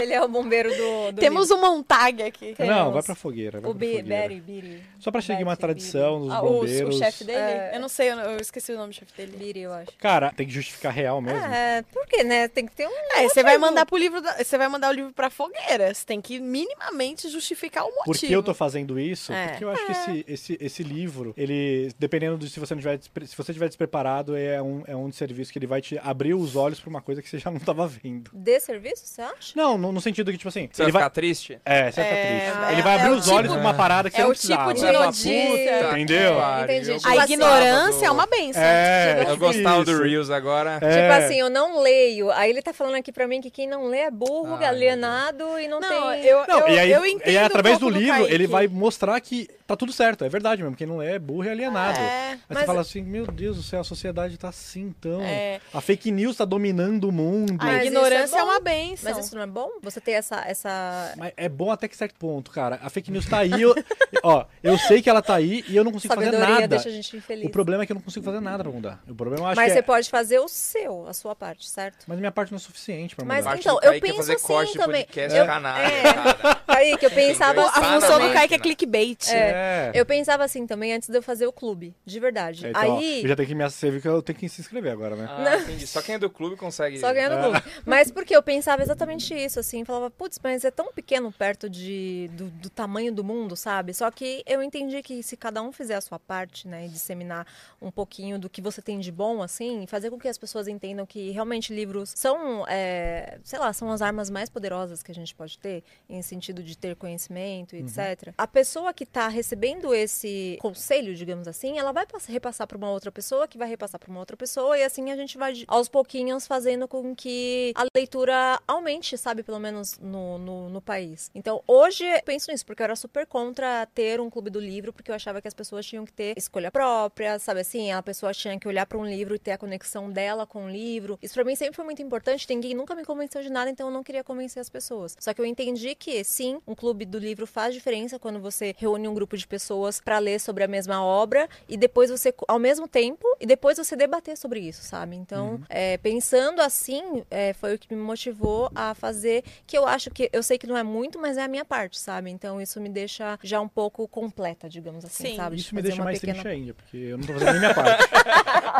Speaker 1: Ele é o bombeiro do. do
Speaker 2: Temos um Montag aqui.
Speaker 1: Temos.
Speaker 4: Não, vai pra fogueira.
Speaker 1: livro.
Speaker 4: Vai
Speaker 1: O
Speaker 4: pra
Speaker 1: Bi,
Speaker 4: fogueira.
Speaker 1: Beri, Biri.
Speaker 4: Só pra seguir uma
Speaker 1: Bete,
Speaker 4: tradição dos
Speaker 2: Ah, o, o
Speaker 4: bombeiros.
Speaker 2: chefe dele?
Speaker 1: É.
Speaker 2: Eu não sei, eu, eu esqueci o nome do chefe
Speaker 1: Biri,
Speaker 2: dele.
Speaker 1: Biri, eu acho.
Speaker 4: Cara, tem que justificar real mesmo.
Speaker 1: É, por quê, né? Tem que ter um.
Speaker 2: É, você vai mandar pro livro, da- você vai mandar o livro pra fogueira. Você tem que minimamente justificar o motivo.
Speaker 4: Por que eu tô fazendo isso?
Speaker 2: É.
Speaker 4: Porque eu acho que esse, esse, esse livro, ele, dependendo de se você não tiver, despre- se você tiver despreparado, é um, é um serviço que ele vai te abrir os olhos pra uma coisa que você já não tava vendo.
Speaker 1: De serviço, você acha?
Speaker 4: Não, no, no sentido que, tipo assim,
Speaker 3: Você
Speaker 4: ele
Speaker 3: vai
Speaker 4: vai.
Speaker 3: ficar triste?
Speaker 4: É, você vai
Speaker 2: É,
Speaker 4: ficar
Speaker 2: é-
Speaker 4: triste. Ele vai
Speaker 2: é
Speaker 4: abrir
Speaker 2: o
Speaker 4: os olhos
Speaker 2: tipo-
Speaker 4: pra uma parada que
Speaker 2: é
Speaker 4: você
Speaker 2: o
Speaker 4: não
Speaker 2: tipo
Speaker 4: precisava.
Speaker 2: de
Speaker 3: Vai falar,
Speaker 2: notícia.
Speaker 3: é "Puta
Speaker 4: Entendeu?
Speaker 3: que pariu,
Speaker 1: Entendi,
Speaker 3: eu
Speaker 1: tipo
Speaker 2: A
Speaker 3: gostava
Speaker 1: assim,
Speaker 2: ignorância
Speaker 3: do-
Speaker 2: é uma benção.
Speaker 4: É,
Speaker 3: Eu gostava do
Speaker 4: isso.
Speaker 3: Reels agora.
Speaker 4: É.
Speaker 1: Tipo assim, eu não leio. Aí ele tá falando aqui pra mim que quem não lê é burro,
Speaker 4: Ah,
Speaker 3: Ai,
Speaker 1: alienado e não,
Speaker 2: Não,
Speaker 1: tem.
Speaker 2: eu,
Speaker 4: Não,
Speaker 2: eu,
Speaker 4: e aí,
Speaker 2: eu entendo
Speaker 4: e aí, através
Speaker 2: um
Speaker 4: do
Speaker 2: pouco
Speaker 4: livro, ele
Speaker 2: Kaique.
Speaker 4: vai mostrar que tá tudo certo. É verdade mesmo. Quem não é, é burro e alienado.
Speaker 2: É,
Speaker 4: Aí
Speaker 1: mas-
Speaker 4: você fala assim, meu Deus do céu, a sociedade tá assim então.
Speaker 2: É.
Speaker 4: A fake news tá dominando o mundo.
Speaker 2: A
Speaker 1: Mas isso
Speaker 2: ignorância
Speaker 1: é
Speaker 2: é,
Speaker 1: bom.
Speaker 2: uma benção.
Speaker 1: Mas isso não é bom? Você ter essa. essa...
Speaker 4: Mas é bom até que certo ponto, cara. A fake news tá aí. Eu, [laughs] ó, eu sei que ela tá aí e eu não consigo fazer
Speaker 1: Sabedoria
Speaker 4: nada.
Speaker 1: deixa a gente infeliz.
Speaker 4: O problema é que eu não consigo fazer nada pra mudar. O problema eu acho
Speaker 1: Mas
Speaker 4: que
Speaker 1: você
Speaker 4: é...
Speaker 1: pode fazer o seu, a sua parte, certo?
Speaker 4: Mas minha parte não é suficiente pra
Speaker 1: Mas
Speaker 4: mudar.
Speaker 3: Parte
Speaker 1: então,
Speaker 3: do
Speaker 1: eu
Speaker 3: Kaique é
Speaker 1: penso
Speaker 3: fazer
Speaker 1: assim
Speaker 3: corte de
Speaker 1: também.
Speaker 3: podcast
Speaker 1: Eu-
Speaker 3: canalha,
Speaker 1: é.
Speaker 3: cara.
Speaker 1: Aí que eu pensava
Speaker 3: eu
Speaker 1: assim.
Speaker 2: A função do
Speaker 1: também.
Speaker 2: Kaique Tá é clickbait.
Speaker 4: É.
Speaker 1: Eu pensava assim também antes de eu fazer o clube, de verdade.
Speaker 4: Então, ó,
Speaker 1: Aí.
Speaker 4: eu já tenho que me servir que eu tenho que se inscrever agora, né?
Speaker 3: Ah, entendi. Só quem é do clube consegue.
Speaker 1: Só ganhando clube. Mas porque eu pensava exatamente isso, assim. Falava, putz, mas é tão pequeno perto de, do, do tamanho do mundo, sabe? Só que eu entendi que se cada um fizer a sua parte, né? E disseminar um pouquinho do que você tem de bom, assim. Fazer com que as pessoas entendam que realmente livros são, é, sei lá, são as armas mais poderosas que a gente pode ter. Em sentido de ter conhecimento, etc. A pessoa que tá recebendo esse conselho, digamos assim, ela vai pass- repassar pra uma outra pessoa, que vai repassar pra uma outra pessoa. E assim a gente vai de- aos pouquinhos fazendo com que a leitura aumente, sabe? Pelo menos no, no, no país. Então, hoje, eu penso nisso, porque eu era super contra ter um clube do livro, porque eu achava que as pessoas tinham que ter escolha própria, sabe assim? A pessoa tinha que olhar pra um livro e ter a conexão dela com o livro. Isso pra mim sempre foi muito importante. Ninguém nunca me convenceu de nada, então eu não queria convencer as pessoas. Só que eu entendi que, sim, um clube do livro faz diferença quando você reúne um grupo de pessoas pra ler sobre a mesma obra e depois você, ao mesmo tempo, e depois você debater sobre isso, sabe? Então, é, pensando assim, é, foi o que me motivou a fazer, que eu acho que, eu sei que não é muito, mas é a minha parte, sabe? Então, isso me deixa já um pouco completa, digamos assim,
Speaker 2: Sim.
Speaker 1: sabe? De
Speaker 4: Isso me
Speaker 1: fazer
Speaker 4: deixa
Speaker 1: uma
Speaker 4: mais
Speaker 1: pequena
Speaker 4: triste ainda, porque eu não tô fazendo nem minha parte.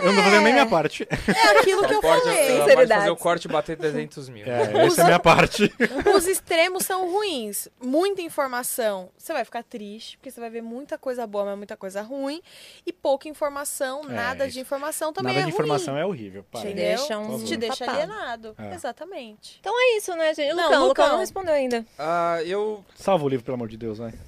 Speaker 4: Eu não tô fazendo nem minha
Speaker 3: [laughs]
Speaker 4: parte.
Speaker 2: É aquilo que eu
Speaker 3: um Corte,
Speaker 2: falei.
Speaker 3: ela pode fazer o corte e bater 300 mil.
Speaker 4: É, essa é a minha parte.
Speaker 2: Os extremos são ruins. Muita informação, você vai ficar triste, porque você vai ver muita coisa boa, mas muita coisa ruim. E pouca informação,
Speaker 4: É,
Speaker 2: nada
Speaker 4: isso.
Speaker 2: de informação também
Speaker 4: Nada
Speaker 2: é
Speaker 4: de informação é horrível, para.
Speaker 2: ruim.
Speaker 1: Gente,
Speaker 2: entendeu?
Speaker 1: Deixa um
Speaker 2: Te deixa
Speaker 1: papado.
Speaker 2: alienado.
Speaker 4: É.
Speaker 2: Exatamente.
Speaker 1: Então é isso, né, gente?
Speaker 2: Não,
Speaker 1: Lucão, Lucão
Speaker 2: Lucão.
Speaker 1: não respondeu ainda.
Speaker 3: Ah, eu,
Speaker 4: Salva o livro, pelo amor de Deus, né? vai.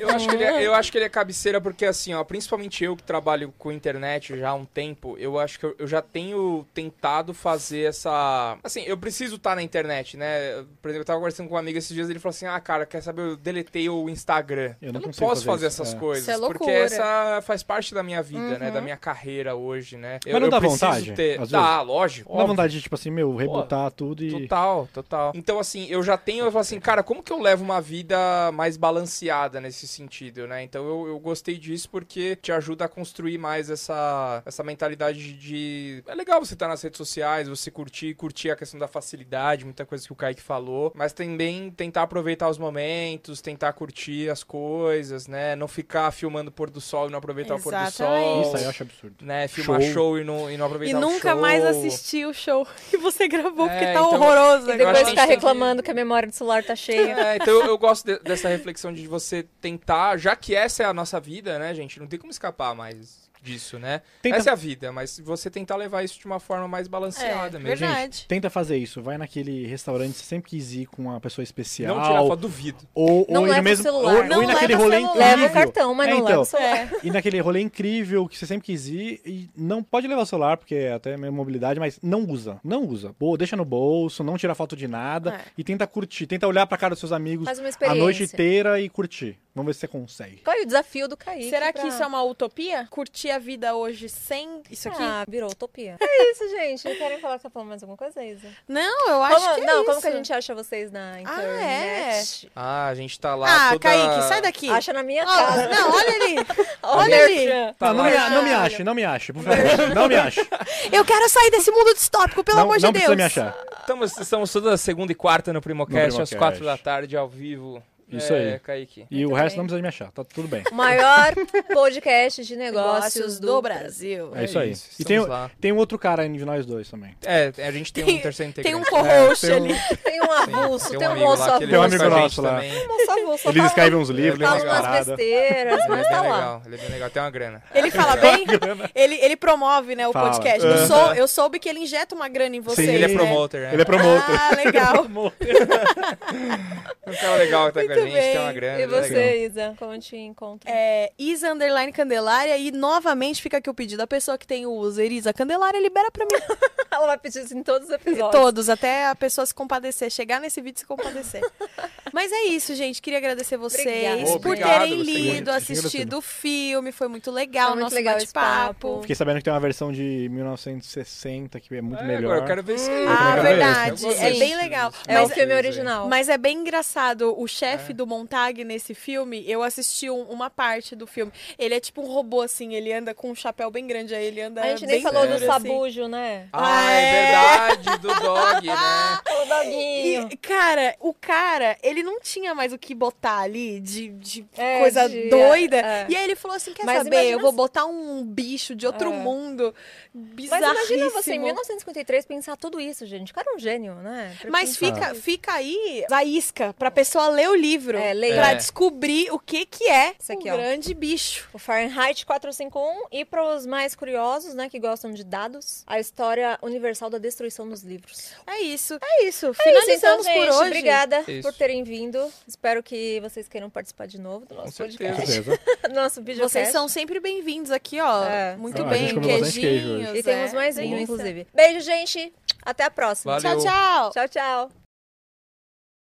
Speaker 3: Eu acho, que ele é, eu acho que ele é cabeceira porque, assim, ó, principalmente eu que trabalho com internet já há um tempo, eu acho que eu, eu já tenho tentado fazer essa. Assim, eu preciso estar na internet, né? Por exemplo, eu tava conversando com um amigo esses dias ele falou assim: ah, cara, quer saber? Eu deletei o Instagram.
Speaker 4: Eu não consigo
Speaker 3: posso fazer,
Speaker 4: fazer isso,
Speaker 3: essas
Speaker 4: é.
Speaker 3: coisas.
Speaker 1: Isso é
Speaker 3: porque
Speaker 1: loucura. Uhum.
Speaker 3: essa faz parte da minha vida, né? Da minha carreira hoje, né?
Speaker 4: Mas não dá vontade,
Speaker 3: Ter...
Speaker 4: às
Speaker 3: Dá, lógico.
Speaker 4: Dá
Speaker 3: óbvio.
Speaker 4: vontade de, tipo assim, meu, rebutar tudo e.
Speaker 3: Total, total. Então, assim, eu já tenho, eu falo assim, cara, como que eu levo uma vida mais balanceada nesse sentido, né? Então eu, eu gostei disso porque te ajuda a construir mais essa, essa mentalidade de. É legal você estar nas redes sociais, você curtir, curtir a questão da facilidade, muita coisa que o Kaique falou, mas também tentar aproveitar os momentos, tentar curtir as coisas, né? Não ficar filmando o pôr do sol e não aproveitar o pôr do sol.
Speaker 2: Exatamente.
Speaker 4: Isso aí eu acho absurdo.
Speaker 3: Né, filmar
Speaker 4: Show.
Speaker 3: show, e, não, e não
Speaker 2: E
Speaker 3: aproveitar o um show.
Speaker 2: nunca mais assisti o show [laughs] que você gravou, porque
Speaker 3: É,
Speaker 2: tá
Speaker 3: então-
Speaker 2: horroroso.
Speaker 1: E
Speaker 3: acho que a
Speaker 1: depois
Speaker 3: gente
Speaker 1: ficar
Speaker 3: tem que-
Speaker 1: reclamando que a memória do celular tá cheia.
Speaker 3: É, então eu, eu gosto de- dessa reflexão de você tentar, já que essa é a nossa vida, né, gente? Não tem como escapar mais disso, né?
Speaker 4: Tenta-
Speaker 3: Essa é a vida, mas você tentar levar isso de uma forma mais balanceada
Speaker 2: É,
Speaker 3: mesmo.
Speaker 2: verdade.
Speaker 4: Tenta fazer isso. Vai naquele restaurante que você sempre quis ir com uma pessoa especial.
Speaker 3: Não tirar foto, duvido.
Speaker 4: Ou,
Speaker 1: Não
Speaker 4: ou ir
Speaker 1: leva
Speaker 4: no
Speaker 1: o
Speaker 4: mesmo.
Speaker 1: celular.
Speaker 4: Ou,
Speaker 2: Não
Speaker 4: ou ir naquele
Speaker 2: leva o
Speaker 4: rolê
Speaker 2: celular.
Speaker 4: incrível.
Speaker 1: [laughs] Leva o cartão, mas
Speaker 4: É,
Speaker 1: não
Speaker 4: então,
Speaker 1: leva o celular.
Speaker 2: É.
Speaker 4: E naquele rolê incrível que você sempre quis ir e não pode levar o celular, porque é até minha mobilidade, mas não usa. Não usa. Boa, deixa no bolso, não tira foto de nada
Speaker 2: É.
Speaker 4: e tenta curtir. Tenta olhar pra cara dos seus amigos
Speaker 1: Faz uma
Speaker 4: a
Speaker 1: experiência.
Speaker 4: noite inteira e curtir. Vamos ver se você consegue.
Speaker 1: Qual é o desafio do Kaique?
Speaker 2: Será
Speaker 1: pra-
Speaker 2: que isso é uma utopia? Curtir a vida hoje sem isso aqui?
Speaker 1: Ah, virou utopia. É isso, gente. Querem falar que tá falando mais alguma coisa, Isa?
Speaker 2: Não, eu acho
Speaker 1: Como-
Speaker 2: que é
Speaker 1: não,
Speaker 2: isso. é?
Speaker 1: como que a gente acha vocês na internet?
Speaker 3: Ah, a gente tá lá.
Speaker 2: Ah,
Speaker 3: toda...
Speaker 2: Kaique, sai daqui.
Speaker 1: Acha na minha
Speaker 2: Ó, [laughs]
Speaker 1: casa.
Speaker 2: não, olha ali.
Speaker 1: Olha
Speaker 2: Ah, Olha
Speaker 1: ali.
Speaker 4: Não, não, é. me,
Speaker 3: tá lá.
Speaker 4: não me ache, não me ache, por favor. Não me ache.
Speaker 2: Eu quero sair desse mundo distópico, pelo
Speaker 4: não
Speaker 2: amor de
Speaker 4: não
Speaker 2: Deus.
Speaker 4: precisa me achar.
Speaker 3: Estamos, estamos toda segunda e quarta no Primocast,
Speaker 4: No
Speaker 3: às
Speaker 4: Primocast.
Speaker 3: quatro da tarde, ao vivo.
Speaker 4: Isso
Speaker 3: é,
Speaker 4: aí.
Speaker 3: Kaique.
Speaker 4: E o
Speaker 1: Muito
Speaker 4: resto
Speaker 1: bem.
Speaker 4: não precisa me achar, tá tudo bem.
Speaker 1: O maior podcast de negócios do Brasil.
Speaker 4: É isso aí.
Speaker 3: isso,
Speaker 4: e tem,
Speaker 3: estamos
Speaker 4: o-
Speaker 3: lá.
Speaker 4: tem um outro cara aí de nós dois também.
Speaker 3: É, a gente tem,
Speaker 2: Tem-
Speaker 3: um terceiro
Speaker 2: Tem
Speaker 3: integrante.
Speaker 2: um co-host
Speaker 4: tem um-
Speaker 2: ali.
Speaker 1: Tem um avulso, tem um
Speaker 3: amigo
Speaker 1: moço
Speaker 3: lá que ele
Speaker 4: Tem um
Speaker 1: avulso.
Speaker 3: faz com
Speaker 4: amigo
Speaker 3: a gente
Speaker 4: nosso lá.
Speaker 3: também.
Speaker 1: Moço avulso.
Speaker 4: Eles
Speaker 1: fala-
Speaker 4: escrevem uns livros,
Speaker 3: Ele
Speaker 1: Fala
Speaker 4: umas
Speaker 1: umas
Speaker 4: paradas.
Speaker 1: besteiras,
Speaker 3: Ele é
Speaker 1: mas tá
Speaker 3: bem
Speaker 1: lá.
Speaker 3: legal, ele é bem legal, tem uma grana.
Speaker 2: Ele fala
Speaker 4: [laughs]
Speaker 2: bem, ele, ele promove, né, o
Speaker 4: Fala.
Speaker 2: podcast. Eu, sou, eu soube que ele injeta uma grana em vocês.
Speaker 4: Sim,
Speaker 3: Ele é
Speaker 2: né?
Speaker 3: promoter, né?
Speaker 4: Ele é promotor.
Speaker 2: Ah, [laughs] legal.
Speaker 3: É um cara legal que tá com a
Speaker 2: Muito
Speaker 3: gente, tem uma
Speaker 2: bem.
Speaker 3: grana.
Speaker 1: E
Speaker 3: ele é legal.
Speaker 1: você, Isa? Como te encontra?
Speaker 2: É, Isa Underline Candelária e novamente fica aqui o pedido. A pessoa que tem o user Isa Candelária, libera pra mim
Speaker 1: [laughs] Ela vai pedir isso em todos os episódios.
Speaker 2: todos, até a pessoa se compadecer, chegar nesse vídeo e se
Speaker 1: [laughs]
Speaker 2: compadecer. Mas é isso, gente. Queria agradecer vocês
Speaker 1: Obrigada.
Speaker 2: por
Speaker 3: Obrigado,
Speaker 2: terem
Speaker 3: gostei
Speaker 4: muito.
Speaker 2: lido,
Speaker 4: Obrigado, Cristina.
Speaker 2: assistido o filme. Foi muito legal
Speaker 1: Foi
Speaker 2: o
Speaker 1: muito
Speaker 2: nosso
Speaker 1: legal esse
Speaker 2: bate-papo.
Speaker 1: papo.
Speaker 4: Fiquei sabendo que tem uma versão de 1960 que é muito
Speaker 3: É,
Speaker 4: melhor.
Speaker 3: Agora eu quero ver isso.
Speaker 2: Ah,
Speaker 3: aí. Eu quero ver isso.
Speaker 2: verdade.
Speaker 3: Eu gosto
Speaker 2: É
Speaker 3: disso.
Speaker 2: bem legal.
Speaker 1: É o
Speaker 2: Mas-
Speaker 1: filme original.
Speaker 2: Mas é bem engraçado. O chefe do Montag nesse filme, eu assisti um- uma parte do filme. Ele é tipo um robô, assim. Ele anda com um chapéu bem grande. Aí ele anda.
Speaker 1: a gente
Speaker 2: bem
Speaker 1: nem falou do
Speaker 2: duro, assim.
Speaker 1: sabujo, né?
Speaker 3: Ah, é verdade, do dog, né?
Speaker 1: O doguinho.
Speaker 2: E, cara, o cara, ele não tinha mais o que botar ali de, de
Speaker 1: É,
Speaker 2: coisa
Speaker 1: de-
Speaker 2: doida.
Speaker 1: é.
Speaker 2: E aí ele falou assim: quer
Speaker 1: Mas
Speaker 2: saber?
Speaker 1: imagina
Speaker 2: Eu vou
Speaker 1: se-
Speaker 2: botar um bicho de outro
Speaker 1: É.
Speaker 2: mundo.
Speaker 1: Mas
Speaker 2: é Bizarríssimo.
Speaker 1: imagina você, em 1953, pensar tudo isso, gente. O cara é um gênio, né? Pra
Speaker 2: Mas
Speaker 1: pensar
Speaker 2: fica,
Speaker 1: isso.
Speaker 2: fica aí a isca pra pessoa ler o livro.
Speaker 1: É, leia.
Speaker 2: Pra
Speaker 3: É.
Speaker 2: descobrir o que que é
Speaker 1: Isso aqui,
Speaker 2: um
Speaker 1: ó.
Speaker 2: grande bicho.
Speaker 1: O Fahrenheit 451 e para os mais curiosos, né, que gostam de dados, a história universal da destruição dos livros.
Speaker 2: É isso. É isso.
Speaker 1: É isso,
Speaker 2: Finalizamos
Speaker 1: então, gente.
Speaker 2: por hoje.
Speaker 1: Obrigada
Speaker 3: Isso.
Speaker 1: por terem vindo. Espero que vocês queiram participar de novo do
Speaker 3: Com
Speaker 1: nosso
Speaker 4: Com
Speaker 1: podcast,
Speaker 3: certeza.
Speaker 4: certeza.
Speaker 1: [laughs] do nosso videocast.
Speaker 2: Vocês são sempre bem-vindos aqui, ó.
Speaker 1: É.
Speaker 2: Muito
Speaker 4: Ah, a gente
Speaker 2: bem,
Speaker 4: comeu bastante queijo hoje.
Speaker 2: queijinhos.
Speaker 1: e temos
Speaker 2: é.
Speaker 1: mais um,
Speaker 2: Delícia.
Speaker 1: vinho, inclusive. Beijo, gente. Até a próxima.
Speaker 3: Valeu.
Speaker 2: Tchau, tchau.
Speaker 1: Tchau, tchau.